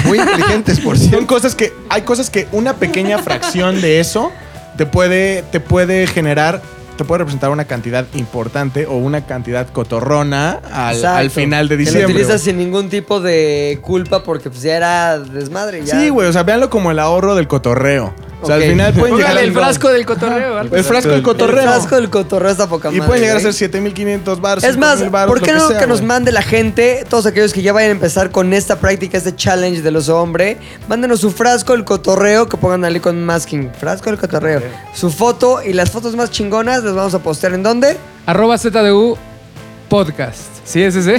Speaker 3: Muy inteligentes, por
Speaker 5: Son
Speaker 3: cierto.
Speaker 5: cosas que. Hay cosas que una pequeña fracción de eso te puede, te puede generar. Te puede representar una cantidad importante o una cantidad cotorrona al,
Speaker 2: Exacto.
Speaker 5: al final de
Speaker 2: Que
Speaker 5: diciembre.
Speaker 2: lo utilizas
Speaker 5: güey.
Speaker 2: sin ningún tipo de culpa porque pues ya era desmadre. Ya.
Speaker 5: Sí, güey. O sea, véanlo como el ahorro del cotorreo. O sea,
Speaker 2: Ok.
Speaker 5: al final pueden llegar.
Speaker 2: Póngale
Speaker 5: a-
Speaker 2: el frasco
Speaker 4: del cotorreo.
Speaker 5: El frasco del
Speaker 2: El
Speaker 5: cotorreo.
Speaker 2: frasco del cotorreo está poca
Speaker 5: Y
Speaker 2: madre,
Speaker 5: pueden llegar a
Speaker 2: güey.
Speaker 5: ser 7500 bars.
Speaker 2: Es más,
Speaker 5: 5000 baros,
Speaker 2: ¿por qué
Speaker 5: lo
Speaker 2: no
Speaker 5: sea,
Speaker 2: que nos
Speaker 5: güey.
Speaker 2: mande la gente, todos aquellos que ya vayan a empezar con esta práctica, este challenge del oso hombre? Mándenos su frasco, el cotorreo, que pongan ahí con masking. Frasco, el cotorreo. Su foto y las fotos más chingonas las vamos a postear en dónde?
Speaker 4: Arroba ZDU podcast. Sí, ese sí.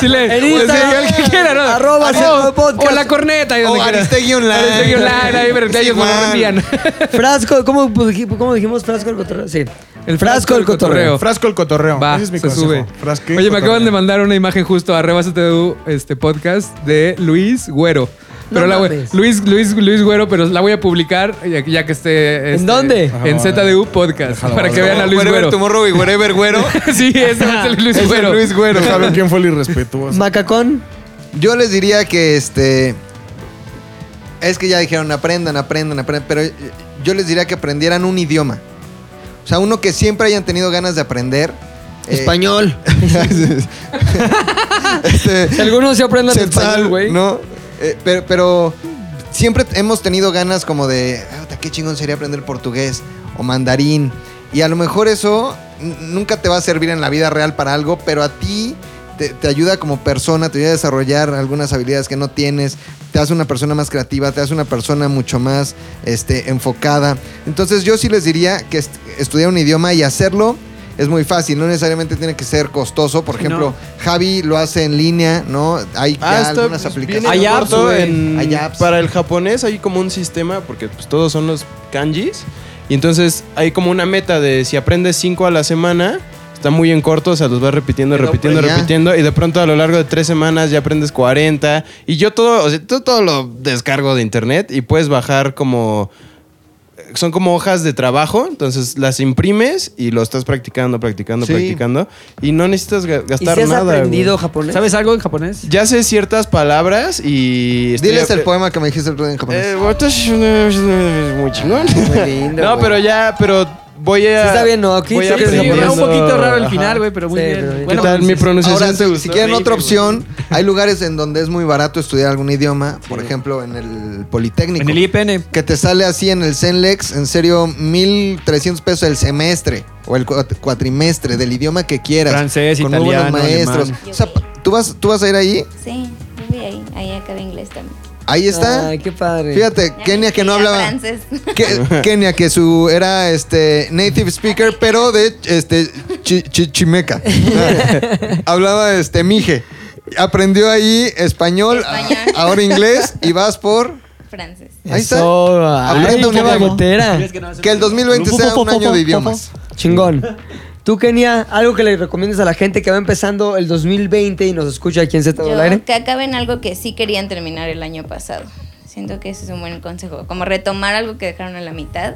Speaker 4: sí le,
Speaker 2: En
Speaker 4: le sigue
Speaker 2: Instagram.
Speaker 4: el que quiera, ¿no?
Speaker 2: Arroba
Speaker 4: O-
Speaker 2: ZDU podcast.
Speaker 4: O la corneta. ahí donde
Speaker 3: O
Speaker 4: quiera.
Speaker 3: Aristegui Online.
Speaker 4: Aristegui Online, ahí, pero ellos me lo
Speaker 3: Igual.
Speaker 4: envían.
Speaker 2: Frasco, ¿cómo, dijimos- cómo dijimos frasco, el cotorreo? Sí. El frasco, el cotorreo.
Speaker 5: Frasco el cotorreo.
Speaker 4: Va,
Speaker 5: Ese es mi
Speaker 4: se
Speaker 5: consejo.
Speaker 4: sube.
Speaker 5: Frasco el
Speaker 4: Oye, me
Speaker 5: cotorreo.
Speaker 4: acaban de mandar una imagen justo a Arroba ZDU este podcast de Luis Güero. Pero
Speaker 2: No
Speaker 4: la voy-
Speaker 2: mames.
Speaker 4: Luis, Luis, Luis Güero, pero la voy a publicar ya, ya que esté. este,
Speaker 2: dónde?
Speaker 4: En ZDU Podcast. para que vean a Luis
Speaker 3: Wherever
Speaker 4: Güero.
Speaker 3: tomorrow y wherever güero.
Speaker 4: sí, ese va a ser Luis
Speaker 3: Es el
Speaker 4: Güero.
Speaker 3: Luis Güero.
Speaker 5: Saben quién fue el irrespetuoso.
Speaker 2: Macacón.
Speaker 3: Yo les diría que este. Es que ya dijeron, aprendan, aprendan, aprendan. Pero eh, yo les diría que aprendieran un idioma. O sea, uno que siempre hayan tenido ganas de aprender. eh,
Speaker 2: Español.
Speaker 3: este,
Speaker 2: Si algunos se aprendan
Speaker 3: Quetzal,
Speaker 2: español, güey.
Speaker 3: ¿no? Eh, pero, pero siempre hemos tenido ganas como de. "Ah, qué chingón sería aprender portugués o mandarín. Y a lo mejor eso n- nunca te va a servir en la vida real para algo, pero a ti te, te ayuda como persona, te ayuda a desarrollar algunas habilidades que no tienes, te hace una persona más creativa, te hace una persona mucho más este, enfocada. Entonces yo sí les diría que est- estudiar un idioma y hacerlo es muy fácil, no necesariamente tiene que ser costoso. Por ejemplo, Javi lo hace en línea, ¿no? Hay
Speaker 8: Ah,
Speaker 3: ya
Speaker 8: está,
Speaker 3: algunas
Speaker 8: pues,
Speaker 3: aplicaciones.
Speaker 8: viene corto en-
Speaker 3: Hay apps.
Speaker 8: Mm, Para el japonés hay como un sistema, porque pues, todos son los kanjis. Y entonces hay como una meta de si aprendes cinco a la semana, está muy en corto, o sea, los vas repitiendo, repitiendo,
Speaker 3: pues, ya.
Speaker 8: repitiendo. Y de pronto a lo largo de tres semanas ya aprendes 40. Y yo todo, o sea, todo, todo lo descargo de internet y puedes bajar como... Son como hojas de trabajo, entonces las imprimes y lo estás practicando, practicando,
Speaker 11: Sí.
Speaker 8: practicando. Y no necesitas ga- gastar nada. güey.
Speaker 11: japonés? ¿Sabes algo en japonés?
Speaker 8: Ya sé ciertas palabras y. estoy-
Speaker 3: Diles el poema que me dijiste el otro día en japonés.
Speaker 8: Eh, watashi no es muy chingón.
Speaker 3: lindo,
Speaker 8: No,
Speaker 3: güey.
Speaker 8: pero ya, pero voy a.
Speaker 2: Sí está bien, ¿no? Aquí
Speaker 8: voy
Speaker 2: sí
Speaker 8: a
Speaker 2: que sí,
Speaker 8: aprendiendo.
Speaker 2: era un
Speaker 11: poquito raro el final,
Speaker 8: Ajá.
Speaker 11: güey, pero muy
Speaker 2: Sí,
Speaker 11: bien.
Speaker 2: pero bien.
Speaker 11: Bueno,
Speaker 8: ¿Qué
Speaker 4: pues,
Speaker 8: tal mi pronunciación?
Speaker 3: Ahora,
Speaker 8: ¿Te
Speaker 3: si,
Speaker 8: gustó?
Speaker 3: si quieren otra
Speaker 8: Horrible,
Speaker 3: opción, hay lugares en donde es muy barato estudiar algún idioma, por ejemplo, en el Politécnico.
Speaker 11: En el IPN.
Speaker 3: Que te sale así en el CENLEX, en serio, 1.300 pesos el semestre o el cuat- cuatrimestre del idioma que quieras.
Speaker 6: Francés,
Speaker 3: con muy buenos
Speaker 6: italiano,
Speaker 3: maestros.
Speaker 6: alemán.
Speaker 3: O sea, pa- ¿tú vas, ¿tú vas a ir ahí?
Speaker 9: Sí, yo voy ahí. Ahí acaba inglés también.
Speaker 3: Ahí está.
Speaker 2: Ay, qué padre.
Speaker 3: Fíjate,
Speaker 9: Ya
Speaker 3: Kenia
Speaker 9: me
Speaker 3: que no
Speaker 9: enseña
Speaker 3: hablaba...
Speaker 9: francés.
Speaker 3: Ke- Kenia, que su era este native speaker, pero de este chi- chi- chimeca. Hablaba este mije. Aprendió ahí español, a-
Speaker 9: Español.
Speaker 3: ahora inglés y vas por
Speaker 9: francés.
Speaker 3: ahí está.
Speaker 2: Eso, ay,
Speaker 3: Aprenda un
Speaker 2: qué
Speaker 3: idioma.
Speaker 2: bagotera.
Speaker 3: Que el 2020 sea un año de idiomas.
Speaker 2: Chingón. Tú, Kenia, algo que le recomiendes a la gente que va empezando el 2020 y nos escucha aquí en Z del Aire.
Speaker 9: Yo, que acaben algo que sí querían terminar el año pasado. Siento que ese es un buen consejo. Como retomar algo que dejaron a la mitad.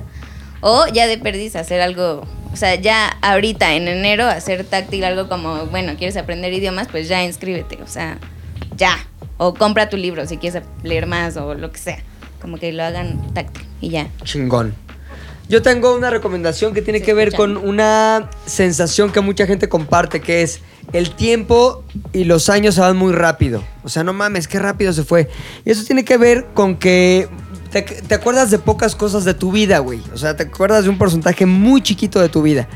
Speaker 9: O ya de perdiz hacer algo. O sea, ya ahorita en enero hacer táctil algo como, bueno, quieres aprender idiomas, pues ya inscríbete. O sea, ya. O compra tu libro si quieres leer más o lo que sea. Como que lo hagan táctil y ya.
Speaker 2: Chingón. Yo tengo una recomendación que tiene
Speaker 9: Se
Speaker 2: que ver
Speaker 9: escuchan.
Speaker 2: con una sensación que mucha gente comparte, que es el tiempo y los años se van muy rápido. O sea, no mames, qué rápido se fue. Y eso tiene que ver con que te, te acuerdas de pocas cosas de tu vida, güey. O sea, te acuerdas de un porcentaje muy chiquito de tu vida.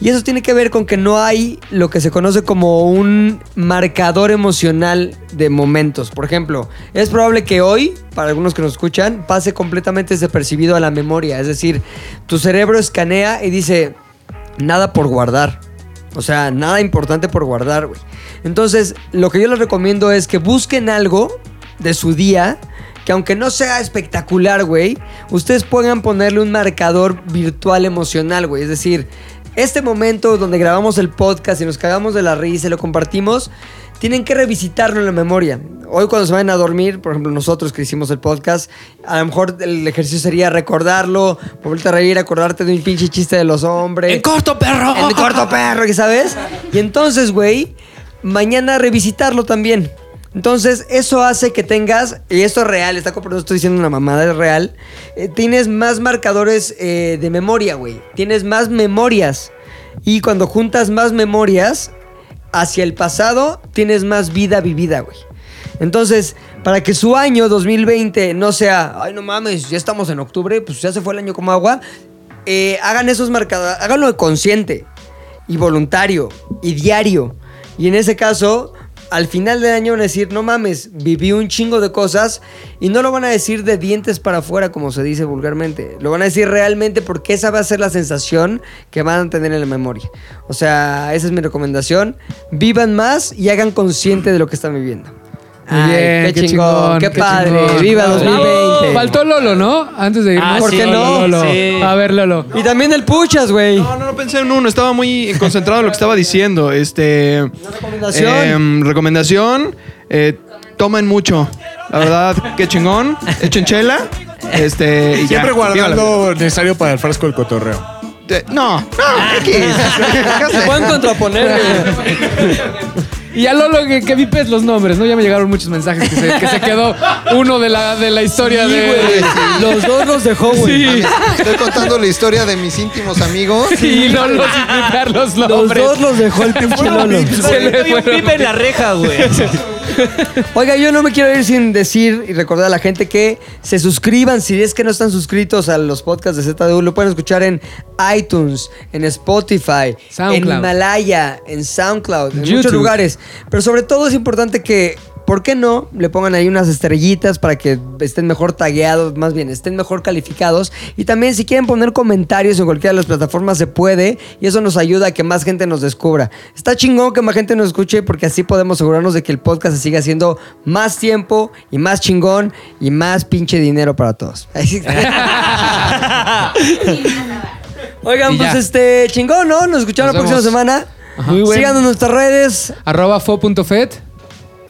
Speaker 2: Y eso tiene que ver con que no hay lo que se conoce como un marcador emocional de momentos. Por ejemplo, es probable que hoy, para algunos que nos escuchan, pase completamente desapercibido a la memoria. Es decir, tu cerebro escanea y dice, nada por guardar. O sea, nada importante por guardar, güey. Entonces, lo que yo les recomiendo es que busquen algo de su día que aunque no sea espectacular, güey, ustedes puedan ponerle un marcador virtual emocional, güey. Es decir, este momento donde grabamos el podcast y nos cagamos de la risa y lo compartimos, tienen que revisitarlo en la memoria. Hoy cuando se vayan a dormir, por ejemplo nosotros que hicimos el podcast, a lo mejor el ejercicio sería recordarlo, volverte a reír, acordarte de un pinche chiste de los hombres. ¡En corto, perro! ¡En corto, perro! ¿qué ¿Sabes? Y entonces, güey, mañana revisitarlo también. Entonces, eso hace que tengas, y esto es real, está comprobado, estoy diciendo una mamada, es real, eh, tienes más marcadores eh, de memoria, güey. Tienes más memorias. Y cuando juntas más memorias, hacia el pasado, tienes más vida vivida, güey. Entonces, para que su año 2020 no sea, ay, no mames, ya estamos en octubre, pues ya se fue el año como agua, eh, hagan esos marcadores, háganlo consciente y voluntario y diario. Y en ese caso, al final del año van a decir, no mames, viví un chingo de cosas y no lo van a decir de dientes para afuera, como se dice vulgarmente. Lo van a decir realmente porque esa va a ser la sensación que van a tener en la memoria. O sea, esa es mi recomendación. Vivan más y hagan consciente de lo que están viviendo.
Speaker 4: Muy
Speaker 2: Ay,
Speaker 4: bien,
Speaker 2: qué, chingón, qué, padre. Viva 2020.
Speaker 4: Faltó Lolo, ¿no? Antes de irnos.
Speaker 2: Ah, ¿Por sí, qué no?
Speaker 4: Lolo.
Speaker 8: sí.
Speaker 4: A ver, Lolo.
Speaker 2: Y también el puchas, güey.
Speaker 8: No, no, no pensé en uno, estaba muy concentrado en lo que estaba diciendo. Este.
Speaker 2: recomendación.
Speaker 8: em, recomendación. eh, tomen mucho. La verdad, qué chingón. Echen chela. Este. y ya.
Speaker 5: Siempre
Speaker 8: Viva la-
Speaker 5: guardando necesario para el frasco del cotorreo.
Speaker 8: Eh, No, no, X.
Speaker 2: Se pueden contraponer, güey.
Speaker 4: Y a Lolo que, que vipes los nombres, ¿no? Ya me llegaron muchos mensajes que se, que se quedó uno de la, de la historia
Speaker 2: Sí,
Speaker 4: de.
Speaker 2: güey. Los dos los dejó, güey.
Speaker 4: Sí.
Speaker 3: Estoy contando la historia de mis íntimos amigos.
Speaker 4: Y Lolo sin vipear los
Speaker 2: Los
Speaker 4: nombres.
Speaker 2: dos los dejó el pinche Lolo.
Speaker 4: Se le
Speaker 6: Hay un
Speaker 4: fueron.
Speaker 6: pibe en la reja, güey.
Speaker 2: Oiga, yo no me quiero ir sin decir y recordar a la gente que se suscriban. Si es que no están suscritos a los podcasts de ZDU, lo pueden escuchar en iTunes, en Spotify, en
Speaker 4: SoundCloud.
Speaker 2: Himalaya, en SoundCloud, en muchos
Speaker 4: YouTube.
Speaker 2: lugares. Pero sobre todo es importante que, ¿por qué no? Le pongan ahí unas estrellitas para que estén mejor tagueados, más bien, estén mejor calificados. Y también si quieren poner comentarios en cualquiera de las plataformas se puede y eso nos ayuda a que más gente nos descubra. Está chingón que más gente nos escuche porque así podemos asegurarnos de que el podcast se siga haciendo más tiempo y más chingón y más pinche dinero para todos. Oigan,
Speaker 4: Y
Speaker 2: pues
Speaker 4: ya.
Speaker 2: este chingón, ¿no? Nos escuchamos la
Speaker 4: Nos
Speaker 2: próxima
Speaker 4: vemos.
Speaker 2: semana.
Speaker 4: Ajá. Muy bueno.
Speaker 2: Síganos en nuestras redes.
Speaker 4: Arroba fo.fet.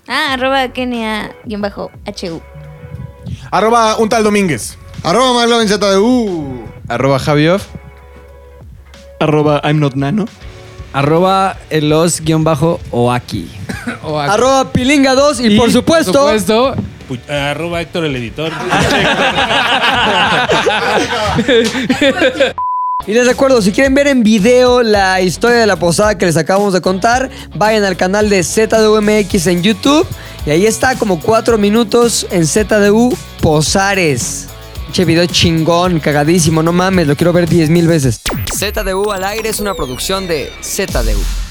Speaker 9: Ah, arroba Kenia-HU.
Speaker 5: Arroba un tal Domínguez.
Speaker 3: Arroba Marlon en ZDU.
Speaker 8: Arroba Javioff.
Speaker 6: Arroba I'm not nano.
Speaker 11: Arroba elos-oaki.
Speaker 4: O a-
Speaker 2: Arroba pilinga 2 y, por supuesto.
Speaker 4: Por supuesto.
Speaker 12: Pu- eh, Arroba Héctor el editor.
Speaker 2: Y les recuerdo, si quieren ver en video la historia de la posada que les acabamos de contar, vayan al canal de ZDUMX en YouTube. Y ahí está como cuatro minutos en ZDU Posares. Che video chingón, cagadísimo, no mames, lo quiero ver 10 mil veces. ZDU al aire es una producción de ZDU.